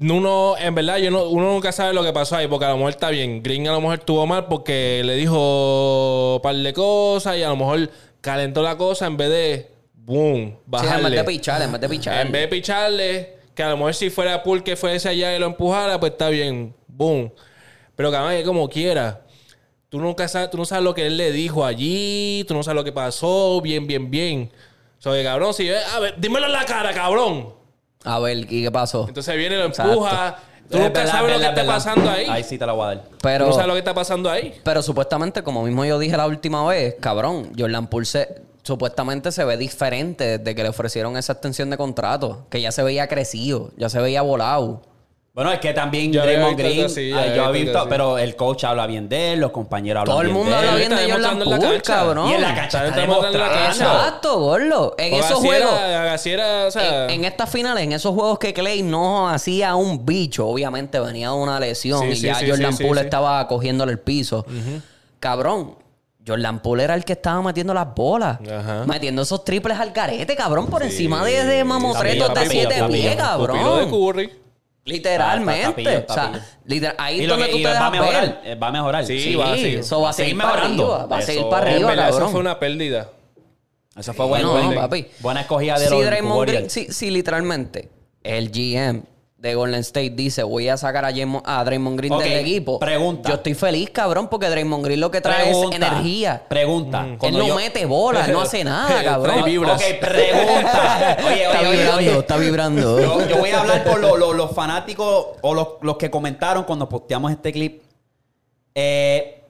Speaker 3: uno, en verdad, yo no, uno nunca sabe lo que pasó ahí, porque a lo mejor está bien. Green a lo mejor estuvo mal porque le dijo un par de cosas y a lo mejor calentó la cosa en vez de, boom,
Speaker 1: Sí, pues, en vez
Speaker 3: bajarle.
Speaker 1: de pichar, en vez de pichar.
Speaker 3: En vez de picharle, que a lo mejor si fuera Pool que fuese allá y lo empujara, pues está bien. Boom. Pero cabrón, es como quiera. Tú nunca sabes, tú no sabes lo que él le dijo allí, tú no sabes lo que pasó, bien, bien, bien. O sea, que, cabrón, si eh, a ver, dímelo en la cara, cabrón.
Speaker 1: A ver, ¿y qué pasó?
Speaker 3: Entonces viene y lo
Speaker 1: Exacto.
Speaker 3: empuja. Tú nunca
Speaker 2: Verdad,
Speaker 3: sabes lo que
Speaker 2: verdad,
Speaker 3: está
Speaker 2: verdad.
Speaker 3: pasando ahí.
Speaker 2: Ahí sí te la voy a dar.
Speaker 3: Tú no
Speaker 1: Pero,
Speaker 3: sabes lo que está pasando ahí.
Speaker 1: pero supuestamente, como mismo yo dije la última vez, cabrón, Jordan Poole se- supuestamente se ve diferente desde que le ofrecieron esa extensión de contrato, que ya se veía crecido, ya se veía volado.
Speaker 2: Bueno, es que también
Speaker 3: Yo había
Speaker 2: Draymond
Speaker 3: visto algo
Speaker 2: Green,
Speaker 3: así, yo
Speaker 2: ah,
Speaker 3: había
Speaker 2: yo
Speaker 3: visto
Speaker 2: he visto,
Speaker 3: algo así.
Speaker 2: pero el coach habla bien de él, los compañeros hablan
Speaker 1: Todo el
Speaker 2: bien
Speaker 1: mundo
Speaker 2: de él.
Speaker 1: habla bien
Speaker 3: Está
Speaker 1: de Jordan
Speaker 3: demostrando en la
Speaker 1: Poole,
Speaker 3: cancha.
Speaker 1: cabrón.
Speaker 2: Y en la cancha
Speaker 3: Está
Speaker 2: está
Speaker 3: demostrando en la
Speaker 2: demostrando.
Speaker 3: cancha.
Speaker 1: Exacto, gorlo. En
Speaker 3: Porque
Speaker 1: esos
Speaker 3: así
Speaker 1: juegos.
Speaker 3: era- así era, o sea,
Speaker 1: en, en estas finales, en esos juegos que Clay no hacía un bicho, obviamente venía de una lesión
Speaker 3: Sí,
Speaker 1: y
Speaker 3: sí,
Speaker 1: ya
Speaker 3: sí,
Speaker 1: Jordan
Speaker 3: sí, sí,
Speaker 1: Poole
Speaker 3: sí.
Speaker 1: estaba cogiéndole el piso. Cabrón, Jordan Poole era el que estaba metiendo las bolas,
Speaker 3: Ajá.
Speaker 1: metiendo esos triples al carete, cabrón, por encima de, de mamotretos
Speaker 2: Tapillo,
Speaker 1: de siete
Speaker 2: tapillo,
Speaker 1: pies,
Speaker 2: tapillo.
Speaker 3: pupilo de
Speaker 1: cabrón.
Speaker 3: Curry.
Speaker 1: Literalmente.
Speaker 2: Tapillo,
Speaker 1: O sea,
Speaker 2: tapillo.
Speaker 1: literal- ahí
Speaker 2: Y
Speaker 1: es
Speaker 2: lo
Speaker 1: donde
Speaker 2: que-
Speaker 1: tú
Speaker 2: y
Speaker 1: te
Speaker 2: va a
Speaker 1: dejas
Speaker 2: mejorar,
Speaker 1: ver.
Speaker 2: eh, va a mejorar.
Speaker 3: Sí,
Speaker 1: Sí,
Speaker 3: va a seguir.
Speaker 1: eso va a seguir para
Speaker 2: mejorando.
Speaker 1: arriba. Va a seguir
Speaker 2: Eso-
Speaker 1: para
Speaker 3: En
Speaker 1: arriba,
Speaker 3: verdad, eso
Speaker 1: cabrón.
Speaker 3: fue una pérdida.
Speaker 2: Eso fue
Speaker 1: Bueno,
Speaker 2: bueno,
Speaker 1: no, papi.
Speaker 2: Buena escogida de
Speaker 1: si
Speaker 2: los
Speaker 1: Draymond
Speaker 2: Warriors.
Speaker 1: Green, si, si literalmente el GM de Golden State dice voy a sacar a, Jamo- a Draymond Green
Speaker 2: Ok,
Speaker 1: del equipo.
Speaker 2: pregunta.
Speaker 1: Yo estoy feliz, cabrón, porque Draymond Green lo que trae
Speaker 2: Pregunta,
Speaker 1: es energía.
Speaker 2: Pregunta.
Speaker 3: Mm.
Speaker 2: cuando
Speaker 1: Él no
Speaker 2: yo-
Speaker 1: mete bola, no hace nada,
Speaker 3: Trae
Speaker 1: cabrón.
Speaker 3: vibras.
Speaker 2: Ok, pregunta. Oye,
Speaker 1: está
Speaker 2: oye, oye,
Speaker 1: vibrando,
Speaker 2: oye.
Speaker 1: está vibrando.
Speaker 2: Yo, yo voy a hablar por lo- lo- los fanáticos o los, los que comentaron cuando posteamos este clip. Eh,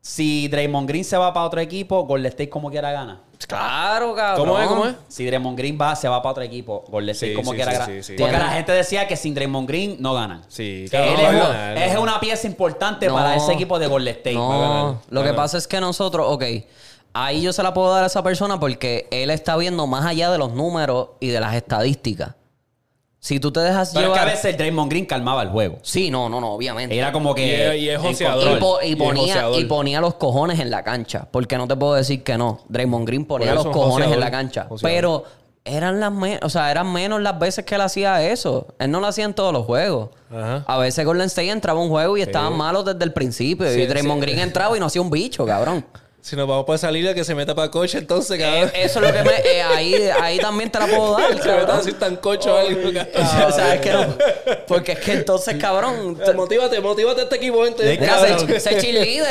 Speaker 2: si Draymond Green se va para otro equipo, Golden State como quiera gana.
Speaker 1: pues, Claro, cabrón.
Speaker 3: ¿Cómo es? ¿Cómo es?
Speaker 2: Si Draymond Green va, se va para otro equipo. Golden State
Speaker 3: Sí,
Speaker 2: como
Speaker 3: sí,
Speaker 2: quiera
Speaker 3: sí,
Speaker 2: gana.
Speaker 3: sí, sí.
Speaker 2: Porque
Speaker 1: Tiene-
Speaker 2: la gente decía que sin Draymond Green no ganan.
Speaker 3: Sí,
Speaker 2: Que
Speaker 3: claro,
Speaker 2: él
Speaker 3: no
Speaker 2: es,
Speaker 3: va a
Speaker 2: un-
Speaker 3: ganar,
Speaker 2: es
Speaker 3: no.
Speaker 2: una pieza importante
Speaker 1: No.
Speaker 2: para ese equipo de Golden State.
Speaker 1: No,
Speaker 3: ganar.
Speaker 1: lo
Speaker 3: Va a
Speaker 1: que
Speaker 3: ganar.
Speaker 1: pasa es que nosotros, ok, ahí yo se la puedo dar a esa persona porque él está viendo más allá de los números y de las estadísticas. Si tú te dejas
Speaker 2: Pero es que a
Speaker 1: llevar...
Speaker 2: veces Draymond Green calmaba el juego.
Speaker 1: Sí, no, no, no, obviamente.
Speaker 2: Era como que.
Speaker 3: Y es- y es
Speaker 2: en
Speaker 3: joseador.
Speaker 2: control.
Speaker 1: Y, po- y
Speaker 3: Y el
Speaker 1: ponía,
Speaker 3: joseador.
Speaker 1: y ponía los cojones en la cancha. Porque no te puedo decir que no. Draymond Green ponía
Speaker 3: Por
Speaker 1: los
Speaker 3: eso,
Speaker 1: cojones en
Speaker 3: joseador,
Speaker 1: la cancha.
Speaker 3: joseador.
Speaker 1: Pero eran las me- o sea, eran menos las veces que él hacía eso. Él no lo hacía en todos los juegos.
Speaker 3: Ajá.
Speaker 1: A veces Golden State entraba a un juego y estaban malos desde el principio.
Speaker 3: Sí,
Speaker 1: y Draymond
Speaker 3: sí.
Speaker 1: Green entraba y no hacía un bicho, cabrón.
Speaker 3: Si nos vamos para salir, el que se meta para coche, entonces,
Speaker 1: Eh,
Speaker 3: cabrón.
Speaker 1: eso es lo que me. eh, ahí, ahí también te la puedo dar,
Speaker 3: Se meta
Speaker 1: cabrón.
Speaker 3: así tan cocho o algo,
Speaker 1: O
Speaker 3: cabrón.
Speaker 1: sea, o sea, es que no. Porque es que entonces, cabrón.
Speaker 3: Eh, Motívate, motívate este equipo, gente.
Speaker 1: Mira, se, se cheerleader,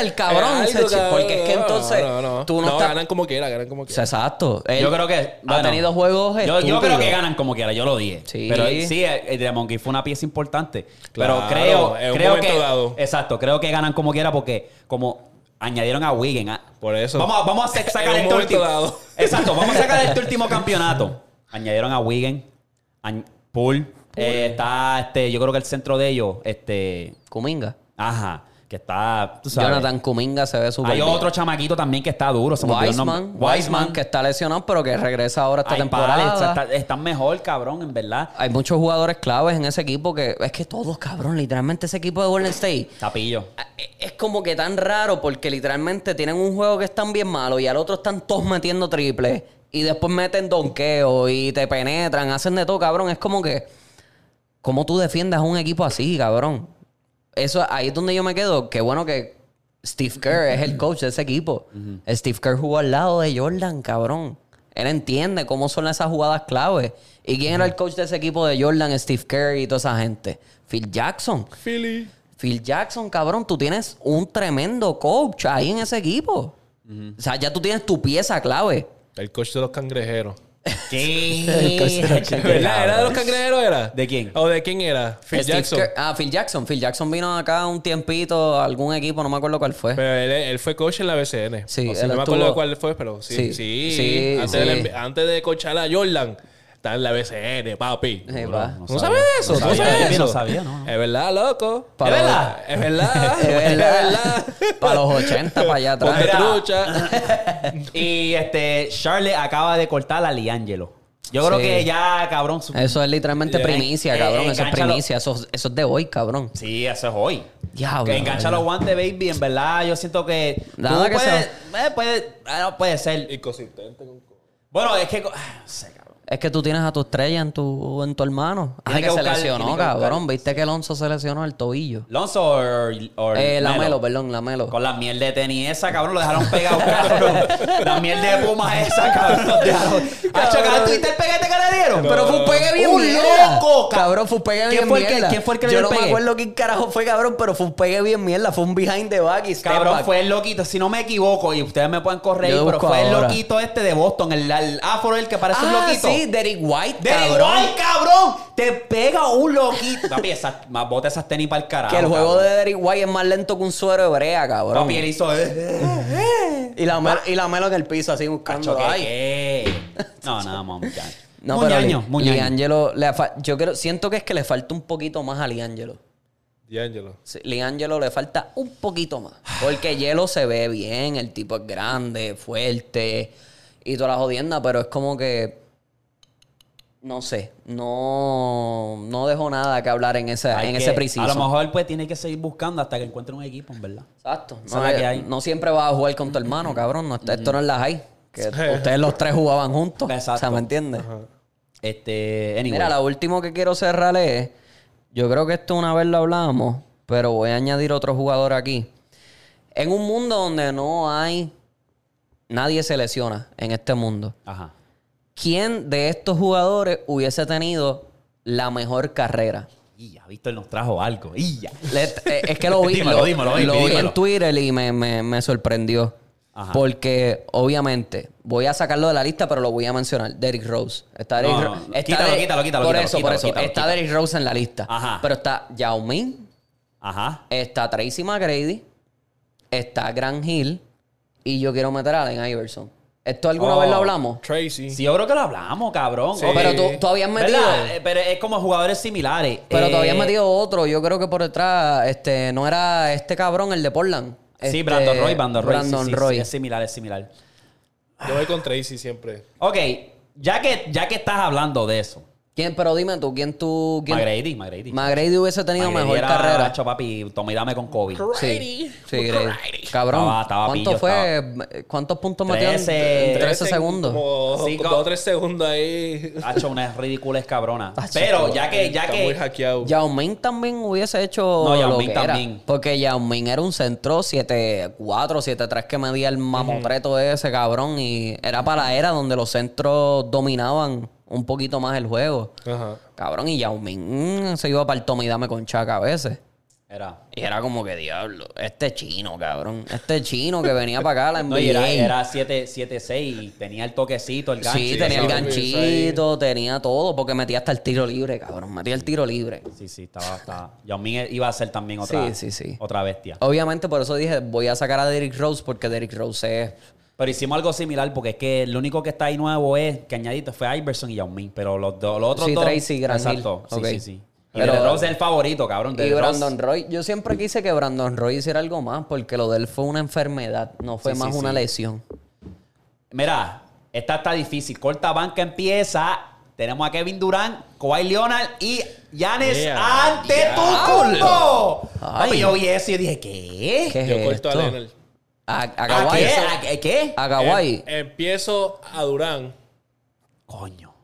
Speaker 1: el cabrón.
Speaker 3: Eh,
Speaker 1: se
Speaker 3: algo,
Speaker 1: chi- porque es que
Speaker 3: cabrón.
Speaker 1: entonces
Speaker 3: No, no, no.
Speaker 1: tú no,
Speaker 3: No,
Speaker 1: estás...
Speaker 3: ganan como quiera, ganan como
Speaker 1: O sea,
Speaker 3: quiera.
Speaker 1: exacto. Él
Speaker 2: Yo creo que.
Speaker 1: ha
Speaker 2: bueno,
Speaker 1: tenido juegos
Speaker 2: Yo, yo creo
Speaker 1: estúpidos.
Speaker 2: que ganan como quiera, yo lo dije.
Speaker 1: Sí.
Speaker 2: Pero eh, sí, eh, eh, Draymond Green fue una pieza importante.
Speaker 3: Claro,
Speaker 2: pero creo,
Speaker 3: en un
Speaker 2: creo
Speaker 3: momento
Speaker 2: que.
Speaker 3: dado.
Speaker 2: Exacto, creo que ganan como quiera porque, como añadieron a Wigan. ah,
Speaker 3: Por eso.
Speaker 2: Vamos, a- vamos a sa- sacar
Speaker 3: un
Speaker 2: este
Speaker 3: momento
Speaker 2: último.
Speaker 3: dado.
Speaker 2: Exacto, vamos a sacar este último campeonato. Añadieron a Wigan, a Poole. eh, está este, yo creo que el centro de ellos, este.
Speaker 1: Cuminga.
Speaker 2: Ajá. Que está. Tú sabes.
Speaker 1: Jonathan Cuminga se ve súper
Speaker 2: Hay
Speaker 1: bien.
Speaker 2: otro chamaquito también que está duro. se me olvidó el nombre.
Speaker 1: Wiseman. Wiseman que está lesionado, pero que regresa ahora esta
Speaker 2: Ay,
Speaker 1: temporada.
Speaker 2: párale, está- está- están mejor, cabrón, en verdad.
Speaker 1: Hay muchos jugadores claves en ese equipo que... Es que todos, cabrón. Literalmente ese equipo de Golden State...
Speaker 2: Tapillo.
Speaker 1: ah, eh, Es como que tan raro porque literalmente tienen un juego que están bien malo y al otro están todos metiendo triples y después meten donqueo y te penetran, hacen de todo, cabrón. Es como que ¿Cómo tú defiendas a un equipo así, cabrón? Eso, ahí es donde yo me quedo. Qué bueno que Steve Kerr es el coach de ese equipo. Steve Kerr jugó al lado de Jordan, cabrón. Él entiende cómo son esas jugadas clave. ¿Y quién era el coach de ese equipo de Jordan, Steve Kerr y toda esa gente? Phil Jackson.
Speaker 3: Philly.
Speaker 1: Phil Jackson, cabrón, tú tienes un tremendo coach ahí en ese equipo. O sea, ya tú tienes tu pieza clave.
Speaker 3: El coach de los cangrejeros.
Speaker 2: ¿Verdad?
Speaker 3: ¿Verdad? ¿Era de los cangrejeros era?
Speaker 2: ¿De quién?
Speaker 3: ¿O de quién era? Phil
Speaker 1: Steve
Speaker 3: Jackson.
Speaker 1: Kerr- ah, Phil Jackson. Phil Jackson vino acá un tiempito, a algún equipo, no me acuerdo cuál fue.
Speaker 3: Pero él, él fue coach en la BCN.
Speaker 1: Sí,
Speaker 3: O sea,
Speaker 1: él
Speaker 3: no me
Speaker 1: estuvo-
Speaker 3: acuerdo de cuál fue, pero sí.
Speaker 1: Sí,
Speaker 3: Sí,
Speaker 1: sí,
Speaker 3: antes,
Speaker 1: sí.
Speaker 3: De la- antes de coachar a Jordan, está en la BCN, papi.
Speaker 1: Sí, pa.
Speaker 3: ¿No sabes de eso?
Speaker 2: No
Speaker 3: ¿Tú no
Speaker 2: sabía,
Speaker 3: sabes de
Speaker 2: papi,
Speaker 3: eso?
Speaker 2: no sabía, no, no.
Speaker 3: Es verdad, loco.
Speaker 1: Pa-
Speaker 3: es verdad. Es verdad.
Speaker 1: Es verdad. Para los 80, para allá atrás.
Speaker 3: Ponte
Speaker 2: Mira.
Speaker 3: trucha.
Speaker 2: Y este, Charlotte acaba de cortar a Liangelo. Yo creo
Speaker 1: Sí.
Speaker 2: que ya, cabrón. su-
Speaker 1: Eso es literalmente
Speaker 2: Le-
Speaker 1: primicia,
Speaker 2: eh,
Speaker 1: cabrón.
Speaker 2: eh,
Speaker 1: eso es
Speaker 2: engánchalo.
Speaker 1: primicia. Eso, eso es de hoy, cabrón.
Speaker 2: Sí, eso es hoy.
Speaker 1: Diablo.
Speaker 2: Que engancha los guantes, baby. En verdad, yo siento que.
Speaker 1: Nada que
Speaker 2: puedes, eh, puedes- ah, no puede ser.
Speaker 3: Y consistente con
Speaker 2: Bueno, es que. co- ah, No sé, cabrón.
Speaker 1: Es que tú tienes a tu estrella en tu, en tu hermano. Ah,
Speaker 2: Tiene
Speaker 1: que,
Speaker 2: que
Speaker 1: se
Speaker 2: buscar-
Speaker 1: lesionó,
Speaker 2: tiene que
Speaker 1: cabrón.
Speaker 2: buscar.
Speaker 1: Viste que Alonso se lesionó el tobillo.
Speaker 2: Lonzo o.
Speaker 1: Eh, la Melo, perdón, la Melo.
Speaker 2: Con la miel de tenis esa, cabrón, lo dejaron pegado, cabrón. la miel de puma esa, cabrón. lo dejaron. ¿Has chocado el Twitter el peguete que le dieron?
Speaker 1: Pero fue un pegue bien
Speaker 2: ¡Un
Speaker 1: mierda.
Speaker 2: loco! ca-
Speaker 1: Cabrón, fue un pegue bien
Speaker 2: ¿Quién fue el que-
Speaker 1: mierda.
Speaker 2: quién fue el que le
Speaker 1: Yo
Speaker 2: dio
Speaker 1: no
Speaker 2: el
Speaker 1: me
Speaker 2: pegue?
Speaker 1: acuerdo quién carajo fue, cabrón, pero fue un pegue bien mierda. Fue un behind the back y step
Speaker 2: Cabrón,
Speaker 1: back.
Speaker 2: fue el loquito, si no me equivoco, y ustedes me pueden correr,
Speaker 1: Yo
Speaker 2: pero
Speaker 1: busco
Speaker 2: fue el
Speaker 1: ahora.
Speaker 2: loquito este de Boston, el, el afro, el que parece un
Speaker 1: Ah,
Speaker 2: loquito.
Speaker 1: sí, Derek White,
Speaker 2: ¡De
Speaker 1: cabrón.
Speaker 2: igual, cabrón! Te pega un loquito. Papi, esas, más bota esas tenis para el carajo.
Speaker 1: Que el juego
Speaker 2: Ah, cabrón.
Speaker 1: de Derek White es más lento que un suero de brea, cabrón.
Speaker 2: Papi, él hizo. eh, eh,
Speaker 1: Y la, mel- y la melo en el piso, así buscando.
Speaker 2: cacho, que-
Speaker 1: Ay.
Speaker 2: que- No, nada, más, muchacho.
Speaker 1: No, pero
Speaker 2: muñaño,
Speaker 1: Li-
Speaker 2: muñaño.
Speaker 1: Liangelo le fa- yo creo, siento que es que le falta un poquito más a Liangelo.
Speaker 3: D'Angelo.
Speaker 1: Sí, Liangelo le falta un poquito más. Porque Hielo se ve bien, el tipo es grande, fuerte y toda la jodienda, pero es como que. No sé, no, no dejó nada que hablar en ese,
Speaker 2: Hay
Speaker 1: en
Speaker 2: que-
Speaker 1: ese preciso.
Speaker 2: A lo mejor pues tiene que seguir buscando hasta que encuentre un equipo, en verdad.
Speaker 1: Exacto.
Speaker 2: Esa
Speaker 1: No,
Speaker 2: es la
Speaker 1: eh,
Speaker 2: que hay.
Speaker 1: no siempre vas a jugar con tu hermano, cabrón. No, está- Esto no es la high. Que ustedes los tres jugaban juntos. O sea,
Speaker 2: Exacto.
Speaker 1: ¿me entiendes?
Speaker 2: Este, anyway.
Speaker 1: Mira, lo último que quiero cerrar es. Yo creo que esto una vez lo hablábamos, pero voy a añadir otro jugador aquí. En un mundo donde no hay. Nadie se lesiona en este mundo.
Speaker 2: Ajá.
Speaker 1: ¿Quién de estos jugadores hubiese tenido la mejor carrera?
Speaker 2: Y ya, Víctor nos trajo algo. Y ya.
Speaker 1: Le- eh, es que lo vi,
Speaker 2: Dímelo,
Speaker 1: lo,
Speaker 2: dímelo, baby,
Speaker 1: lo vi en
Speaker 2: dímelo.
Speaker 1: Twitter y me, me- me sorprendió.
Speaker 2: Ajá.
Speaker 1: Porque, obviamente, voy a sacarlo de la lista, pero lo voy a mencionar. Derrick Rose. Está Derrick
Speaker 2: No,
Speaker 1: Ro-
Speaker 2: no, no.
Speaker 1: está
Speaker 2: Quítalo,
Speaker 1: Derrick-
Speaker 2: quítalo, quítalo,
Speaker 1: Por
Speaker 2: quítalo,
Speaker 1: eso, por
Speaker 2: quítalo,
Speaker 1: eso.
Speaker 2: quítalo,
Speaker 1: está
Speaker 2: quítalo.
Speaker 1: Derrick Rose en la lista.
Speaker 2: Ajá.
Speaker 1: Pero está Yao Ming,
Speaker 2: Ajá.
Speaker 1: está Tracy McGrady, está Grant Hill y yo quiero meter a Allen Iverson. ¿Esto alguna
Speaker 2: Oh.
Speaker 1: vez lo hablamos?
Speaker 3: Tracy.
Speaker 2: Sí, yo creo que lo hablamos, cabrón.
Speaker 3: Sí.
Speaker 1: Oh, pero tú, tú habías metido...
Speaker 2: ¿Verdad? Eh, Pero es como jugadores similares.
Speaker 1: Pero
Speaker 2: Eh,
Speaker 1: todavía habías metido otro. Yo creo que por detrás, este, no era este cabrón, el de Portland.
Speaker 2: Sí,
Speaker 1: Este,
Speaker 2: Brandon Roy, Brandon Roy. sí,
Speaker 1: Brandon
Speaker 2: sí,
Speaker 1: Roy.
Speaker 2: sí, es similar, es similar.
Speaker 3: Yo voy con Tracy siempre.
Speaker 1: Eh,
Speaker 2: Ok, ya que, ya que estás hablando de eso,
Speaker 1: ¿Quién, pero dime tú, ¿quién tú? Quién?
Speaker 2: McGrady, McGrady.
Speaker 1: McGrady hubiese tenido
Speaker 2: McGrady
Speaker 1: mejor
Speaker 2: era,
Speaker 1: carrera.
Speaker 2: macho, papi, toma y dame con Kobe.
Speaker 1: Sí, sí, Grady. Cabrón,
Speaker 2: Estaba- estaba
Speaker 1: ¿cuánto
Speaker 2: pillo,
Speaker 1: fue? ¿Cuántos puntos metió? en
Speaker 2: Trece.
Speaker 1: 13 segundos.
Speaker 3: Como
Speaker 2: Sí,
Speaker 3: como
Speaker 2: co-
Speaker 3: dos o tres segundos ahí.
Speaker 2: Ha hecho unas ridículas cabronas. Pero ya que, ya
Speaker 3: Está
Speaker 2: que.
Speaker 3: muy hackeado.
Speaker 1: Yao Ming también hubiese hecho
Speaker 2: No, Yao
Speaker 1: lo
Speaker 2: Ming
Speaker 1: que era,
Speaker 2: también.
Speaker 1: Porque Yao Ming era un centro 7-4, 7-3 que medía el mamotreto de ese cabrón. Y era para la era donde los centros dominaban un poquito más el juego.
Speaker 3: Ajá.
Speaker 1: Cabrón, y Yao Ming mm, se iba para el toma y dame con chaca a veces.
Speaker 2: Era.
Speaker 1: Y era como que diablo, este chino, cabrón. Este chino que venía para acá a la NBA.
Speaker 2: No, y era, era 7 7-6 y tenía el toquecito, el gancho.
Speaker 1: Sí,
Speaker 2: y
Speaker 1: tenía el
Speaker 2: eso.
Speaker 1: ganchito, tenía todo, porque metía hasta el tiro libre, cabrón. Metía el tiro libre.
Speaker 2: Sí, sí, estaba, estaba. Yao Ming iba a ser también otra,
Speaker 1: Sí, sí, sí.
Speaker 2: otra bestia.
Speaker 1: Obviamente, por eso dije, voy a sacar a Derrick Rose, porque Derrick Rose es.
Speaker 2: Pero hicimos algo similar porque es que lo único que está ahí nuevo es que añadiste fue Iverson y Yao Ming, pero los, dos, los otros
Speaker 1: Sí,
Speaker 2: dos.
Speaker 1: Tracy y Grant Hill.
Speaker 2: Exacto. Sí,
Speaker 1: Ok.
Speaker 2: sí, sí. Y
Speaker 1: Pero-
Speaker 2: Derrick Rose es el favorito, cabrón.
Speaker 1: Y
Speaker 2: Derrick Rose.
Speaker 1: Brandon Roy. Yo siempre quise que Brandon Roy hiciera algo más, porque lo de él fue una enfermedad, no fue
Speaker 2: Sí,
Speaker 1: más
Speaker 2: sí,
Speaker 1: una
Speaker 2: sí.
Speaker 1: lesión.
Speaker 2: Mira, esta está difícil. Corta banca empieza. Tenemos a Kevin Durant, Kawhi Leonard y Giannis
Speaker 3: Yeah.
Speaker 2: ante tu Papi, yo vi eso y dije, ¿qué?
Speaker 1: ¿Qué es
Speaker 3: Yo corto a
Speaker 1: esto?
Speaker 3: Leonard.
Speaker 1: A, a
Speaker 2: ¿A
Speaker 1: Kawhi,
Speaker 2: qué?
Speaker 1: eso-
Speaker 2: ¿A qué? qué?
Speaker 1: a Kawhi.
Speaker 3: Em- empiezo a Durán.
Speaker 2: Coño.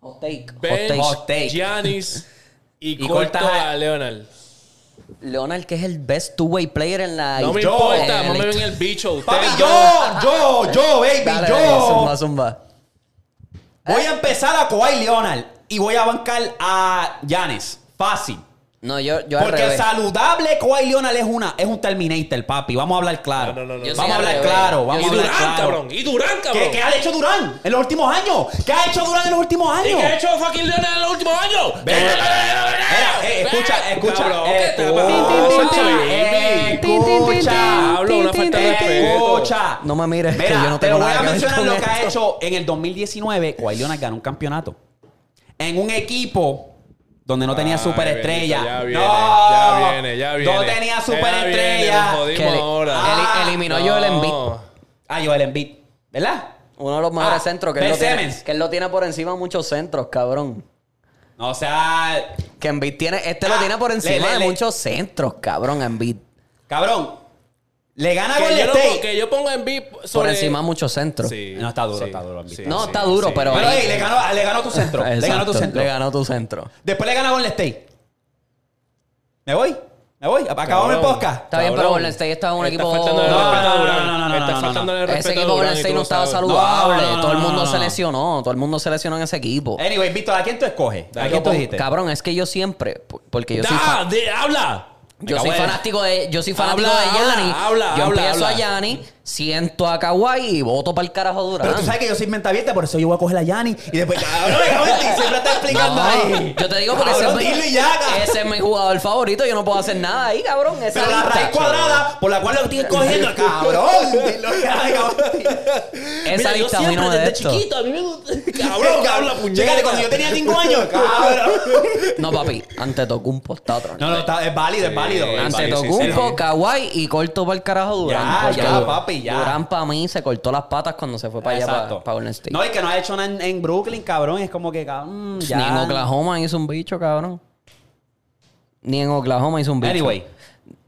Speaker 1: Hot take, hot
Speaker 3: Ben,
Speaker 1: take.
Speaker 2: Hot take.
Speaker 3: Giannis, Y,
Speaker 2: Y
Speaker 3: corta
Speaker 2: cortas
Speaker 3: a Leonard.
Speaker 1: Leonard, que es el best two-way player en la
Speaker 3: No me
Speaker 1: yo-
Speaker 3: importa,
Speaker 1: en la
Speaker 3: no me ven
Speaker 1: historia.
Speaker 3: el bicho. Ustedes
Speaker 2: Papi, yo, yo, yo, baby,
Speaker 1: Dale,
Speaker 2: yo.
Speaker 1: dale, zumba, zumba.
Speaker 2: Voy a empezar a Kawhi Leonard y voy a bancar a Giannis. Fácil.
Speaker 1: No, yo, yo al
Speaker 2: Porque el
Speaker 1: revés.
Speaker 2: saludable Kawhi Leonard es una es un Terminator, papi. Vamos a hablar claro.
Speaker 3: No, no, no, no. Yo
Speaker 2: Vamos a
Speaker 1: soy al
Speaker 2: hablar
Speaker 1: revés.
Speaker 2: claro.
Speaker 1: Yo
Speaker 2: Vamos
Speaker 3: Y
Speaker 2: a hablar
Speaker 3: Durán,
Speaker 2: claro.
Speaker 3: cabrón. Y Durán,
Speaker 2: ¿Qué-
Speaker 3: cabrón.
Speaker 2: ¿Qué, ha hecho Durán en los últimos años? ¿Qué ha hecho Durán en los últimos
Speaker 3: ¿Y
Speaker 2: años?
Speaker 3: qué ha hecho fucking Leonard en los últimos años?
Speaker 2: Ven. Mira, eh, escucha, escucha, eh, escucha,
Speaker 3: Hablo una falta de respeto.
Speaker 2: escucha.
Speaker 1: No me mires, que
Speaker 2: Mira,
Speaker 1: yo no
Speaker 2: te
Speaker 1: tengo
Speaker 2: lo voy
Speaker 1: nada
Speaker 2: a
Speaker 1: que ver
Speaker 2: mencionar
Speaker 1: con
Speaker 2: lo que ha
Speaker 1: esto.
Speaker 2: hecho en el 2019. Kawhi Leonard ganó un campeonato. En un equipo donde no tenía
Speaker 3: Ay,
Speaker 2: superestrella.
Speaker 3: bendito, ya viene,
Speaker 2: no,
Speaker 3: ya viene, ya viene.
Speaker 2: No tenía
Speaker 3: Ya
Speaker 2: superestrella.
Speaker 3: viene, nos jodimos.
Speaker 1: Que eli-
Speaker 3: ahora.
Speaker 1: eli-
Speaker 2: Ah,
Speaker 1: eliminó yo el Embiid.
Speaker 2: ah, Joel Embiid, ¿verdad?
Speaker 1: Uno de los mejores
Speaker 2: Ah,
Speaker 1: centros que
Speaker 2: Ben
Speaker 1: él, lo tiene,
Speaker 2: Simmons.
Speaker 1: que él lo tiene por encima de muchos centros, cabrón.
Speaker 2: O sea,
Speaker 1: Que Embiid tiene, este
Speaker 2: Ah,
Speaker 1: lo tiene por
Speaker 2: le-
Speaker 1: encima
Speaker 2: le-
Speaker 1: de
Speaker 2: le-
Speaker 1: muchos centros, cabrón, Embiid.
Speaker 2: cabrón, le gana
Speaker 3: Que
Speaker 2: Golden
Speaker 3: yo, no-
Speaker 2: State.
Speaker 3: que yo pongo en beat
Speaker 1: Por
Speaker 3: sobre-
Speaker 2: eh,
Speaker 1: encima de muchos centros.
Speaker 3: Sí,
Speaker 2: No, está duro,
Speaker 3: sí,
Speaker 2: está duro, Embiid.
Speaker 3: sí,
Speaker 1: No,
Speaker 3: sí,
Speaker 1: está duro,
Speaker 3: sí.
Speaker 1: pero...
Speaker 2: Pero ey, le ganó, le ganó tu centro. Le ganó tu
Speaker 1: Exacto,
Speaker 2: centro.
Speaker 1: Le ganó tu centro.
Speaker 2: Después le gana Golden State. ¿Me voy? ¿Me voy? ¿Acabamos el
Speaker 3: Cabrón.
Speaker 2: podcast?
Speaker 1: Está bien, pero
Speaker 3: Cabrón.
Speaker 1: Golden State está un
Speaker 3: Está
Speaker 1: equipo-
Speaker 3: faltando el
Speaker 1: No,
Speaker 3: respeto a
Speaker 2: no,
Speaker 3: Durán.
Speaker 2: no, no, no,
Speaker 3: Está
Speaker 2: no,
Speaker 3: faltando
Speaker 2: no.
Speaker 3: el
Speaker 1: Ese
Speaker 3: respeto a
Speaker 1: equipo
Speaker 3: Durán y
Speaker 1: Golden
Speaker 3: tú
Speaker 1: State no
Speaker 3: lo
Speaker 1: estaba
Speaker 3: sabes.
Speaker 1: saludable.
Speaker 2: No, no,
Speaker 1: todo el
Speaker 2: no,
Speaker 1: mundo
Speaker 2: no,
Speaker 1: se
Speaker 2: no.
Speaker 1: lesionó. Todo el mundo se lesionó en ese equipo.
Speaker 2: Anyway, Víctor, ¿a quién tú escoges? ¿A
Speaker 3: Dale.
Speaker 2: quién tú dijiste? Ah,
Speaker 1: Cabrón, es que yo siempre, porque yo soy,
Speaker 3: Da,
Speaker 1: fa-
Speaker 3: de- habla.
Speaker 1: yo
Speaker 2: me
Speaker 1: soy
Speaker 2: cago en-
Speaker 1: fanático de, yo soy fanático
Speaker 3: Habla,
Speaker 1: de Yanni.
Speaker 3: habla, habla,
Speaker 1: yo
Speaker 3: habla,
Speaker 1: empiezo
Speaker 3: habla.
Speaker 1: a Yanni, siento a Kawhi y voto para el carajo Durán.
Speaker 2: Pero tú sabes que yo soy mente abierta, por eso yo voy a coger a Yanni. Y después, cabrón, me cago en ti, siempre está explicando
Speaker 1: No,
Speaker 2: ahí.
Speaker 1: yo te digo porque ese es,
Speaker 2: cabrón,
Speaker 1: mi,
Speaker 2: dilo y ya, cabrón.
Speaker 1: ese es mi jugador favorito. Yo no puedo hacer nada ahí, cabrón. Esa
Speaker 2: Pero la
Speaker 1: lista,
Speaker 2: raíz cuadrada por la cual lo estoy cogiendo, cabrón. Dilo ya, cabrón.
Speaker 1: Esa
Speaker 3: Mira, yo
Speaker 1: lista a mí no
Speaker 3: siempre
Speaker 1: me da
Speaker 3: desde
Speaker 1: esto.
Speaker 3: chiquito, a mí me gusta. Cabrón, habla,
Speaker 2: Chécate,
Speaker 3: puñeta.
Speaker 2: cuando yo tenía 5 años, cabrón.
Speaker 1: No, papi, ante Tocumpo está otro.
Speaker 2: No,
Speaker 1: nivel.
Speaker 2: no, está- es válido, es válido. es
Speaker 1: Ante
Speaker 2: válido, sí, sí,
Speaker 1: Tocumpo,
Speaker 2: sí.
Speaker 1: Kawhi y corto para el carajo Durán.
Speaker 2: Ya,
Speaker 1: porque
Speaker 2: ya,
Speaker 1: Du-
Speaker 2: papi, ya.
Speaker 1: Durán para mí se cortó las patas cuando se fue para allá, para, Golden State.
Speaker 2: No, y que no ha hecho nada en, en Brooklyn, cabrón. Es como que, cabrón, mm, ya.
Speaker 1: Ni en Oklahoma hizo un bicho, cabrón. Ni en Oklahoma hizo un bicho.
Speaker 2: Anyway.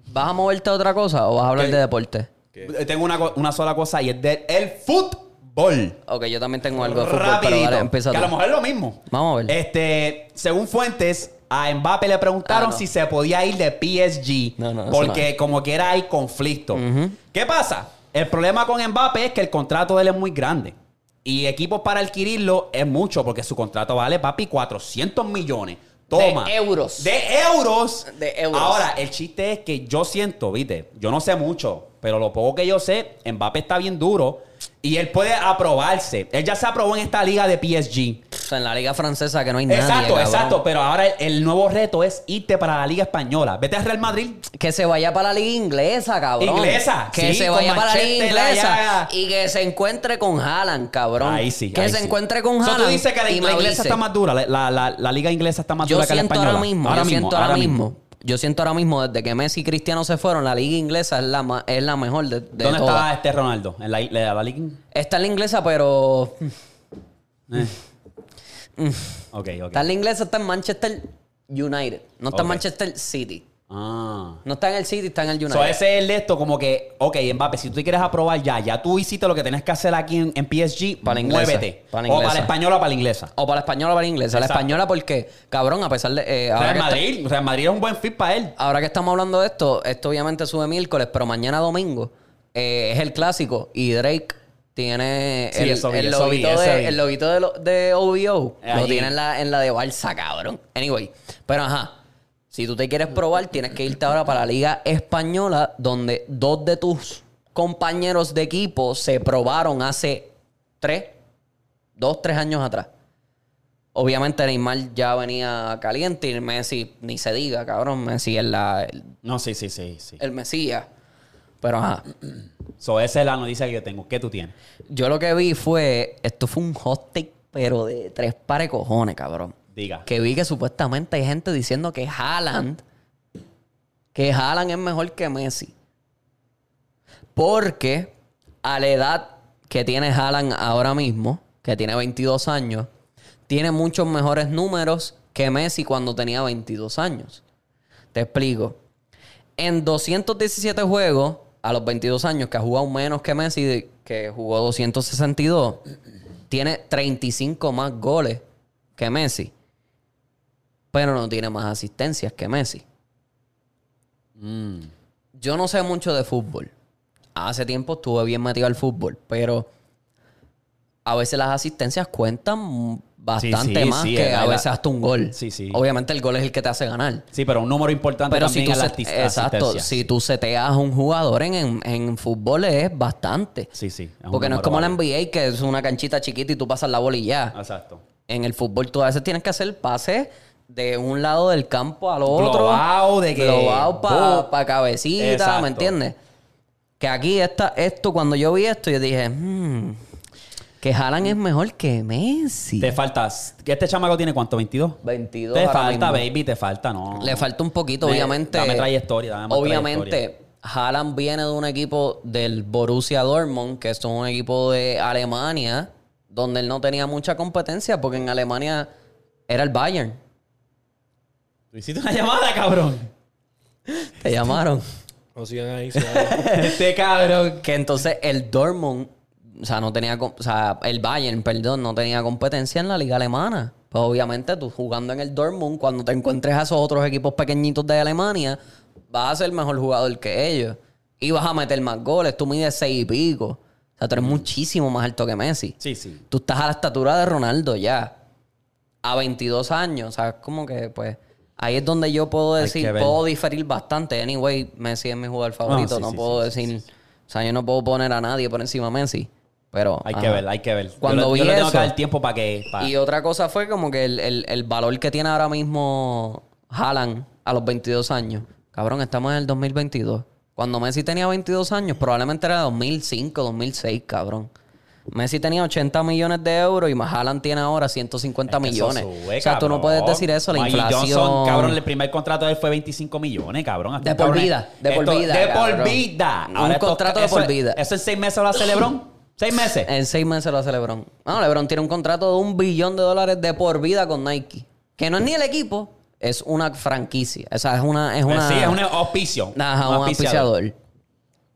Speaker 1: ¿Vas a moverte a otra cosa o vas a hablar de deporte?
Speaker 2: Eh, Tengo una, co- una sola cosa y es del el fútbol.
Speaker 1: Ok, yo también tengo algo de fútbol, pero
Speaker 2: Rapidito.
Speaker 1: dale, empieza
Speaker 2: que a lo
Speaker 1: tú.
Speaker 2: mejor es lo mismo.
Speaker 1: Vamos a ver.
Speaker 2: Este, según fuentes, a Mbappé le preguntaron
Speaker 1: Ah, no.
Speaker 2: si se podía ir de PSG
Speaker 1: No, no, eso
Speaker 2: porque como que era hay conflicto. ¿Qué pasa? El problema con Mbappé es que el contrato de él es muy grande. Y equipos para adquirirlo es mucho porque su contrato vale, papi, 400 millones. Toma.
Speaker 1: De euros.
Speaker 2: De euros.
Speaker 1: De euros.
Speaker 2: Ahora, el chiste es que yo siento, viste, yo no sé mucho, pero lo poco que yo sé, Mbappé está bien duro y él puede aprobarse. Él ya se aprobó en esta liga de PSG.
Speaker 1: O sea, en la liga francesa que no hay nadie,
Speaker 2: Exacto,
Speaker 1: cabrón.
Speaker 2: exacto. Pero ahora el, el nuevo reto es irte para la Liga Española. Vete a Real Madrid.
Speaker 1: Que se vaya para la liga inglesa, cabrón.
Speaker 2: Inglesa,
Speaker 1: Que
Speaker 2: sí,
Speaker 1: se
Speaker 2: con
Speaker 1: vaya para la liga
Speaker 2: Manchester
Speaker 1: inglesa
Speaker 2: allá.
Speaker 1: y que se encuentre con Haaland, cabrón.
Speaker 2: Ahí sí.
Speaker 1: Que
Speaker 2: ahí
Speaker 1: se
Speaker 2: sí.
Speaker 1: encuentre con
Speaker 2: O sea,
Speaker 1: Haaland.
Speaker 2: tú dices que la,
Speaker 1: y
Speaker 2: la
Speaker 1: me
Speaker 2: inglesa
Speaker 1: avise.
Speaker 2: está más dura. La, la- la- la Liga inglesa está más
Speaker 1: Yo
Speaker 2: dura que la
Speaker 1: siento
Speaker 2: española.
Speaker 1: ahora mismo, yo siento ahora mismo, yo siento ahora mismo desde que Messi y Cristiano se fueron, la liga inglesa es la, ma- es la mejor de, de
Speaker 2: ¿Dónde
Speaker 1: todas.
Speaker 2: está este Ronaldo? ¿En la, la- la Liga?
Speaker 1: Está en la inglesa, pero.
Speaker 2: Eh. Ok, ok.
Speaker 1: Está en la inglesa, está en Manchester United. No está en
Speaker 2: Ok.
Speaker 1: Manchester City.
Speaker 2: Ah.
Speaker 1: No está en el City, está en el United.
Speaker 2: So, ese es el de esto, como que, ok, Mbappé, si tú te quieres aprobar ya, ya tú hiciste lo que tenés que hacer aquí en, en PSG,
Speaker 1: Para la inglesa,
Speaker 2: muévete.
Speaker 1: para la
Speaker 2: o
Speaker 1: inglesa.
Speaker 2: para la española o para la inglesa.
Speaker 1: O para la española o para la inglesa. La
Speaker 2: Exacto.
Speaker 1: española, porque, cabrón, a pesar de. eh, ahora,
Speaker 2: Real
Speaker 1: que esta-
Speaker 2: Madrid, Real Madrid es un buen fit para él.
Speaker 1: ahora que estamos hablando de esto, esto obviamente sube miércoles, pero mañana domingo eh, es el clásico y Drake. Tiene
Speaker 2: Sí,
Speaker 1: el,
Speaker 2: eso vi,
Speaker 1: el
Speaker 2: eso vi,
Speaker 1: loguito,
Speaker 2: eso vi.
Speaker 1: de, el loguito de, lo- de OVO. Lo
Speaker 2: Allí.
Speaker 1: tiene en la, en la de Barça, cabrón. Anyway, pero ajá. Si tú te quieres probar, tienes que irte ahora para la Liga Española, donde dos de tus compañeros de equipo se probaron hace tres, dos, tres años atrás. Obviamente Neymar ya venía caliente y Messi, ni se diga, cabrón. Messi es la, el,
Speaker 2: No, sí, sí, sí, sí.
Speaker 1: el Mesías. Pero ajá.
Speaker 2: So, esa es la noticia que yo tengo. ¿Qué tú tienes?
Speaker 1: Yo lo que vi fue. Esto fue un hot take, pero de tres pares cojones, cabrón.
Speaker 2: Diga.
Speaker 1: Que vi que supuestamente hay gente diciendo que Haaland. Que Haaland es mejor que Messi. Porque a la edad que tiene Haaland ahora mismo, que tiene 22 años, tiene muchos mejores números que Messi cuando tenía 22 años. Te explico. En 217 juegos, a los 22 años, que ha jugado menos que Messi, de- que jugó 262, tiene 35 más goles que Messi. pero no tiene más asistencias que Messi.
Speaker 2: Mm.
Speaker 1: Yo no sé mucho de fútbol. Hace tiempo estuve bien metido al fútbol, pero a veces las asistencias cuentan bastante
Speaker 2: sí,
Speaker 1: más
Speaker 2: sí,
Speaker 1: que
Speaker 2: es
Speaker 1: a
Speaker 2: verdad.
Speaker 1: veces hasta un gol.
Speaker 2: Sí, sí.
Speaker 1: Obviamente el gol es el que te hace ganar.
Speaker 2: Sí, pero un número importante
Speaker 1: Pero si
Speaker 2: también
Speaker 1: tú,
Speaker 2: es la
Speaker 1: set-
Speaker 2: asist-
Speaker 1: exacto,
Speaker 2: asistencia.
Speaker 1: si tú seteas a un jugador en, en, en fútbol es bastante.
Speaker 2: Sí, sí. es un
Speaker 1: Porque no es
Speaker 2: número
Speaker 1: como
Speaker 2: válido. Ah.
Speaker 1: la NBA que es una canchita chiquita y tú pasas la bola y ya.
Speaker 2: Exacto.
Speaker 1: En el fútbol tú a veces tienes que hacer pases de un lado del campo al otro.
Speaker 2: Globao de que-
Speaker 1: para
Speaker 2: Boom.
Speaker 1: cabecita,
Speaker 2: Exacto.
Speaker 1: ¿me entiendes? Que aquí está esto, cuando yo vi esto, yo dije, "Hmm, que Haaland es mejor que Messi.
Speaker 2: Te faltas. ¿Este chamaco tiene cuánto? ¿22?
Speaker 1: 22
Speaker 2: Te
Speaker 1: ahora
Speaker 2: falta,
Speaker 1: mismo.
Speaker 2: baby, te falta, no.
Speaker 1: Le falta un poquito,
Speaker 2: Le-
Speaker 1: obviamente.
Speaker 2: dame trayectoria, dame más
Speaker 1: Obviamente,
Speaker 2: trayectoria.
Speaker 1: Haaland viene de un equipo del Borussia Dortmund, que es un equipo de Alemania, donde él no tenía mucha competencia, porque en Alemania era el Bayern.
Speaker 2: Tú hiciste una llamada, cabrón.
Speaker 1: Te llamaron.
Speaker 3: No sigan ahí. sigan ahí.
Speaker 2: este cabrón.
Speaker 1: que entonces el Dortmund, o sea, no tenía, com- o sea, el Bayern, perdón, no tenía competencia en la liga alemana. Pues obviamente tú jugando en el Dortmund, cuando te encuentres a esos otros equipos pequeñitos de Alemania, vas a ser mejor jugador que ellos. Y vas a meter más goles. Tú mides seis y pico. O sea, tú eres muchísimo más alto que Messi.
Speaker 2: Sí, sí.
Speaker 1: Tú estás a la estatura de Ronaldo ya. A 22 años. O sea, es como que, pues... Ahí es donde yo puedo
Speaker 2: Hay
Speaker 1: decir...
Speaker 2: que ver. Ah,
Speaker 1: Puedo diferir bastante. Anyway, Messi es mi jugador favorito.
Speaker 2: sí,
Speaker 1: no
Speaker 2: sí, sí,
Speaker 1: puedo
Speaker 2: sí,
Speaker 1: decir... O sea, yo no puedo poner a nadie por encima de Messi. Pero...
Speaker 2: Hay que
Speaker 1: ajá.
Speaker 2: ver, hay que ver.
Speaker 1: Cuando
Speaker 2: yo, le- yo
Speaker 1: vi
Speaker 2: le tengo
Speaker 1: eso-
Speaker 2: que dar tiempo para que. pa-
Speaker 1: Y otra cosa fue como que el, el- el valor que tiene ahora mismo Haaland a los 22 años. Cabrón, estamos en el 2022. Cuando Messi tenía 22 años, probablemente era 2005, 2006, cabrón. Messi tenía 80 millones de euros y más Haaland tiene ahora 150
Speaker 2: que eso
Speaker 1: millones.
Speaker 2: sube,
Speaker 1: o sea, tú no
Speaker 2: cabrón.
Speaker 1: puedes decir eso, la
Speaker 2: Magic
Speaker 1: inflación.
Speaker 2: Johnson, cabrón, el primer contrato de él fue 25 millones, cabrón. Hasta
Speaker 1: De por
Speaker 2: cabrón,
Speaker 1: vida, de por vida,
Speaker 2: De por
Speaker 1: cabrón.
Speaker 2: vida.
Speaker 1: Un contrato de
Speaker 2: eso-
Speaker 1: por vida.
Speaker 2: ¿Eso en seis meses lo hace Lebron? ¿Seis meses?
Speaker 1: En seis meses lo hace LeBron. No, LeBron tiene un contrato de un billón de dólares de por vida con Nike. Que no es ni el equipo, es una franquicia. O sea, es una... Es una
Speaker 2: Pues sí, es un auspicio.
Speaker 1: Ajá, un auspiciador.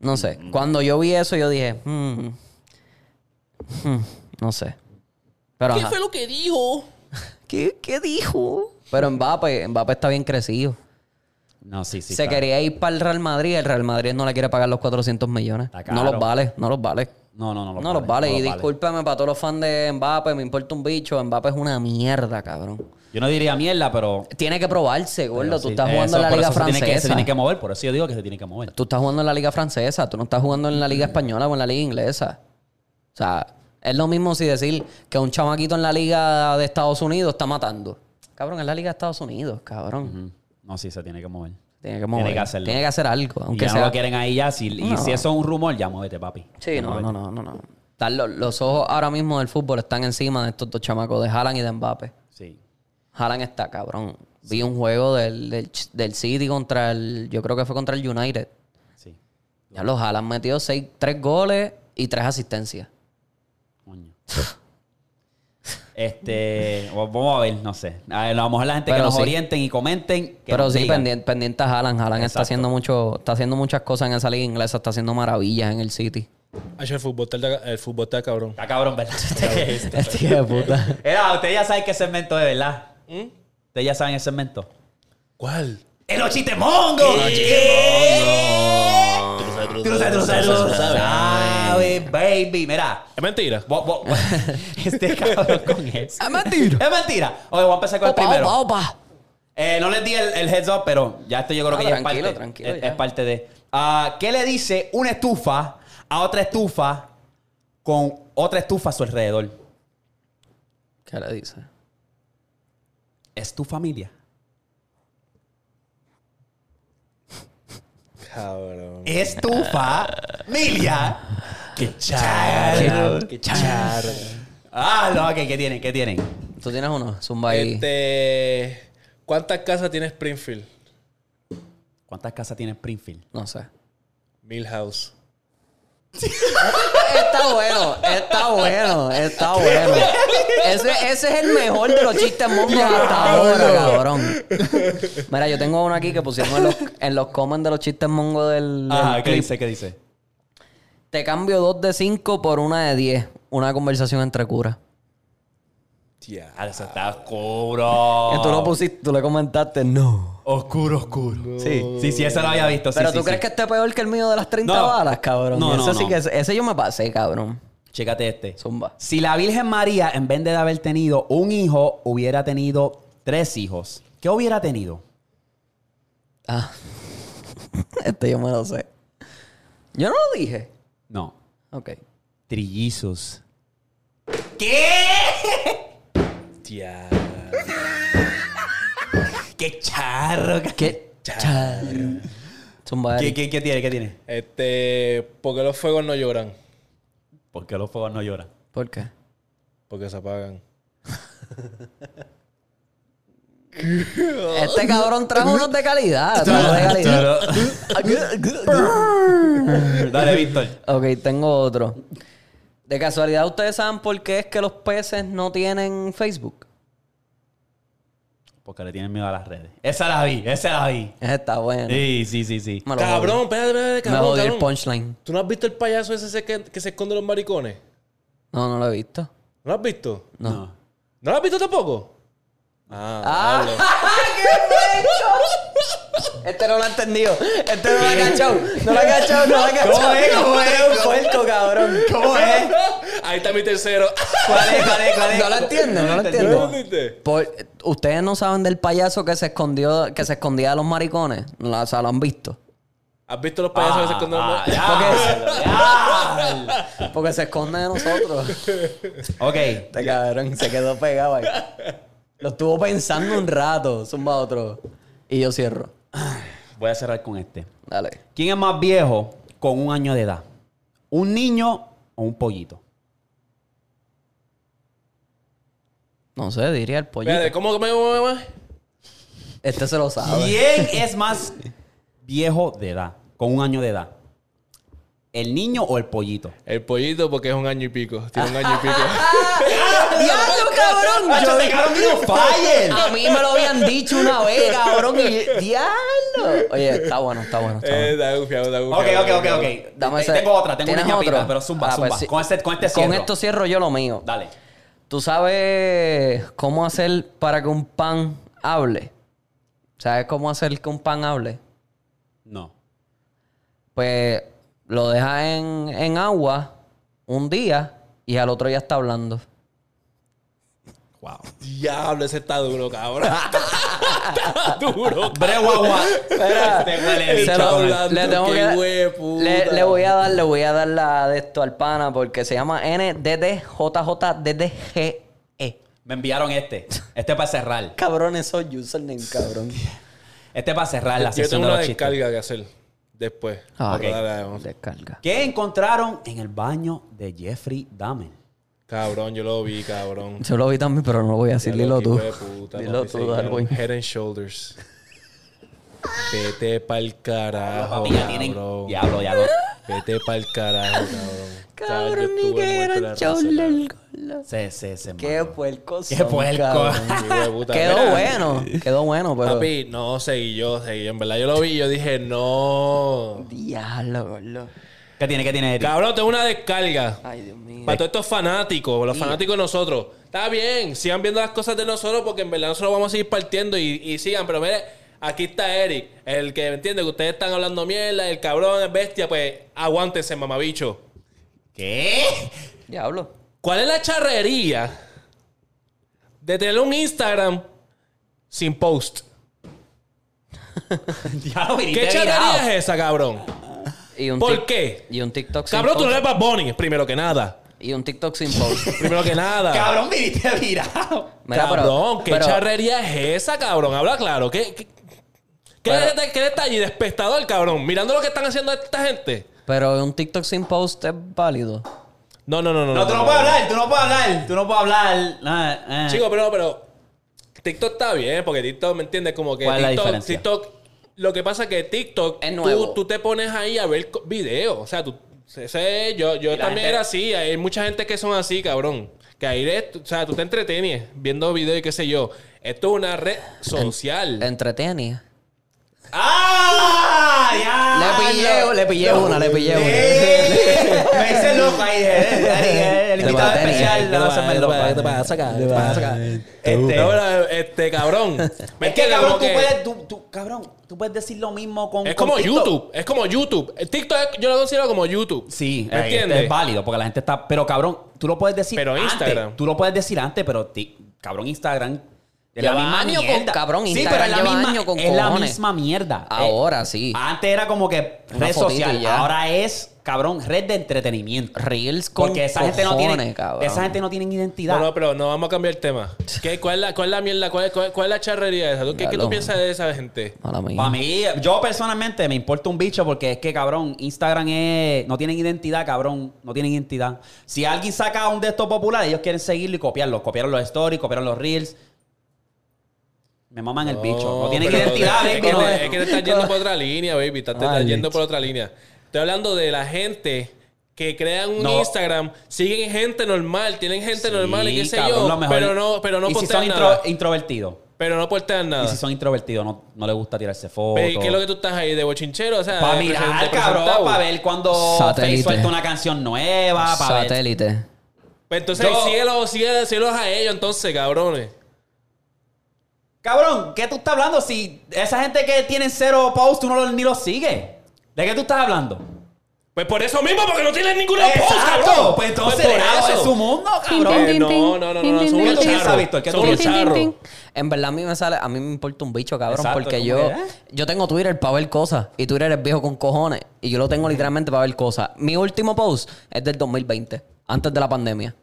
Speaker 1: No sé.
Speaker 2: Mm.
Speaker 1: Cuando yo vi eso, yo dije, "Hmm, hmm, no sé. Pero,
Speaker 3: ¿Qué
Speaker 1: ajá.
Speaker 3: fue lo que dijo?
Speaker 1: ¿Qué, qué dijo? Pero Mbappé, Mbappé está bien crecido.
Speaker 2: No, sí, sí.
Speaker 1: Se
Speaker 2: claro.
Speaker 1: quería ir para el Real Madrid. El Real Madrid no le quiere pagar los 400 millones.
Speaker 2: Está
Speaker 1: No
Speaker 2: caro.
Speaker 1: los vale, no los vale.
Speaker 2: No, no, no
Speaker 1: No
Speaker 2: los
Speaker 1: los,
Speaker 2: vale,
Speaker 1: vale.
Speaker 2: no los
Speaker 1: y
Speaker 2: vale.
Speaker 1: discúlpame para todos los fans de Mbappé. Me importa un bicho. Mbappé es una mierda, cabrón.
Speaker 2: Yo no diría mierda, pero.
Speaker 1: Tiene que probarse, gordo.
Speaker 2: pero
Speaker 1: Tú
Speaker 2: sí,
Speaker 1: estás jugando
Speaker 2: eso-
Speaker 1: en la
Speaker 2: por
Speaker 1: Liga
Speaker 2: eso se tiene que-
Speaker 1: Francesa.
Speaker 2: Se tiene que mover, por eso yo digo que se tiene que mover.
Speaker 1: tú estás jugando en la liga francesa, tú no estás jugando en la liga española o en la liga inglesa. O sea, es lo mismo si decir que un chamaquito en la liga de Estados Unidos está matando. Cabrón, es la liga de Estados Unidos, cabrón.
Speaker 2: Ujú. No, sí, se tiene que mover.
Speaker 1: Tiene que mover.
Speaker 2: Tiene que hacerlo.
Speaker 1: Tiene que hacer algo, aunque
Speaker 2: y ya
Speaker 1: sea.
Speaker 2: no lo quieren ahí ya. Si, Y
Speaker 1: No.
Speaker 2: si eso es un rumor, ya muévete, papi.
Speaker 1: Sí, no, no, no, no, no. Están lo- los ojos ahora mismo del fútbol están encima de estos dos chamacos, de Haaland y de Mbappé.
Speaker 2: Sí.
Speaker 1: Haaland está, cabrón. Vi un juego del, del, del City contra el, yo creo que fue contra el United.
Speaker 2: Sí.
Speaker 1: Ya los Haaland metió seis, tres goles y tres asistencias.
Speaker 2: Coño. este. o- Vamos a ver, no sé. A, ver, a lo mejor la gente que
Speaker 1: Pero
Speaker 2: nos
Speaker 1: sí.
Speaker 2: orienten y comenten. que
Speaker 1: Pero
Speaker 2: nos
Speaker 1: sí,
Speaker 2: digan.
Speaker 1: pendiente, pendiente a Haaland. Haaland
Speaker 2: Exacto.
Speaker 1: está haciendo, mucho, está haciendo muchas cosas en esa liga inglesa. Está haciendo maravillas en el City.
Speaker 3: Ay, Ah, el fútbol está, el fútbol está cabrón.
Speaker 2: Está cabrón, ¿verdad? Este,
Speaker 1: Tío de puta.
Speaker 2: Era, usted ya sabe qué segmento es, ¿verdad? Ustedes ya saben el segmento.
Speaker 3: ¿Cuál?
Speaker 2: ¡El Ochitemongo! Tú lo sabes, tú lo sabes, tú lo sabes, Ah, baby. Mira,
Speaker 3: Es mentira.
Speaker 2: bo- bo- este cabrón con eso.
Speaker 1: ¡Es mentira!
Speaker 2: Es mentira. Ok, voy a empezar con el
Speaker 1: ¡Opa,
Speaker 2: primero.
Speaker 1: opa, opa!
Speaker 2: Eh, no les di el, el heads up, pero ya esto yo creo
Speaker 1: Ah,
Speaker 2: que ya es
Speaker 1: tranquilo,
Speaker 2: parte.
Speaker 1: tranquilo,
Speaker 2: es,
Speaker 1: ya.
Speaker 2: es parte de. Ah, ¿Qué le dice una estufa a otra estufa con otra estufa a su alrededor?
Speaker 1: ¿Qué le dice?
Speaker 2: Es tu familia.
Speaker 3: Cabrón.
Speaker 2: Es tu familia. ¡Qué
Speaker 1: Qué-
Speaker 2: char!
Speaker 3: Qué charro.
Speaker 2: Ah, no, ok, ¿qué tienen? ¿Qué tienen?
Speaker 1: ¿Tú tienes uno? Zumba ahí.
Speaker 3: Este, ¿Cuántas casas tiene Springfield?
Speaker 2: ¿Cuántas casas tiene Springfield?
Speaker 1: No sé.
Speaker 3: Milhouse.
Speaker 1: Está bueno, está bueno, está bueno. Ese, ese es el mejor de los chistes mongos hasta ahora, cabrón. Mira, yo tengo uno aquí que pusimos en los, en los comments de los chistes mongos del, del
Speaker 2: Ajá, Ah, ¿qué
Speaker 1: clip.
Speaker 2: dice? ¿Qué dice?
Speaker 1: Te cambio dos de cinco por una de diez. Una conversación entre curas.
Speaker 3: Ya.
Speaker 2: Ah, Eso está oscuro.
Speaker 1: Que tú lo pusiste, tú le comentaste, no.
Speaker 2: Oscuro, oscuro. Sí, sí, sí, eso lo había visto. sí,
Speaker 1: Pero
Speaker 2: sí,
Speaker 1: tú
Speaker 2: sí.
Speaker 1: crees que esté peor que el mío de las 30
Speaker 2: No.
Speaker 1: balas, cabrón.
Speaker 2: No,
Speaker 1: Eso
Speaker 2: no,
Speaker 1: sí
Speaker 2: no.
Speaker 1: que es- ese yo me pasé, cabrón.
Speaker 2: Chécate este.
Speaker 1: Zumba.
Speaker 2: Si la Virgen María, en vez de haber tenido un hijo, hubiera tenido tres hijos, ¿qué hubiera tenido?
Speaker 1: Ah. este yo me lo sé. Yo no lo dije.
Speaker 2: No.
Speaker 1: Ok.
Speaker 2: Trillizos.
Speaker 3: Ya.
Speaker 2: ¡Qué charro!
Speaker 1: ¿Qué? Charro. Zumba.
Speaker 2: ¿Qué,
Speaker 1: Eric.
Speaker 2: qué, qué tiene? ¿Qué tiene?
Speaker 3: Este, ¿por qué los fuegos no lloran?
Speaker 2: ¿Por qué los fuegos no lloran?
Speaker 1: ¿Por qué?
Speaker 3: Porque se apagan.
Speaker 1: Este cabrón trajo unos de calidad. Trajo de calidad.
Speaker 2: Dale, Víctor.
Speaker 1: Ok, tengo otro. De casualidad, ¿ustedes saben por qué es que los peces no tienen Facebook?
Speaker 2: Porque le tienen miedo a las redes. Esa la vi, esa la vi.
Speaker 1: Esa está bueno.
Speaker 2: Sí, sí, sí, sí.
Speaker 1: Me lo
Speaker 3: Cabrón,
Speaker 1: jodí.
Speaker 3: espérate, espérate,
Speaker 1: Me
Speaker 3: cabrón.
Speaker 1: jodí el
Speaker 3: cabrón.
Speaker 1: punchline.
Speaker 3: ¿Tú no has visto el payaso ese se- que, que se esconde en los maricones?
Speaker 1: No, no lo he visto.
Speaker 3: ¿No lo has visto?
Speaker 1: No.
Speaker 3: ¿No lo has visto tampoco? Ah, diablo.
Speaker 1: Este no lo ha entendido. Este no lo ha cachado. No lo ha cachado, no lo ha cachado.
Speaker 2: ¿Cómo es? ¿Cómo es?
Speaker 1: Eres un puerco, cabrón. ¿Eh?
Speaker 2: ¿Cómo es?
Speaker 3: Ahí está mi tercero.
Speaker 2: ¿Cuál es? ¿Cuál es? ¿Cuál es?
Speaker 1: No lo entiendo, no lo
Speaker 3: ¿No
Speaker 1: entiendo.
Speaker 3: lo entendiste?
Speaker 1: Por- Ustedes no saben del payaso que se escondió, que se escondía de los maricones. No, la- o sea, lo han visto.
Speaker 3: ¿Has visto los payasos que se
Speaker 2: Ah,
Speaker 3: esconden en los
Speaker 2: ah,
Speaker 3: maricones?
Speaker 2: ya, ya.
Speaker 1: Porque se esconde de nosotros.
Speaker 2: Ok.
Speaker 1: Ah. Este cabrón se quedó pegado ahí. Lo estuvo pensando un rato, zumba otro. Y yo cierro.
Speaker 2: Voy a cerrar con este.
Speaker 1: Dale.
Speaker 2: ¿Quién es más viejo con un año de edad? ¿Un niño o un pollito?
Speaker 1: No sé, diría el pollito.
Speaker 3: Espérate, ¿cómo me mamá?
Speaker 1: Este se lo sabe.
Speaker 2: ¿Quién es más viejo de edad? Con un año de edad. ¿El niño o el pollito?
Speaker 3: El pollito porque es un año y pico. Tiene un año y pico.
Speaker 1: Ah, ¡Diablo, cabrón! Yo- A mí me lo habían dicho una vez, cabrón. Y diablo. Oye, está bueno, está bueno, está
Speaker 3: eh,
Speaker 1: bueno.
Speaker 3: está gufiado, está
Speaker 2: Ok,
Speaker 3: gufiado,
Speaker 2: ok,
Speaker 3: está
Speaker 2: ok,
Speaker 3: gufiado.
Speaker 2: ok.
Speaker 1: Dame ese-
Speaker 2: Tengo otra, tengo una
Speaker 1: ¿Tienes
Speaker 2: ñapita,
Speaker 1: otro?
Speaker 2: pero zumba,
Speaker 1: Ah, pues
Speaker 2: zumba.
Speaker 1: sí.
Speaker 2: Con, este, con este
Speaker 1: Con
Speaker 2: cierro.
Speaker 1: esto cierro yo lo mío.
Speaker 2: Dale.
Speaker 1: ¿Tú sabes cómo hacer para que un pan hable? ¿Sabes cómo hacer que un pan hable?
Speaker 2: No.
Speaker 1: Pues lo dejas en, en agua un día y al otro ya está hablando.
Speaker 2: Wow.
Speaker 3: Diablo, ese está duro, cabrón. está duro.
Speaker 2: Breguagua. Este huele
Speaker 3: Se
Speaker 2: bicho
Speaker 3: lo-
Speaker 2: con el-
Speaker 3: hablando, qué hueputa.
Speaker 1: le, le voy a dar, le voy a dar la de esto al pana porque se llama NDDJJDDGE.
Speaker 2: Eh, Me enviaron este. Este para cerrar.
Speaker 1: Cabrón, eso es username, cabrón.
Speaker 2: Este para cerrar la
Speaker 3: Yo
Speaker 2: sesión
Speaker 3: tengo
Speaker 2: de
Speaker 3: una
Speaker 2: los chistes.
Speaker 3: descarga que hacer después.
Speaker 1: Ah,
Speaker 3: Pero
Speaker 2: ok.
Speaker 3: dale, vamos.
Speaker 1: Descarga.
Speaker 2: ¿Qué encontraron en el baño de Jeffrey Dahmer?
Speaker 3: Cabrón, yo lo vi, cabrón.
Speaker 1: Yo lo vi también, pero no lo voy a decir.
Speaker 3: Diablo,
Speaker 1: Dilo
Speaker 3: qué
Speaker 1: tú.
Speaker 3: hijo de puta,
Speaker 1: Dilo
Speaker 3: papi, se
Speaker 1: tú,
Speaker 3: dijeron
Speaker 1: Darwin.
Speaker 3: Head and shoulders. Vete pa'l carajo,
Speaker 2: Papi, ya tienen...
Speaker 3: cabrón.
Speaker 2: Diablo, ya lo...
Speaker 3: Vete pa'l carajo, cabrón.
Speaker 1: Cabrón,
Speaker 3: Ya, yo
Speaker 1: ni
Speaker 3: estuve
Speaker 1: que
Speaker 3: muerto
Speaker 1: era
Speaker 3: de la
Speaker 1: el
Speaker 3: risa,
Speaker 1: chola.
Speaker 2: Se, se, se
Speaker 1: Qué
Speaker 2: mató.
Speaker 1: puerco.
Speaker 2: Qué
Speaker 1: son,
Speaker 2: puerco.
Speaker 1: cabrón.
Speaker 3: hijo de puta.
Speaker 1: Quedó
Speaker 3: Mira,
Speaker 1: bueno. Quedó bueno, pero.
Speaker 3: Papi, no, seguí yo, seguí yo. En verdad, yo lo vi y yo dije, no.
Speaker 1: Diablo, gordo.
Speaker 2: ¿Qué tiene, qué tiene, Eric?
Speaker 3: Cabrón, tengo una descarga.
Speaker 1: Ay, Dios mío.
Speaker 3: Para todos estos fanáticos, los fanáticos de nosotros. Está bien, sigan viendo las cosas de nosotros porque en verdad nosotros vamos a seguir partiendo y, y sigan. Pero mire, aquí está Eric, el que entiende que ustedes están hablando mierda, el cabrón, el bestia. Pues aguántense, mamabicho.
Speaker 2: ¿Qué?
Speaker 1: Diablo.
Speaker 3: ¿Cuál es la charrería de tener un Instagram sin post?
Speaker 2: Diablo,
Speaker 3: ¿Qué eh.
Speaker 2: viniste virado.
Speaker 3: charrería es esa, cabrón?
Speaker 1: Y un
Speaker 3: ¿Por
Speaker 1: tic-
Speaker 3: qué?
Speaker 1: Y un TikTok sin
Speaker 3: Cabrón, tú no
Speaker 1: post.
Speaker 3: eres Bad Bunny, primero que nada.
Speaker 1: Y un TikTok sin post.
Speaker 3: Primero que nada.
Speaker 2: Cabrón, viniste virado.
Speaker 1: Mira, pero-
Speaker 3: cabrón, ¿qué
Speaker 1: pero-
Speaker 3: charrería es esa, cabrón? Habla claro. ¿Qué, qué, qué, detalle- qué detalle de espectador, cabrón? Mirando lo que están haciendo esta gente.
Speaker 1: Pero un TikTok sin post es válido.
Speaker 3: No, no, no, no.
Speaker 2: No, tú no puedes hablar, tú no puedes hablar, tú no puedes hablar. Ah, ah.
Speaker 3: Chico, pero, pero TikTok está bien, porque TikTok, ¿me entiendes? Como que
Speaker 2: ¿Cuál es la
Speaker 3: TikTok,
Speaker 2: diferencia?
Speaker 3: TikTok- lo que pasa es que TikTok,
Speaker 1: Es
Speaker 3: tú-
Speaker 1: nuevo.
Speaker 3: Tú, te pones ahí a ver co- videos. O sea, tú, ese- yo, yo
Speaker 2: Y la
Speaker 3: también
Speaker 2: gente-
Speaker 3: era así. Hay mucha gente que son así, cabrón. Que ahí, eres- o sea, tú te entretienes viendo videos y qué sé yo. Esto es una red social.
Speaker 1: Entretenía.
Speaker 2: ¡Ah! ¡Ya!
Speaker 1: Le pillé, le pillé una, le pillé una.
Speaker 2: Sí. Me hice loco ahí. eh, eh, eh, el invitado
Speaker 1: Debate tenis.
Speaker 2: especial de los Semen
Speaker 3: ¿Qué te
Speaker 2: Lopez.
Speaker 3: pasa acá? ¿Qué te pasa acá?
Speaker 2: Este,
Speaker 3: No, pero, este, cabrón. ¿Me
Speaker 2: Es que,
Speaker 3: entiendes?
Speaker 2: cabrón,
Speaker 3: Como
Speaker 2: tú
Speaker 3: que-
Speaker 2: puedes, tú, tú- cabrón, tú puedes decir lo mismo con.
Speaker 3: Es
Speaker 2: con
Speaker 3: como
Speaker 2: TikTok.
Speaker 3: YouTube. Es como YouTube. El TikTok es- yo lo considero como YouTube.
Speaker 2: Sí,
Speaker 3: ¿Me
Speaker 2: eh,
Speaker 3: entiendes?
Speaker 2: es válido porque la gente está. Pero cabrón, tú lo puedes decir.
Speaker 3: Pero
Speaker 2: antes.
Speaker 3: Instagram.
Speaker 2: Tú lo puedes decir antes, pero ti- cabrón, Instagram. Es la
Speaker 1: Lleva
Speaker 2: misma
Speaker 1: años con-
Speaker 2: mierda.
Speaker 1: cabrón,
Speaker 2: sí,
Speaker 1: Instagram
Speaker 2: pero es la
Speaker 1: lleva
Speaker 2: misma,
Speaker 1: años con
Speaker 2: es la
Speaker 1: cojones.
Speaker 2: misma mierda.
Speaker 1: Ahora sí.
Speaker 2: Eh, antes era como que
Speaker 1: Una
Speaker 2: red
Speaker 1: fotito y
Speaker 2: social,
Speaker 1: ya.
Speaker 2: ahora es, cabrón, red de entretenimiento.
Speaker 1: Reels con
Speaker 2: Porque esa gente no
Speaker 1: cojones,
Speaker 2: tiene,
Speaker 1: cabrón.
Speaker 2: esa gente no tiene identidad.
Speaker 3: No, no, pero no vamos a cambiar el tema. ¿Qué, cuál, es la, ¿Cuál es la mierda? ¿Cuál, es- cuál, cuál es la charrería esa? ¿Tú, qué, qué
Speaker 1: Diablo.
Speaker 3: tú piensas de esa gente?
Speaker 1: Mala mía.
Speaker 2: Para mí, yo personalmente me importa un bicho porque es que, cabrón, Instagram es. No tienen identidad, cabrón. No tienen identidad. Si alguien saca un de estos populares, ellos quieren seguirlo y copiarlo. Copiaron los stories, copiaron los reels. Me maman el bicho. No tienen
Speaker 3: pero-
Speaker 2: identidad,
Speaker 3: Es
Speaker 2: baby,
Speaker 3: que,
Speaker 2: no
Speaker 3: te-
Speaker 2: es- Ah,
Speaker 3: es que te estás yendo por otra línea, baby. Estás, te estás
Speaker 1: Alex.
Speaker 3: yendo por otra línea. Estoy hablando de la gente que crean un
Speaker 2: No.
Speaker 3: Instagram, siguen gente normal, tienen gente
Speaker 2: Sí,
Speaker 3: normal y qué sé
Speaker 2: cabrón, lo
Speaker 3: yo,
Speaker 2: mejor.
Speaker 3: pero no, pero no
Speaker 2: ¿Y si
Speaker 3: postean
Speaker 2: son intro-
Speaker 3: nada.
Speaker 2: introvertidos.
Speaker 3: Pero no postean
Speaker 2: Y
Speaker 3: nada.
Speaker 2: si son introvertidos, no, no les gusta tirarse fotos.
Speaker 3: Baby, ¿Qué es lo que tú estás ahí? ¿De bochinchero? O sea,
Speaker 2: Para
Speaker 3: de presen- de
Speaker 2: mirar, cabrón,
Speaker 3: presentado.
Speaker 2: para ver cuando
Speaker 1: Satélite.
Speaker 2: Facebook suelta una canción nueva, para ver.
Speaker 1: Satélite.
Speaker 3: Pues entonces
Speaker 2: Yo-
Speaker 3: síguelo, síguelo, síguelos a ellos entonces, cabrones.
Speaker 2: Cabrón, ¿qué tú estás hablando? Si esa gente que tiene cero posts, tú no los- ni los sigues. ¿De qué tú estás hablando?
Speaker 3: Pues por eso mismo, porque no tienen ninguna post,
Speaker 2: Exacto.
Speaker 3: cabrón.
Speaker 2: Pues entonces,
Speaker 3: por
Speaker 2: ah, es
Speaker 3: eso.
Speaker 2: su mundo, cabrón.
Speaker 3: Eh,
Speaker 6: Tin, tin,
Speaker 3: no, no, no,
Speaker 6: tin,
Speaker 3: no,
Speaker 6: tin,
Speaker 3: son
Speaker 6: tin,
Speaker 3: unos
Speaker 6: tin.
Speaker 2: charros.
Speaker 3: Víctor?
Speaker 2: ¿Qué
Speaker 3: Son
Speaker 2: tú
Speaker 3: unos
Speaker 2: piensas?
Speaker 3: charros.
Speaker 6: Tin, tin,
Speaker 1: En verdad a mí me sale, a mí me importa un bicho, cabrón,
Speaker 2: Exacto,
Speaker 1: porque
Speaker 2: como
Speaker 1: yo,
Speaker 2: que, ¿eh?
Speaker 1: yo tengo Twitter para ver cosas y Twitter es viejo con cojones y yo lo tengo literalmente para ver cosas. Mi último post es del 2020, antes de la pandemia.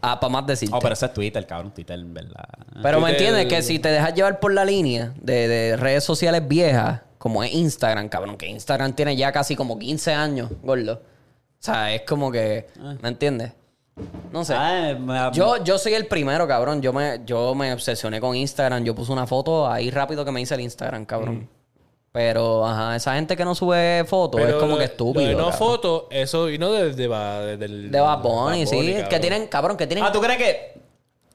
Speaker 1: Ah, para más decirte.
Speaker 2: Oh, pero
Speaker 1: pero
Speaker 2: ese es Twitter, cabrón. Twitter, en verdad.
Speaker 1: me
Speaker 3: Twitter-
Speaker 1: entiendes que si te dejas llevar por la línea de, de redes sociales viejas, como es Instagram, cabrón, que Instagram tiene ya casi como 15 años, gordo. O sea, es como que,
Speaker 2: Ah.
Speaker 1: ¿me entiendes? No sé.
Speaker 2: Ay, Ah, me-
Speaker 1: eh, Yo, yo soy el primero, cabrón. Yo me, yo me obsesioné con Instagram. Yo puse una foto ahí rápido que me hice el Instagram, cabrón.
Speaker 3: Mm.
Speaker 1: Pero, ajá, esa gente que no sube fotos es
Speaker 3: Pero
Speaker 1: como
Speaker 3: lo-
Speaker 1: que
Speaker 3: lo
Speaker 1: estúpido.
Speaker 3: de no
Speaker 1: cabrón.
Speaker 3: foto, eso vino desde Ba- desde el-
Speaker 1: de Bad Bunny,
Speaker 3: Bad
Speaker 1: sí.
Speaker 3: cabrón.
Speaker 1: Que tienen, cabrón, que tienen,
Speaker 2: Ah, ¿tú crees que...?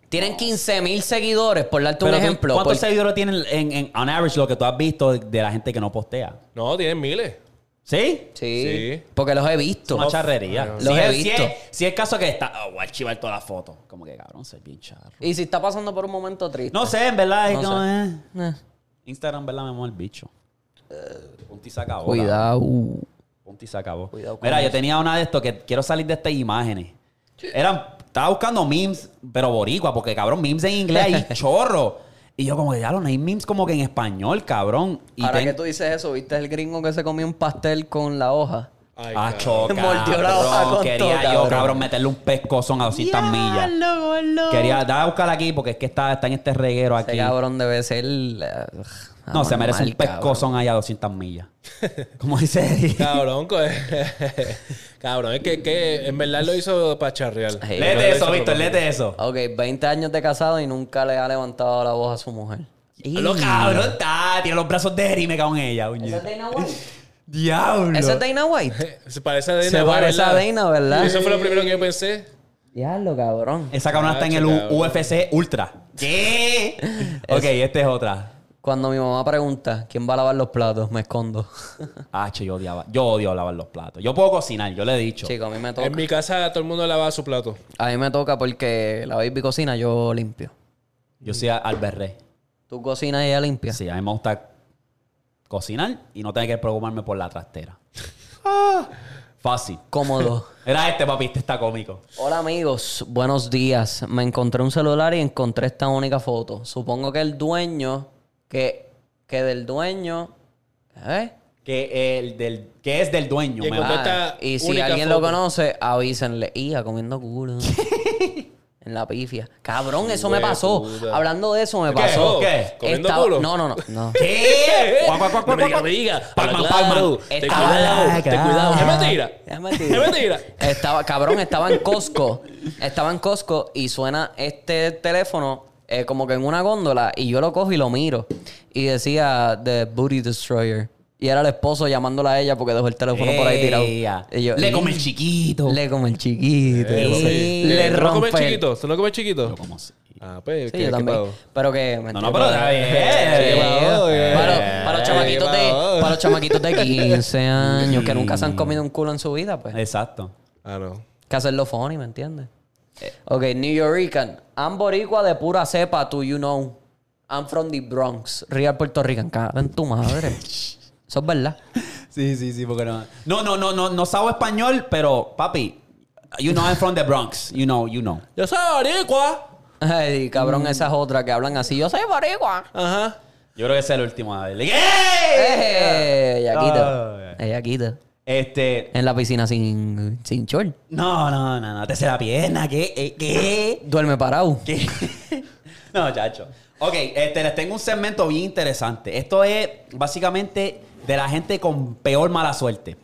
Speaker 1: tienen 15 mil seguidores, por darte un
Speaker 2: pero tú-
Speaker 1: ejemplo.
Speaker 2: ¿Cuántos
Speaker 1: por-
Speaker 2: seguidores tienen en, en- on average lo que tú has visto de la gente que no postea?
Speaker 3: No, tienen miles.
Speaker 2: ¿Sí?
Speaker 1: Sí,
Speaker 3: Sí.
Speaker 1: Porque los he visto.
Speaker 2: Una charrería.
Speaker 1: Los he
Speaker 2: es-
Speaker 1: visto.
Speaker 2: Si es, si es caso que está... Oh, voy a archivar todas las fotos. Como que, cabrón, soy bien charro.
Speaker 1: Y si está pasando por un momento triste.
Speaker 2: No sé, en verdad, es
Speaker 1: No
Speaker 2: como...
Speaker 1: sé.
Speaker 2: eh.
Speaker 1: Eh,
Speaker 2: Instagram, ¿verdad? Me amó el bicho. Punto Eh, y se acabó. cabrón.
Speaker 1: cuidado.
Speaker 2: Punto y se acabó.
Speaker 1: Cuidado con
Speaker 2: Mira, yo
Speaker 1: eso.
Speaker 2: tenía una de estos que quiero salir de estas imágenes. Eran, estaba buscando memes, pero boricua, porque cabrón, memes en inglés hay chorro. Y yo como que, diablo, no hay memes como que en español, cabrón. Y
Speaker 1: Ahora
Speaker 2: ten-
Speaker 1: que tú dices eso, ¿viste el gringo que se comió un pastel con la hoja?
Speaker 3: Ay,
Speaker 2: Ah,
Speaker 3: cabrón.
Speaker 2: choca,
Speaker 1: Mordió la hoja
Speaker 2: cabrón.
Speaker 1: con
Speaker 2: Quería
Speaker 1: todo,
Speaker 2: yo,
Speaker 1: cabrón.
Speaker 2: cabrón. meterle un pescozón a 200 millas.
Speaker 1: gordo.
Speaker 2: Quería, da a buscar aquí porque es que está, está en este reguero aquí.
Speaker 1: Ese cabrón debe ser. eh,
Speaker 2: no, se merece un
Speaker 1: anormal, cabrón.
Speaker 2: pescozón allá a 200 millas. Como dice.
Speaker 3: Cabrón, co- cabrón, es que, que en verdad lo hizo para charrear. En verdad
Speaker 1: Hey.
Speaker 2: léete
Speaker 3: lo
Speaker 2: eso,
Speaker 3: hizo
Speaker 2: Víctor,
Speaker 3: para-
Speaker 2: léete eso.
Speaker 1: Ok, 20 años de casado y nunca le ha levantado la voz a su mujer.
Speaker 2: Lo cabrón está, tiene los brazos de Jerry y me cago en ella,
Speaker 1: ¿Ese es
Speaker 2: uñe.
Speaker 1: Dana White?
Speaker 2: Diablo.
Speaker 1: ¿Ese es Dana White?
Speaker 3: Se parece a Dana.
Speaker 1: Se
Speaker 3: ¿verdad?
Speaker 1: parece a Dana, ¿verdad?
Speaker 3: Eso fue lo primero que yo pensé.
Speaker 1: Diablo, cabrón.
Speaker 2: Esa cabrona está en el
Speaker 3: Cacho,
Speaker 2: U- UFC Ultra. ¿Qué? ok, esta es otra.
Speaker 1: Cuando mi mamá pregunta quién va a lavar los platos, me escondo.
Speaker 2: Ah, che, yo odiaba. Yo odio lavar los platos. Yo puedo cocinar, yo le he dicho.
Speaker 1: Chico, a mí me toca.
Speaker 3: En mi casa todo el mundo lavaba su plato.
Speaker 1: A mí me toca porque la baby cocina, yo limpio.
Speaker 2: Yo soy alberré.
Speaker 1: Tú cocinas y ella limpia.
Speaker 2: Sí, a mí me gusta cocinar y no tener que preocuparme por la trastera. Fácil.
Speaker 1: Cómodo.
Speaker 2: Era este, papi, este está cómico.
Speaker 1: Hola amigos, buenos días. Me encontré un celular y encontré esta única foto. Supongo que el dueño, que, que del dueño... ¿Eh?
Speaker 2: Que, el del, que es del dueño.
Speaker 3: Y
Speaker 2: me-
Speaker 3: encontré-
Speaker 2: Ah,
Speaker 1: Ah,
Speaker 3: esta
Speaker 1: y si
Speaker 3: única
Speaker 1: alguien lo
Speaker 3: foto.
Speaker 1: conoce, avísenle. Ia, comiendo culo. en la pifia. Cabrón, eso me pasó.
Speaker 3: Hueputa.
Speaker 1: Hablando de eso, me
Speaker 2: ¿Qué?
Speaker 1: pasó.
Speaker 2: ¿Qué?
Speaker 3: ¿Comiendo
Speaker 1: Estaba-
Speaker 3: culo?
Speaker 1: No, no, no. no.
Speaker 2: ¿Qué? Guau, guau, guau,
Speaker 3: No me diga, no
Speaker 2: guau, guau.
Speaker 3: me diga.
Speaker 2: Palma,
Speaker 3: Habla
Speaker 2: palma.
Speaker 3: claro. Ten
Speaker 1: Estaba-
Speaker 3: cuidado, ten
Speaker 2: Claro.
Speaker 3: cuidado. Es mentira.
Speaker 1: Ah, Es mentira.
Speaker 3: Es mentira.
Speaker 1: Estaba, cabrón, estaba en Costco. Estaba en Costco y suena este teléfono eh, como que en una góndola y yo lo cojo y lo miro. Y decía The Booty Destroyer. Y era el esposo llamándola a ella porque dejó el teléfono por ahí tirado.
Speaker 2: Ella.
Speaker 1: Y yo,
Speaker 2: le
Speaker 1: "Ih,
Speaker 2: come el chiquito.
Speaker 1: Le come el chiquito.
Speaker 2: Ey.
Speaker 1: Le
Speaker 3: Eh, ¿Tú no comes
Speaker 1: rompe. el-
Speaker 3: chiquito? ¿Tú no comes chiquito?
Speaker 2: Yo como así.
Speaker 3: Ah, pues,
Speaker 1: Sí,
Speaker 3: ¿qué-
Speaker 1: yo
Speaker 3: qué
Speaker 1: también.
Speaker 3: pago?
Speaker 1: Pero que.
Speaker 2: No, no, pero está bien.
Speaker 1: Sí,
Speaker 3: pasó, eh?
Speaker 1: para, los- para los chamaquitos de,
Speaker 3: pasó?
Speaker 1: para los chamaquitos de 15 años que nunca se han comido un culo en su vida, pues.
Speaker 2: Exacto.
Speaker 3: Ah, no.
Speaker 1: que hacerlo funny, ¿me entiendes? Eh, Ok, New Yorican. I'm boricua de pura cepa, tú, you know. I'm from the Bronx. Real Puerto Rican. Cago en tu madre. Eso es verdad.
Speaker 2: Sí, sí, sí, porque no. No, no, no, no, no sabo español, pero papi, you know I'm from the Bronx. You know, you know.
Speaker 3: Yo soy boricua.
Speaker 1: Ay, cabrón, esas otras que hablan así. Yo soy boricua.
Speaker 3: Ajá.
Speaker 2: Yo creo que ese es el último. a ver. ¡Eh!
Speaker 1: Eh,
Speaker 2: Ah,
Speaker 1: Yaquita.
Speaker 2: ok.
Speaker 1: Eh, Yaquita.
Speaker 2: Este.
Speaker 1: En la piscina sin, sin short.
Speaker 2: No, no, no, no. Tercera pierna, ¿qué? Eh, ¿Qué?
Speaker 1: Duerme parado.
Speaker 2: ¿Qué? no, chacho. Ok, este, les tengo un segmento bien interesante. Esto es básicamente de la gente con peor mala suerte.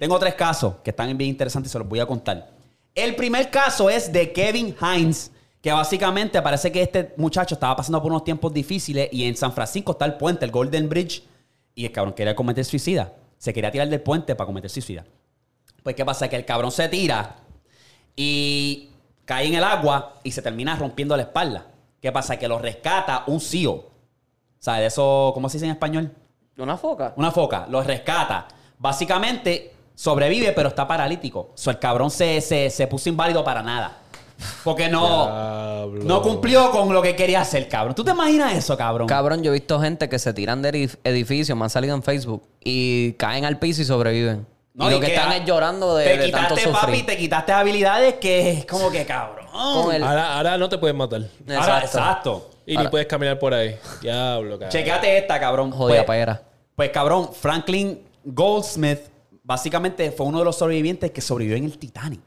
Speaker 2: Tengo tres casos que están bien interesantes y se los voy a contar. El primer caso es de Kevin Hines, que básicamente parece que este muchacho estaba pasando por unos tiempos difíciles y en San Francisco está el puente, el Golden Bridge, y el cabrón quería cometer suicida. Se quería tirar del puente para cometer suicida. Pues, ¿qué pasa? Que el cabrón se tira y cae en el agua y se termina rompiendo la espalda. ¿Qué pasa? Que lo rescata un CEO. O sea, de eso, ¿cómo se dice en español?
Speaker 1: ¿Una foca?
Speaker 2: Una foca, lo rescata. Básicamente sobrevive, pero está paralítico. O sea, el cabrón se, se, se puso inválido para nada. Porque no,
Speaker 3: Diablo.
Speaker 2: no cumplió con lo que quería hacer, cabrón. ¿Tú te imaginas eso, cabrón?
Speaker 1: Cabrón, yo he visto gente que se tiran de edif- edificios, me han salido en Facebook, y caen al piso y sobreviven.
Speaker 2: No,
Speaker 1: y
Speaker 2: y
Speaker 1: lo que,
Speaker 2: que
Speaker 1: están
Speaker 2: a-
Speaker 1: es llorando de,
Speaker 2: te
Speaker 1: de tanto
Speaker 2: quitaste, papi,
Speaker 1: sufrir.
Speaker 2: te quitaste habilidades que es como que, cabrón.
Speaker 1: Con el-
Speaker 3: Ahora, ahora no te pueden matar.
Speaker 2: Ahora,
Speaker 1: Exacto.
Speaker 2: exacto.
Speaker 3: Y ni puedes caminar por ahí. Diablo, cabrón.
Speaker 2: Checate esta, cabrón.
Speaker 1: Jodida
Speaker 2: Pues-
Speaker 1: paera.
Speaker 2: Pues cabrón, Franklin Goldsmith básicamente fue uno de los sobrevivientes que sobrevivió en el Titanic.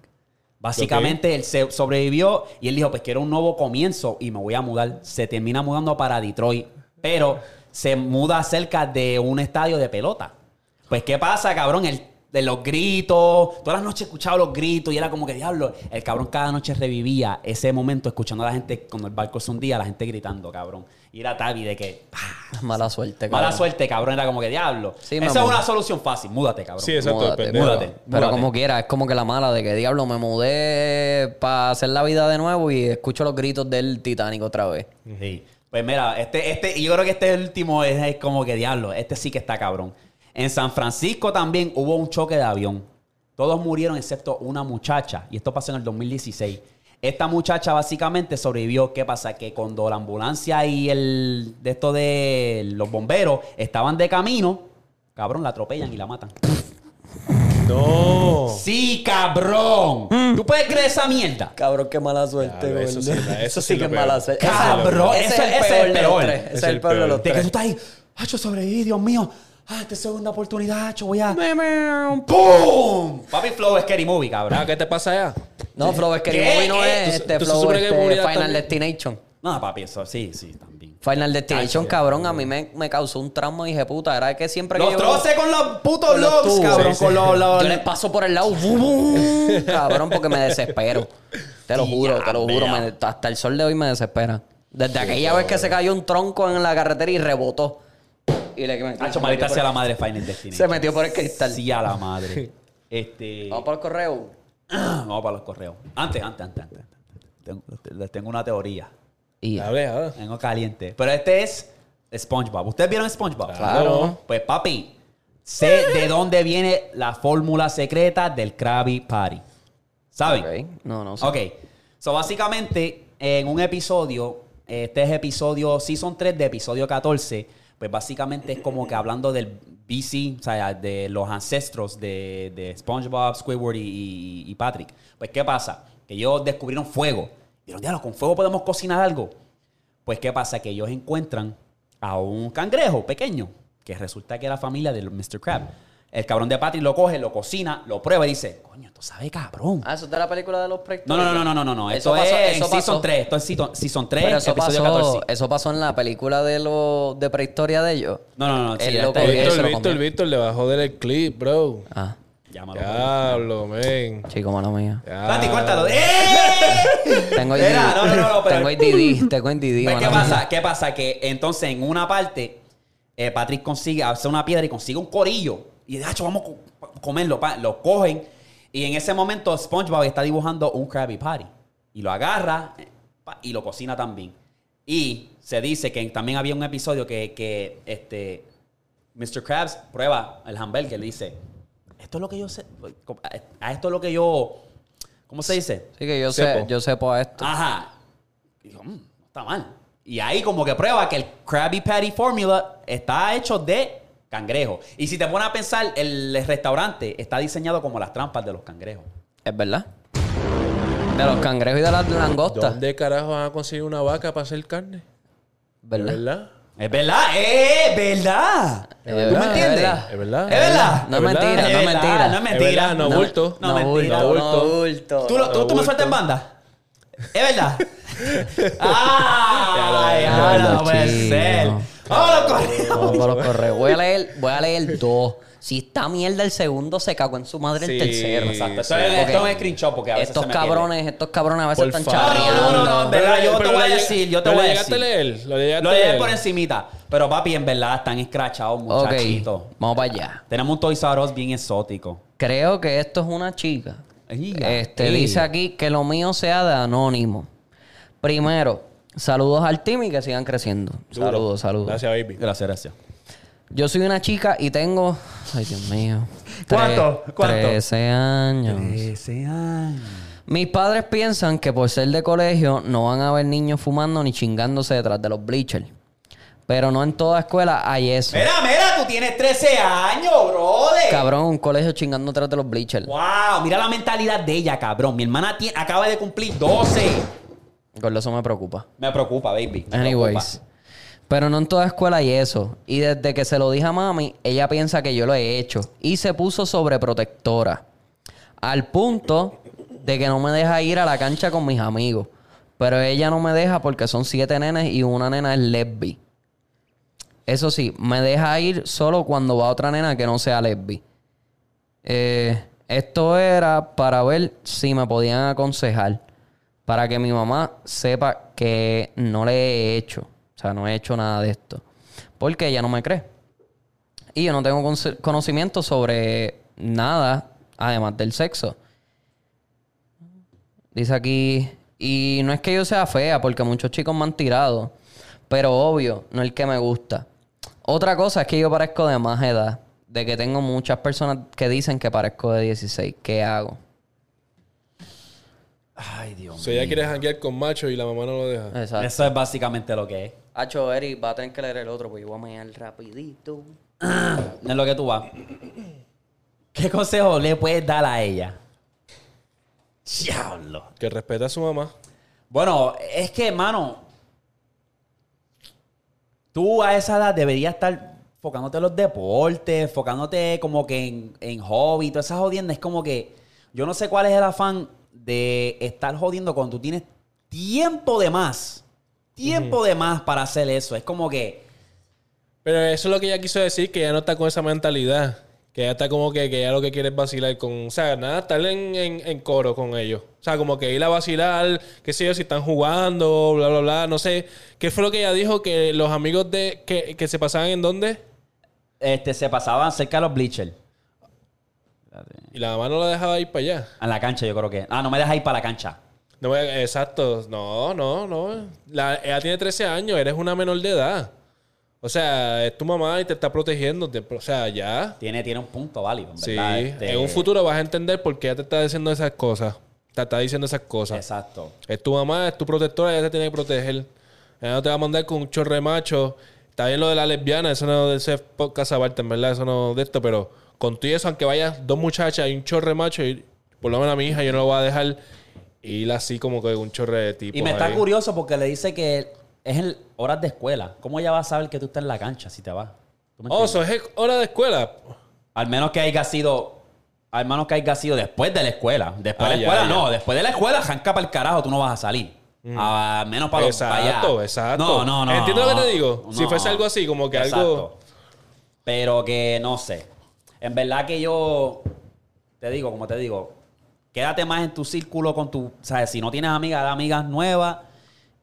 Speaker 2: Básicamente él se sobrevivió y él dijo, pues quiero un nuevo comienzo y me voy a mudar. Se termina mudando para Detroit, pero se muda cerca de un estadio de pelota. Pues qué pasa, cabrón, el, de los gritos, todas las noches escuchaba los gritos y era como que diablo, el cabrón cada noche revivía ese momento escuchando a la gente cuando el barco se hundía, la gente gritando, cabrón. Y era Tavi de que... "Ah,
Speaker 1: Mala suerte, cabrón.
Speaker 2: Mala suerte, cabrón. Era como que diablo.
Speaker 1: Sí,
Speaker 2: Esa
Speaker 1: mamá.
Speaker 2: es una solución fácil. Múdate, cabrón.
Speaker 3: Sí, exacto.
Speaker 1: Múdate,
Speaker 3: pendejo.
Speaker 2: múdate.
Speaker 1: Pero como quiera, es como que la mala de que diablo me mudé para hacer la vida de nuevo y escucho los gritos del Titanic otra vez.
Speaker 2: Sí. Pues mira, este, este, yo creo que este último es, es como que diablo. Este sí que está cabrón. En San Francisco también hubo un choque de avión. Todos murieron excepto una muchacha. Y esto pasó en el 2016. Esta muchacha básicamente sobrevivió. ¿Qué pasa? Que cuando la ambulancia y el de esto de los bomberos estaban de camino, cabrón, la atropellan y la matan.
Speaker 3: No.
Speaker 2: Sí, cabrón. ¿Tú puedes creer esa mierda?
Speaker 1: Cabrón, qué mala suerte,
Speaker 3: Claro, eso
Speaker 1: gordo.
Speaker 3: sí, eso sí lo peor.
Speaker 2: Cabrón,
Speaker 1: Ese
Speaker 2: eso-
Speaker 1: es
Speaker 2: ese
Speaker 1: el peor de los
Speaker 2: peor.
Speaker 1: tres. Ese es el peor de los
Speaker 2: De que
Speaker 1: tres.
Speaker 2: tú estás ahí, ah, yo sobreviví, Dios mío. Ah, esta es segunda oportunidad, yo voy a. ¡Pum! Papi Flow es Scary Movie,
Speaker 3: Ah,
Speaker 2: cabrón.
Speaker 3: ¿Qué te pasa allá?
Speaker 1: No, Flow, es que
Speaker 2: ¿Qué?
Speaker 1: el movie no
Speaker 2: ¿Qué?
Speaker 1: es
Speaker 3: Tú-
Speaker 1: este
Speaker 3: tú se
Speaker 1: Flow,
Speaker 3: supone que
Speaker 1: este,
Speaker 3: morirás
Speaker 1: Final
Speaker 3: también.
Speaker 1: Destination.
Speaker 2: No, papi, eso sí, sí, también.
Speaker 1: Final Destination, cabrón, a mí me, me causó un trauma, dije puta. Era que siempre que
Speaker 2: Los
Speaker 1: yo-
Speaker 2: troces con los putos
Speaker 1: Con los
Speaker 2: lobs,
Speaker 1: tubos.
Speaker 2: cabrón.
Speaker 1: Sí,
Speaker 2: Con los. los-
Speaker 1: Yo les paso por el lado, bum, bum, cabrón, porque me desespero. Te lo juro, te lo juro. me- hasta el sol de hoy me desespera. Desde aquella vez que se cayó un tronco en la carretera y rebotó. Y le,
Speaker 2: Nacho,
Speaker 1: se,
Speaker 2: maldita
Speaker 1: metió
Speaker 2: sea
Speaker 1: por,
Speaker 2: la madre Final Destination.
Speaker 1: se metió por el cristal.
Speaker 2: Sí, a la madre. Este.
Speaker 1: Vamos por el correo.
Speaker 2: Vamos para los correos. Antes, antes, antes, antes. antes. Tengo- les tengo una teoría.
Speaker 1: Y
Speaker 3: Hable, hable.
Speaker 2: Tengo caliente. Pero este es SpongeBob. ¿Ustedes vieron SpongeBob?
Speaker 1: Claro.
Speaker 2: Pues papi, sé de dónde viene la fórmula secreta del Krabby Patty. ¿Saben?
Speaker 1: Ok, No, no sé.
Speaker 2: Ok. So, básicamente, en un episodio, este es episodio, season 3 de episodio 14, pues básicamente es como que hablando del BC, o sea, de los ancestros de, de SpongeBob, Squidward y, y- y Patrick. Pues, ¿qué pasa? Que ellos descubrieron fuego. Dijeron, diablo, con fuego podemos cocinar algo. Pues, ¿qué pasa? Que ellos encuentran a un cangrejo pequeño, que resulta que era familia del Mr. Crab. El cabrón de Patrick lo coge, lo cocina, lo prueba y dice, coño, esto sabe cabrón.
Speaker 1: Ah, eso es de la película de los
Speaker 2: No,
Speaker 1: prehistóricos.
Speaker 2: no, no, no, no, no, no. Esto
Speaker 1: Eso pasó,
Speaker 2: es en
Speaker 1: eso
Speaker 2: Season
Speaker 1: pasó.
Speaker 2: 3. Esto es Season, season 3,
Speaker 1: Pero eso
Speaker 2: episodio
Speaker 1: pasó,
Speaker 2: 14.
Speaker 1: eso pasó en la película de los de prehistoria de ellos.
Speaker 2: No, no, no.
Speaker 1: El
Speaker 2: sí,
Speaker 1: loco
Speaker 2: este-
Speaker 1: bien. se
Speaker 3: Víctor,
Speaker 1: lo
Speaker 3: Víctor,
Speaker 1: comió.
Speaker 3: Víctor le bajó del clip, bro.
Speaker 1: Ah,
Speaker 2: Llámalo.
Speaker 3: Diablo, men.
Speaker 1: chico, mala mía.
Speaker 2: Santi,
Speaker 3: Diablo.
Speaker 2: cuéntalo. ¡Eh!
Speaker 1: Tengo IDD.
Speaker 2: Mira, no, no, no, no, pero-
Speaker 1: Tengo IDD, tengo IDD,
Speaker 2: Pues, ¿Qué
Speaker 1: mala mía.
Speaker 2: pasa? ¿Qué pasa? Que entonces en una parte, eh, Patrick consigue, hace una piedra y consigue un corillo. Y de hecho, vamos a co- comerlo. pa". Lo cogen. Y en ese momento, SpongeBob está dibujando un Krabby Patty. Y lo agarra eh, pa, y lo cocina también. Y se dice que también había un episodio que, que este, Mr. Krabs prueba el hamburger. Le dice: Esto es lo que yo sé. A esto es lo que yo ¿Cómo se dice?
Speaker 1: Así que yo sé,
Speaker 3: Sepo.
Speaker 1: yo sepo a esto.
Speaker 2: Ajá. Y yo, "Mm, no está mal. Y ahí como que prueba que el Krabby Patty Formula está hecho de cangrejo. Y si te pones a pensar, el restaurante está diseñado como las trampas de los cangrejos.
Speaker 1: Es verdad. De los cangrejos y de las langostas.
Speaker 3: ¿Dónde carajo van a conseguir una vaca para hacer carne?
Speaker 1: ¿Verdad?
Speaker 3: ¿Verdad?
Speaker 2: Es verdad, eh, verdad.
Speaker 1: Es
Speaker 2: ¿Tú
Speaker 1: verdad,
Speaker 2: me entiendes?
Speaker 1: es verdad.
Speaker 3: Es verdad.
Speaker 2: Es verdad.
Speaker 1: No es mentira, no
Speaker 2: Es
Speaker 1: es
Speaker 2: verdad,
Speaker 1: mentira.
Speaker 2: No es Ah, mentira.
Speaker 3: verdad, no
Speaker 2: me-
Speaker 3: bulto.
Speaker 2: No, mentira.
Speaker 1: bulto,
Speaker 3: no
Speaker 1: no bulto.
Speaker 2: ¿Tú, lo- tú, tú me
Speaker 3: bulto.
Speaker 2: sueltas en banda? Es verdad. Ah, ¡Ay,
Speaker 1: Ya lo
Speaker 2: ay,
Speaker 1: veo,
Speaker 2: no puede
Speaker 1: chico.
Speaker 2: ser! ¡Vámonos, correo!
Speaker 1: Vamos a los correos. Voy a leer, voy a leer dos. Si esta mierda el segundo se cagó en su madre
Speaker 3: Sí,
Speaker 1: el tercero.
Speaker 3: exacto.
Speaker 2: Esto,
Speaker 1: Porque
Speaker 2: es- esto es un screenshot porque a veces
Speaker 1: estos
Speaker 2: se me pierde.
Speaker 1: cabrones, estos cabrones a veces
Speaker 3: Por
Speaker 1: están
Speaker 3: favor.
Speaker 1: charreando.
Speaker 2: No, no, no, de- verdad, yo te
Speaker 3: Pero
Speaker 2: voy a
Speaker 3: lo lleg-
Speaker 2: decir, yo te
Speaker 3: lo
Speaker 2: voy a
Speaker 3: llegaste
Speaker 2: decir.
Speaker 3: leer, lo llegaste
Speaker 2: Lo
Speaker 3: a
Speaker 2: llevé
Speaker 3: leer.
Speaker 2: por encimita. Pero papi, en verdad están escrachados,
Speaker 1: este Ok,
Speaker 2: muchachitos.
Speaker 1: vamos para allá.
Speaker 2: Tenemos un Toys R Us bien exótico.
Speaker 1: Creo que esto es una chica.
Speaker 2: Ay,
Speaker 1: Este
Speaker 2: ay.
Speaker 1: dice aquí que lo mío sea de anónimo. Primero, saludos al team y que sigan creciendo.
Speaker 3: Duro.
Speaker 1: Saludos, saludos.
Speaker 3: Gracias, baby.
Speaker 2: Gracias, gracias.
Speaker 1: Yo soy una chica y tengo. Ay, Dios mío.
Speaker 2: ¿Cuánto?
Speaker 1: Tre-
Speaker 2: ¿Cuánto? Eh.
Speaker 1: 13 años.
Speaker 2: Ese año.
Speaker 1: Mis padres piensan que por ser de colegio no van a haber niños fumando ni chingándose detrás de los bleachers. Pero no en toda escuela hay eso.
Speaker 2: Mira, mira, tú tienes 13 años, brother.
Speaker 1: Cabrón, un colegio chingando detrás de los bleachers.
Speaker 2: Wow, mira la mentalidad de ella, cabrón. Mi hermana tie- acaba de cumplir 12.
Speaker 1: Gordo, eso me preocupa.
Speaker 2: Me preocupa, baby. me
Speaker 1: Anyways.
Speaker 2: preocupa.
Speaker 1: Pero no en toda escuela hay eso. Y desde que se lo dije a mami, ella piensa que yo lo he hecho. Y se puso sobreprotectora. Al punto de que no me deja ir a la cancha con mis amigos. Pero ella no me deja porque son siete nenes y una nena es lesbi. Eso sí, me deja ir solo cuando va otra nena que no sea lesbi. Eh, esto era para ver si me podían aconsejar. Para que mi mamá sepa que no le he hecho. O sea, no he hecho nada de esto. Porque ella no me cree. Y yo no tengo conce- conocimiento sobre nada, además del sexo. Dice aquí, y no es que yo sea fea, porque muchos chicos me han tirado, pero obvio, no el que me gusta. Otra cosa es que yo parezco de más edad, de que tengo muchas personas que dicen que parezco de 16. ¿Qué hago?
Speaker 2: Ay, Dios
Speaker 3: O sea, ella quiere janguear con macho y la mamá no lo deja.
Speaker 1: Exacto.
Speaker 2: Eso es básicamente lo que es.
Speaker 1: Hacho, Eric, va a tener que leer el otro, porque yo voy a mear rapidito.
Speaker 2: No es lo que tú vas. ¿Qué consejo le puedes dar a ella? Diablo.
Speaker 3: Que respeta a su mamá.
Speaker 2: Bueno, es que, hermano, tú a esa edad deberías estar enfocándote en los deportes, enfocándote como que en, en hobby, todas esas jodiendas. Es como que yo no sé cuál es el afán de estar jodiendo cuando tú tienes tiempo de más. Tiempo de más para hacer eso. Es como que...
Speaker 3: Pero eso es lo que ella quiso decir, que ya no está con esa mentalidad. Que ya está como que, que ya lo que quiere es vacilar con... O sea, nada, estar en, en- en coro con ellos. O sea, como que ir a vacilar, qué sé yo, si están jugando, bla, bla, bla. No sé. ¿Qué fue lo que ella dijo? Que los amigos de... Que, que se pasaban en dónde?
Speaker 2: este, se pasaban cerca de los bleachers.
Speaker 3: Y la mamá no la dejaba ir para allá.
Speaker 2: A la cancha, yo creo que. Ah, no me dejas ir para la cancha.
Speaker 3: No, eh, exacto. No, no, no. La, ella tiene 13 años, eres una menor de edad. O sea, es tu mamá y te está protegiendo. te- o sea, ya.
Speaker 2: Tiene, tiene un punto válido, en
Speaker 3: Sí,
Speaker 2: verdad. este,
Speaker 3: en un futuro vas a entender por qué ella te está diciendo esas cosas. Te está diciendo esas cosas.
Speaker 2: Exacto.
Speaker 3: Es tu mamá, es tu protectora, ella te tiene que proteger. Ella no te va a mandar con un chorre de macho. Está bien lo de la lesbiana, eso no de ese podcast aparte, en verdad, eso no de esto, pero contigo eso, aunque vayas dos muchachas y un chorre de macho, y por lo menos a mi hija yo no lo voy a dejar ir así como que un chorre de tipo.
Speaker 2: Y me está
Speaker 3: ahí.
Speaker 2: curioso porque le dice que es en horas de escuela. ¿Cómo ella va a saber que tú estás en la cancha si te vas? ¿Tú me
Speaker 3: Oh,
Speaker 2: entiendes?
Speaker 3: eso es hora de escuela.
Speaker 2: Al menos que haya sido. Al menos que haya sido después de la escuela. Después de
Speaker 3: Ah,
Speaker 2: la
Speaker 3: ya,
Speaker 2: escuela,
Speaker 3: ya. Mm.
Speaker 2: no. Después de la escuela, janca para el carajo, tú no vas a salir. Ah, al menos para los para allá.
Speaker 3: Exacto, exacto.
Speaker 2: No, no, no.
Speaker 3: Entiendo lo que te
Speaker 2: no,
Speaker 3: digo. Si
Speaker 2: no.
Speaker 3: fuese algo así, como que algo-
Speaker 2: Pero que no sé. En verdad que yo. Te digo, como te digo. Quédate más en tu círculo con tu. ¿Sabes? Si no tienes amigas, haz amigas nuevas.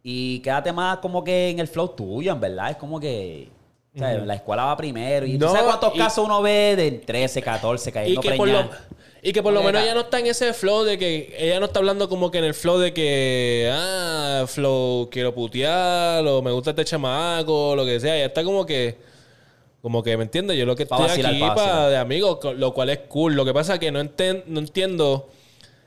Speaker 2: Y quédate más como que en el flow tuyo, en verdad. Es como que. ¿sabes? La escuela va primero. Y
Speaker 3: No,
Speaker 2: tú sabes cuántos
Speaker 3: y-
Speaker 2: casos uno ve de 13, 14,
Speaker 3: y
Speaker 2: cayendo
Speaker 3: que, por lo,
Speaker 2: preñada.
Speaker 3: y que por lo
Speaker 2: Mira.
Speaker 3: menos ella no está en ese flow de que ella no está hablando como que en el flow de que ah flow quiero putear o me gusta este chamaco o lo que sea ella está como que como que me entiendes yo lo que
Speaker 2: Pa'
Speaker 3: estoy
Speaker 2: vacilar,
Speaker 3: aquí
Speaker 2: pa'
Speaker 3: pa'
Speaker 2: vacilar.
Speaker 3: de amigos co- lo cual es cool lo que pasa que no enten- no entiendo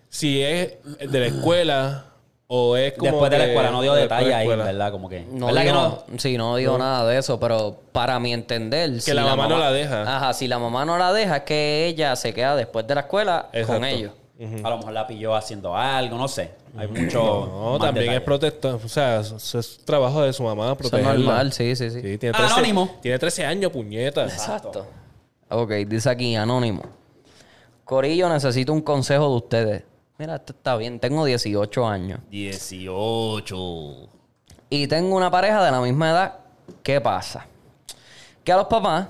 Speaker 3: si es de la escuela o es como.
Speaker 2: Después de la
Speaker 3: que-
Speaker 2: escuela, no dio
Speaker 3: después de
Speaker 2: detalles
Speaker 3: la
Speaker 2: ahí,
Speaker 3: escuela.
Speaker 2: ¿verdad? Como que.
Speaker 1: No
Speaker 2: ¿Verdad que
Speaker 1: digo-
Speaker 2: no?
Speaker 1: Sí, no digo nada de eso, pero para mi entender. Que
Speaker 3: la mamá no la deja.
Speaker 1: Ajá, si la mamá no la deja, es que ella se queda después de la escuela con
Speaker 3: Exacto.
Speaker 1: ellos.
Speaker 2: A lo mejor la pilló haciendo algo, no sé. Hay mucho.
Speaker 3: No,
Speaker 2: más
Speaker 3: también es
Speaker 2: detalles.
Speaker 3: protesta. O sea, eso es trabajo de su mamá
Speaker 1: Eso es
Speaker 3: protegerla.
Speaker 1: normal, sí, sí, sí.
Speaker 3: Sí, tiene 13,
Speaker 2: Anónimo.
Speaker 3: Tiene 13 años, puñeta.
Speaker 1: Exacto. Ok, dice aquí, anónimo. Corillo, necesito un consejo de ustedes. Mira, esto está bien, tengo 18 años.
Speaker 2: 18.
Speaker 1: y tengo una pareja de la misma edad, ¿qué pasa? Que a los papás,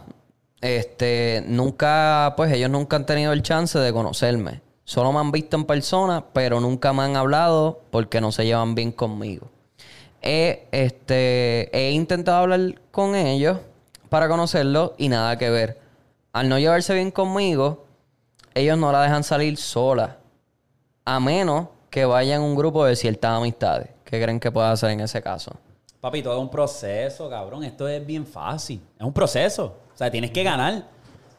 Speaker 1: este, nunca, pues ellos nunca han tenido el chance de conocerme. Solo me han visto en persona, pero nunca me han hablado porque no se llevan bien conmigo. He, este, he intentado hablar con ellos para conocerlos y nada que ver. Al no llevarse bien conmigo, ellos no la dejan salir sola. A menos que vayan un grupo de ciertas amistades. ¿Qué creen que pueda hacer en ese caso?
Speaker 2: Papi, todo es un proceso, cabrón. Esto es bien fácil. Es un proceso. O sea, tienes que ganar.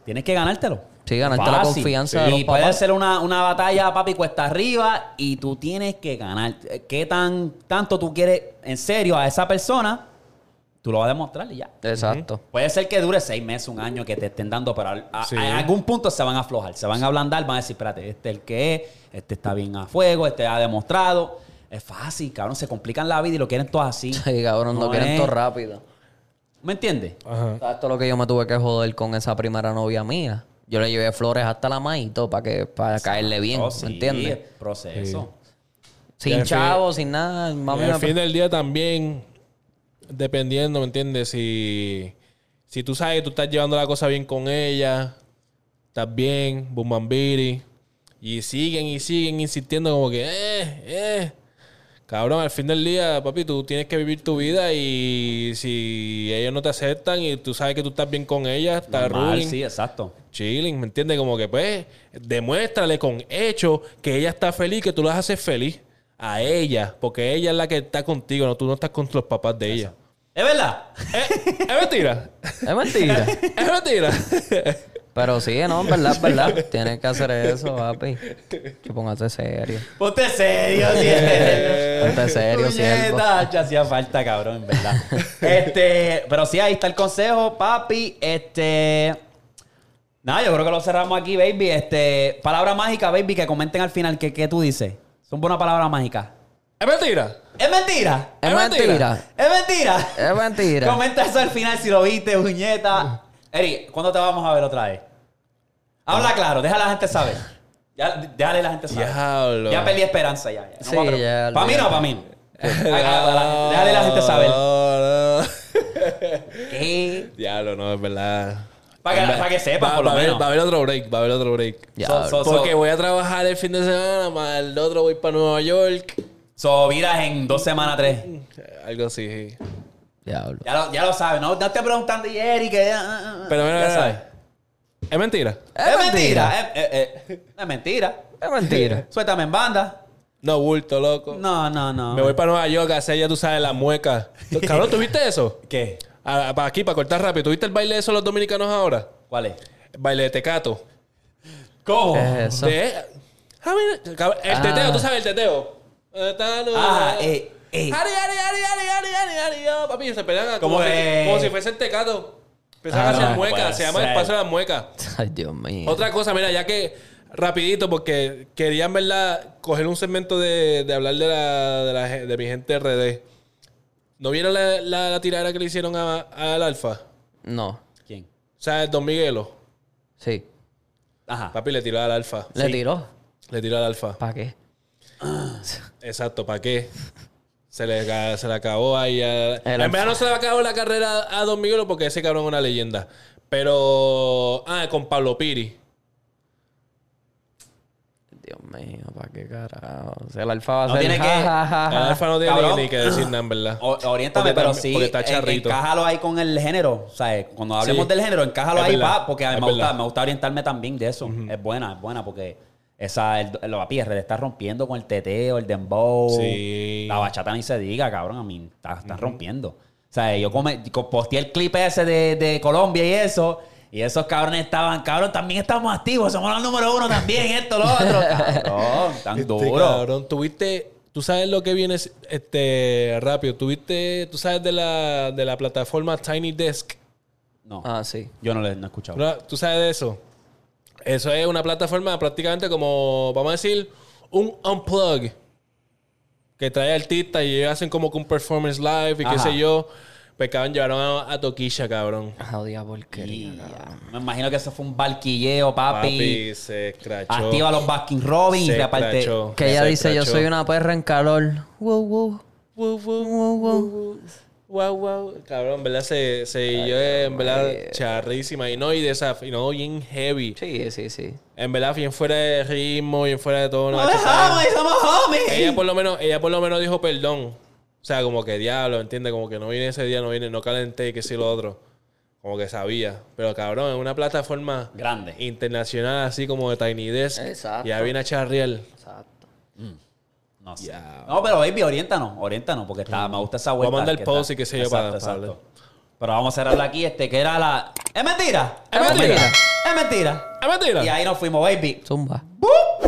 Speaker 2: Tienes que ganártelo.
Speaker 1: Sí, ganarte la confianza de los
Speaker 2: y puede
Speaker 1: papás.
Speaker 2: ser una, una batalla, papi, cuesta arriba y tú tienes que ganar. ¿Qué tan, tanto tú quieres en serio a esa persona? Tú lo vas a demostrar y ya.
Speaker 1: Exacto.
Speaker 2: Puede ser que dure seis meses, un año que te estén dando, pero al- a-
Speaker 3: Sí.
Speaker 2: en algún punto se van a aflojar, se van a ablandar, van a decir, espérate, este es el que es, este está bien a fuego, este ha demostrado. Es fácil, cabrón, se complican la vida y lo quieren todos así.
Speaker 1: Sí, cabrón, no, quieren
Speaker 2: es-
Speaker 1: todo rápido.
Speaker 2: ¿Me entiendes?
Speaker 3: Ajá.
Speaker 1: Esto es lo que yo me tuve que joder con esa primera novia mía. Yo le llevé flores hasta la maíz y todo para que para caerle bien,
Speaker 2: Oh,
Speaker 1: ¿me
Speaker 2: sí,
Speaker 1: entiendes?
Speaker 2: es Proceso.
Speaker 1: Sin
Speaker 3: Al fin-
Speaker 1: chavo, sin nada, mami
Speaker 3: al
Speaker 1: me-
Speaker 2: pues.
Speaker 3: fin del día también, dependiendo, ¿me entiendes? Si, si tú sabes que tú estás llevando la cosa bien con ella, estás bien, bumbambiri, y siguen y siguen insistiendo como que, eh, eh. Cabrón, al fin del día, papi, tú tienes que vivir tu vida y si ellos no te aceptan y tú sabes que tú estás bien con ella, estás
Speaker 2: Normal,
Speaker 3: ruling,
Speaker 2: sí, exacto.
Speaker 3: chilling, ¿me entiendes? Como que pues, demuéstrale con hechos que ella está feliz, que tú la haces feliz a ella, porque ella es la que está contigo, no tú no estás con los papás de ella.
Speaker 2: Es verdad.
Speaker 3: Eh, es mentira,
Speaker 1: Es mentira.
Speaker 3: es mentira.
Speaker 1: Pero sí, no, en verdad, en verdad. Tienes que hacer eso, papi. Que póngate serio.
Speaker 2: Ponte serio, sí.
Speaker 1: Ponte serio, siervo.
Speaker 2: Puñeta, ya hacía falta, cabrón, en verdad. este, pero sí, ahí está el consejo, papi. Este. Nada, yo creo que lo cerramos aquí, baby. Este, palabra mágica, baby, que comenten al final que, que tú dices. Son buenas palabras mágicas.
Speaker 3: Es mentira.
Speaker 2: ¿Es mentira?
Speaker 1: Es mentira.
Speaker 2: ¿Es mentira?
Speaker 1: Es mentira. Mm.
Speaker 2: Comenta eso al final si lo viste, puñeta. Eri, ¿cuándo te vamos a ver otra vez?
Speaker 1: Ah.
Speaker 2: Habla claro, deja a la gente saber. Ya, déjale a la gente saber.
Speaker 3: Diablo.
Speaker 2: Ya perdí esperanza ya.
Speaker 1: Sí, ya,
Speaker 2: Para mí no,
Speaker 1: ya.
Speaker 2: para mí. no. Déjale a la gente saber.
Speaker 3: No, no.
Speaker 2: ¿Qué?
Speaker 3: Diablo, no, es verdad.
Speaker 2: Pa' que-
Speaker 3: Es verdad.
Speaker 2: pa' que sepan,
Speaker 3: Va-
Speaker 2: por lo
Speaker 3: va a haber-
Speaker 2: menos.
Speaker 3: Va a haber otro break, va a haber otro break.
Speaker 1: Ya,
Speaker 2: So- so-
Speaker 3: Porque
Speaker 2: so-
Speaker 3: voy a trabajar el fin de semana, más el otro voy para Nueva York.
Speaker 2: so, viras en dos semanas, tres.
Speaker 3: Algo así. sí.
Speaker 1: Diablo.
Speaker 2: Ya lo, ya lo sabes, no, no te preguntando y Eri que...
Speaker 3: Pero mira,
Speaker 2: Ya
Speaker 3: mira,
Speaker 2: sabes.
Speaker 3: mira. Es mentira.
Speaker 2: Es mentira, es, eh, eh, es mentira.
Speaker 1: Es mentira.
Speaker 2: Suéltame en banda.
Speaker 3: No, bulto, loco.
Speaker 2: No, no, no. eh.
Speaker 3: Me voy para Nueva York a hacer ya, tú sabes, la mueca. Cabrón, ¿tuviste eso?
Speaker 2: ¿Qué?
Speaker 3: A- a- Para aquí, para cortar rápido. ¿Tuviste el baile de eso los dominicanos ahora?
Speaker 2: ¿Cuál es?
Speaker 3: El baile de tecato.
Speaker 2: ¿Cómo?
Speaker 1: ¿Qué es eso?
Speaker 3: De... Ah, mira, cabrón, El
Speaker 1: Ah.
Speaker 3: teteo, tú sabes el teteo. Eh, ta, no,
Speaker 2: Ah,
Speaker 3: no.
Speaker 2: eh, eh.
Speaker 3: Ari, ari, ari, ari, ari, ari, ari, oh, Papi, se pelean
Speaker 2: ¿Cómo
Speaker 3: como,
Speaker 2: es?
Speaker 3: si, como si fuese el tecato. Empezaban
Speaker 2: Ah,
Speaker 3: a hacer
Speaker 2: no
Speaker 3: muecas.
Speaker 2: puede
Speaker 3: Se llama
Speaker 2: ser.
Speaker 3: el paso de las muecas.
Speaker 1: Ay, Dios mío.
Speaker 3: Otra cosa, mira, ya que rapidito, porque quería en verdad coger un segmento de, de hablar de, la, de, la ge- de mi gente RD. ¿No vieron la, la, la tiradera que le hicieron a- al Alfa?
Speaker 1: No.
Speaker 2: ¿Quién?
Speaker 3: O sea, el Don Miguelo.
Speaker 1: Sí.
Speaker 2: Ajá.
Speaker 3: Papi le tiró al Alfa.
Speaker 1: Le tiró.
Speaker 3: Le tiró al Alfa.
Speaker 1: ¿Para qué?
Speaker 3: Exacto, ¿para qué? Se le, ca- se le acabó ahí. A...
Speaker 1: El
Speaker 3: En verdad no se le acabó la carrera a Don Miguelo porque ese cabrón es una leyenda. Pero. Ah, con Pablo Piri.
Speaker 1: Dios mío, ¿para qué carajo? O sea, el alfa va a
Speaker 2: No
Speaker 1: ser...
Speaker 2: tiene que-
Speaker 1: ja, ja,
Speaker 3: El
Speaker 1: ja, ja.
Speaker 3: Alfa no tiene ni-
Speaker 2: Cabrón.
Speaker 3: ni que decir nada, en verdad.
Speaker 2: O- oriéntame,
Speaker 3: Porque
Speaker 2: pero
Speaker 3: tam-
Speaker 2: sí.
Speaker 3: porque está
Speaker 2: en-
Speaker 3: charrito.
Speaker 2: encájalo ahí con el género. ¿sabes? Cuando hablemos
Speaker 3: Sí.
Speaker 2: del género, encájalo
Speaker 3: Es
Speaker 2: ahí,
Speaker 3: verdad.
Speaker 2: pa, porque
Speaker 3: Es
Speaker 2: además me gusta,
Speaker 3: verdad.
Speaker 2: me gusta orientarme también de eso. Es buena, es buena, porque esa, el, el, la PR le está rompiendo con el teteo, el dembow.
Speaker 3: Sí.
Speaker 2: La bachata ni se diga, cabrón. A mí está, está rompiendo. O sea, yo come- co- posteé el clip ese de, de Colombia y eso. Y esos cabrones estaban, cabrón, también estamos activos, somos los número uno también, esto, lo otro. Cabrón, tan
Speaker 3: Este,
Speaker 2: duro.
Speaker 3: cabrón, tuviste. Tú sabes lo que viene este, rápido. Tuviste. Tú sabes de la, de la plataforma Tiny Desk.
Speaker 2: No,
Speaker 1: Ah, sí.
Speaker 2: yo no les no he escuchado.
Speaker 3: Una- ¿Tú sabes de eso? Eso es una plataforma prácticamente como, vamos a decir, un unplug que trae artistas y ellos hacen como que un performance live y qué
Speaker 2: Ajá.
Speaker 3: sé yo. Pues cabrón, llevaron a, a Toquilla, cabrón.
Speaker 1: Jodida porquería.
Speaker 2: Y-
Speaker 1: cabrón.
Speaker 2: Me imagino que eso fue un barquilleo, papi.
Speaker 3: Papi, se escrachó.
Speaker 2: Activa los Baskin Robin y
Speaker 3: Se
Speaker 2: reparte.
Speaker 3: escrachó,
Speaker 1: Que ella
Speaker 3: se
Speaker 1: dice, yo
Speaker 3: escrachó.
Speaker 1: soy una perra en calor. Wow, wow.
Speaker 3: Wow, wow, wow, wow. Wow, wow. Cabrón, ¿verdad? Se, se yo, eh, en verdad, charrísima. Y no, y de esa, y no, bien heavy.
Speaker 1: Sí, sí, sí.
Speaker 3: En verdad, bien fuera de ritmo, bien fuera de todo.
Speaker 2: ¡No dejamos! y ¡Somos homies!
Speaker 3: ella por lo menos ella por lo menos dijo perdón o sea como que diablo entiende como que no viene ese día no viene no calenté y que sí lo otro como que sabía pero cabrón en una plataforma
Speaker 2: Grande.
Speaker 3: internacional así como de Tiny Desk
Speaker 1: Exacto.
Speaker 3: ya viene a Charriel
Speaker 1: Exacto.
Speaker 2: No sé. No, pero baby, oriéntanos, oriéntanos, porque está, me gusta esa vuelta.
Speaker 3: Voy a mandar el
Speaker 2: que
Speaker 3: post
Speaker 2: está-
Speaker 3: y qué sé yo para-
Speaker 2: Exacto, exacto.
Speaker 3: para
Speaker 2: Pero vamos a cerrarla aquí, este, que era la... ¡Es mentira!
Speaker 3: ¡Es mentira!
Speaker 2: ¡Es mentira!
Speaker 3: ¡Es mentira!
Speaker 2: Y ahí nos fuimos, baby.
Speaker 1: Zumba.
Speaker 2: ¡Bup!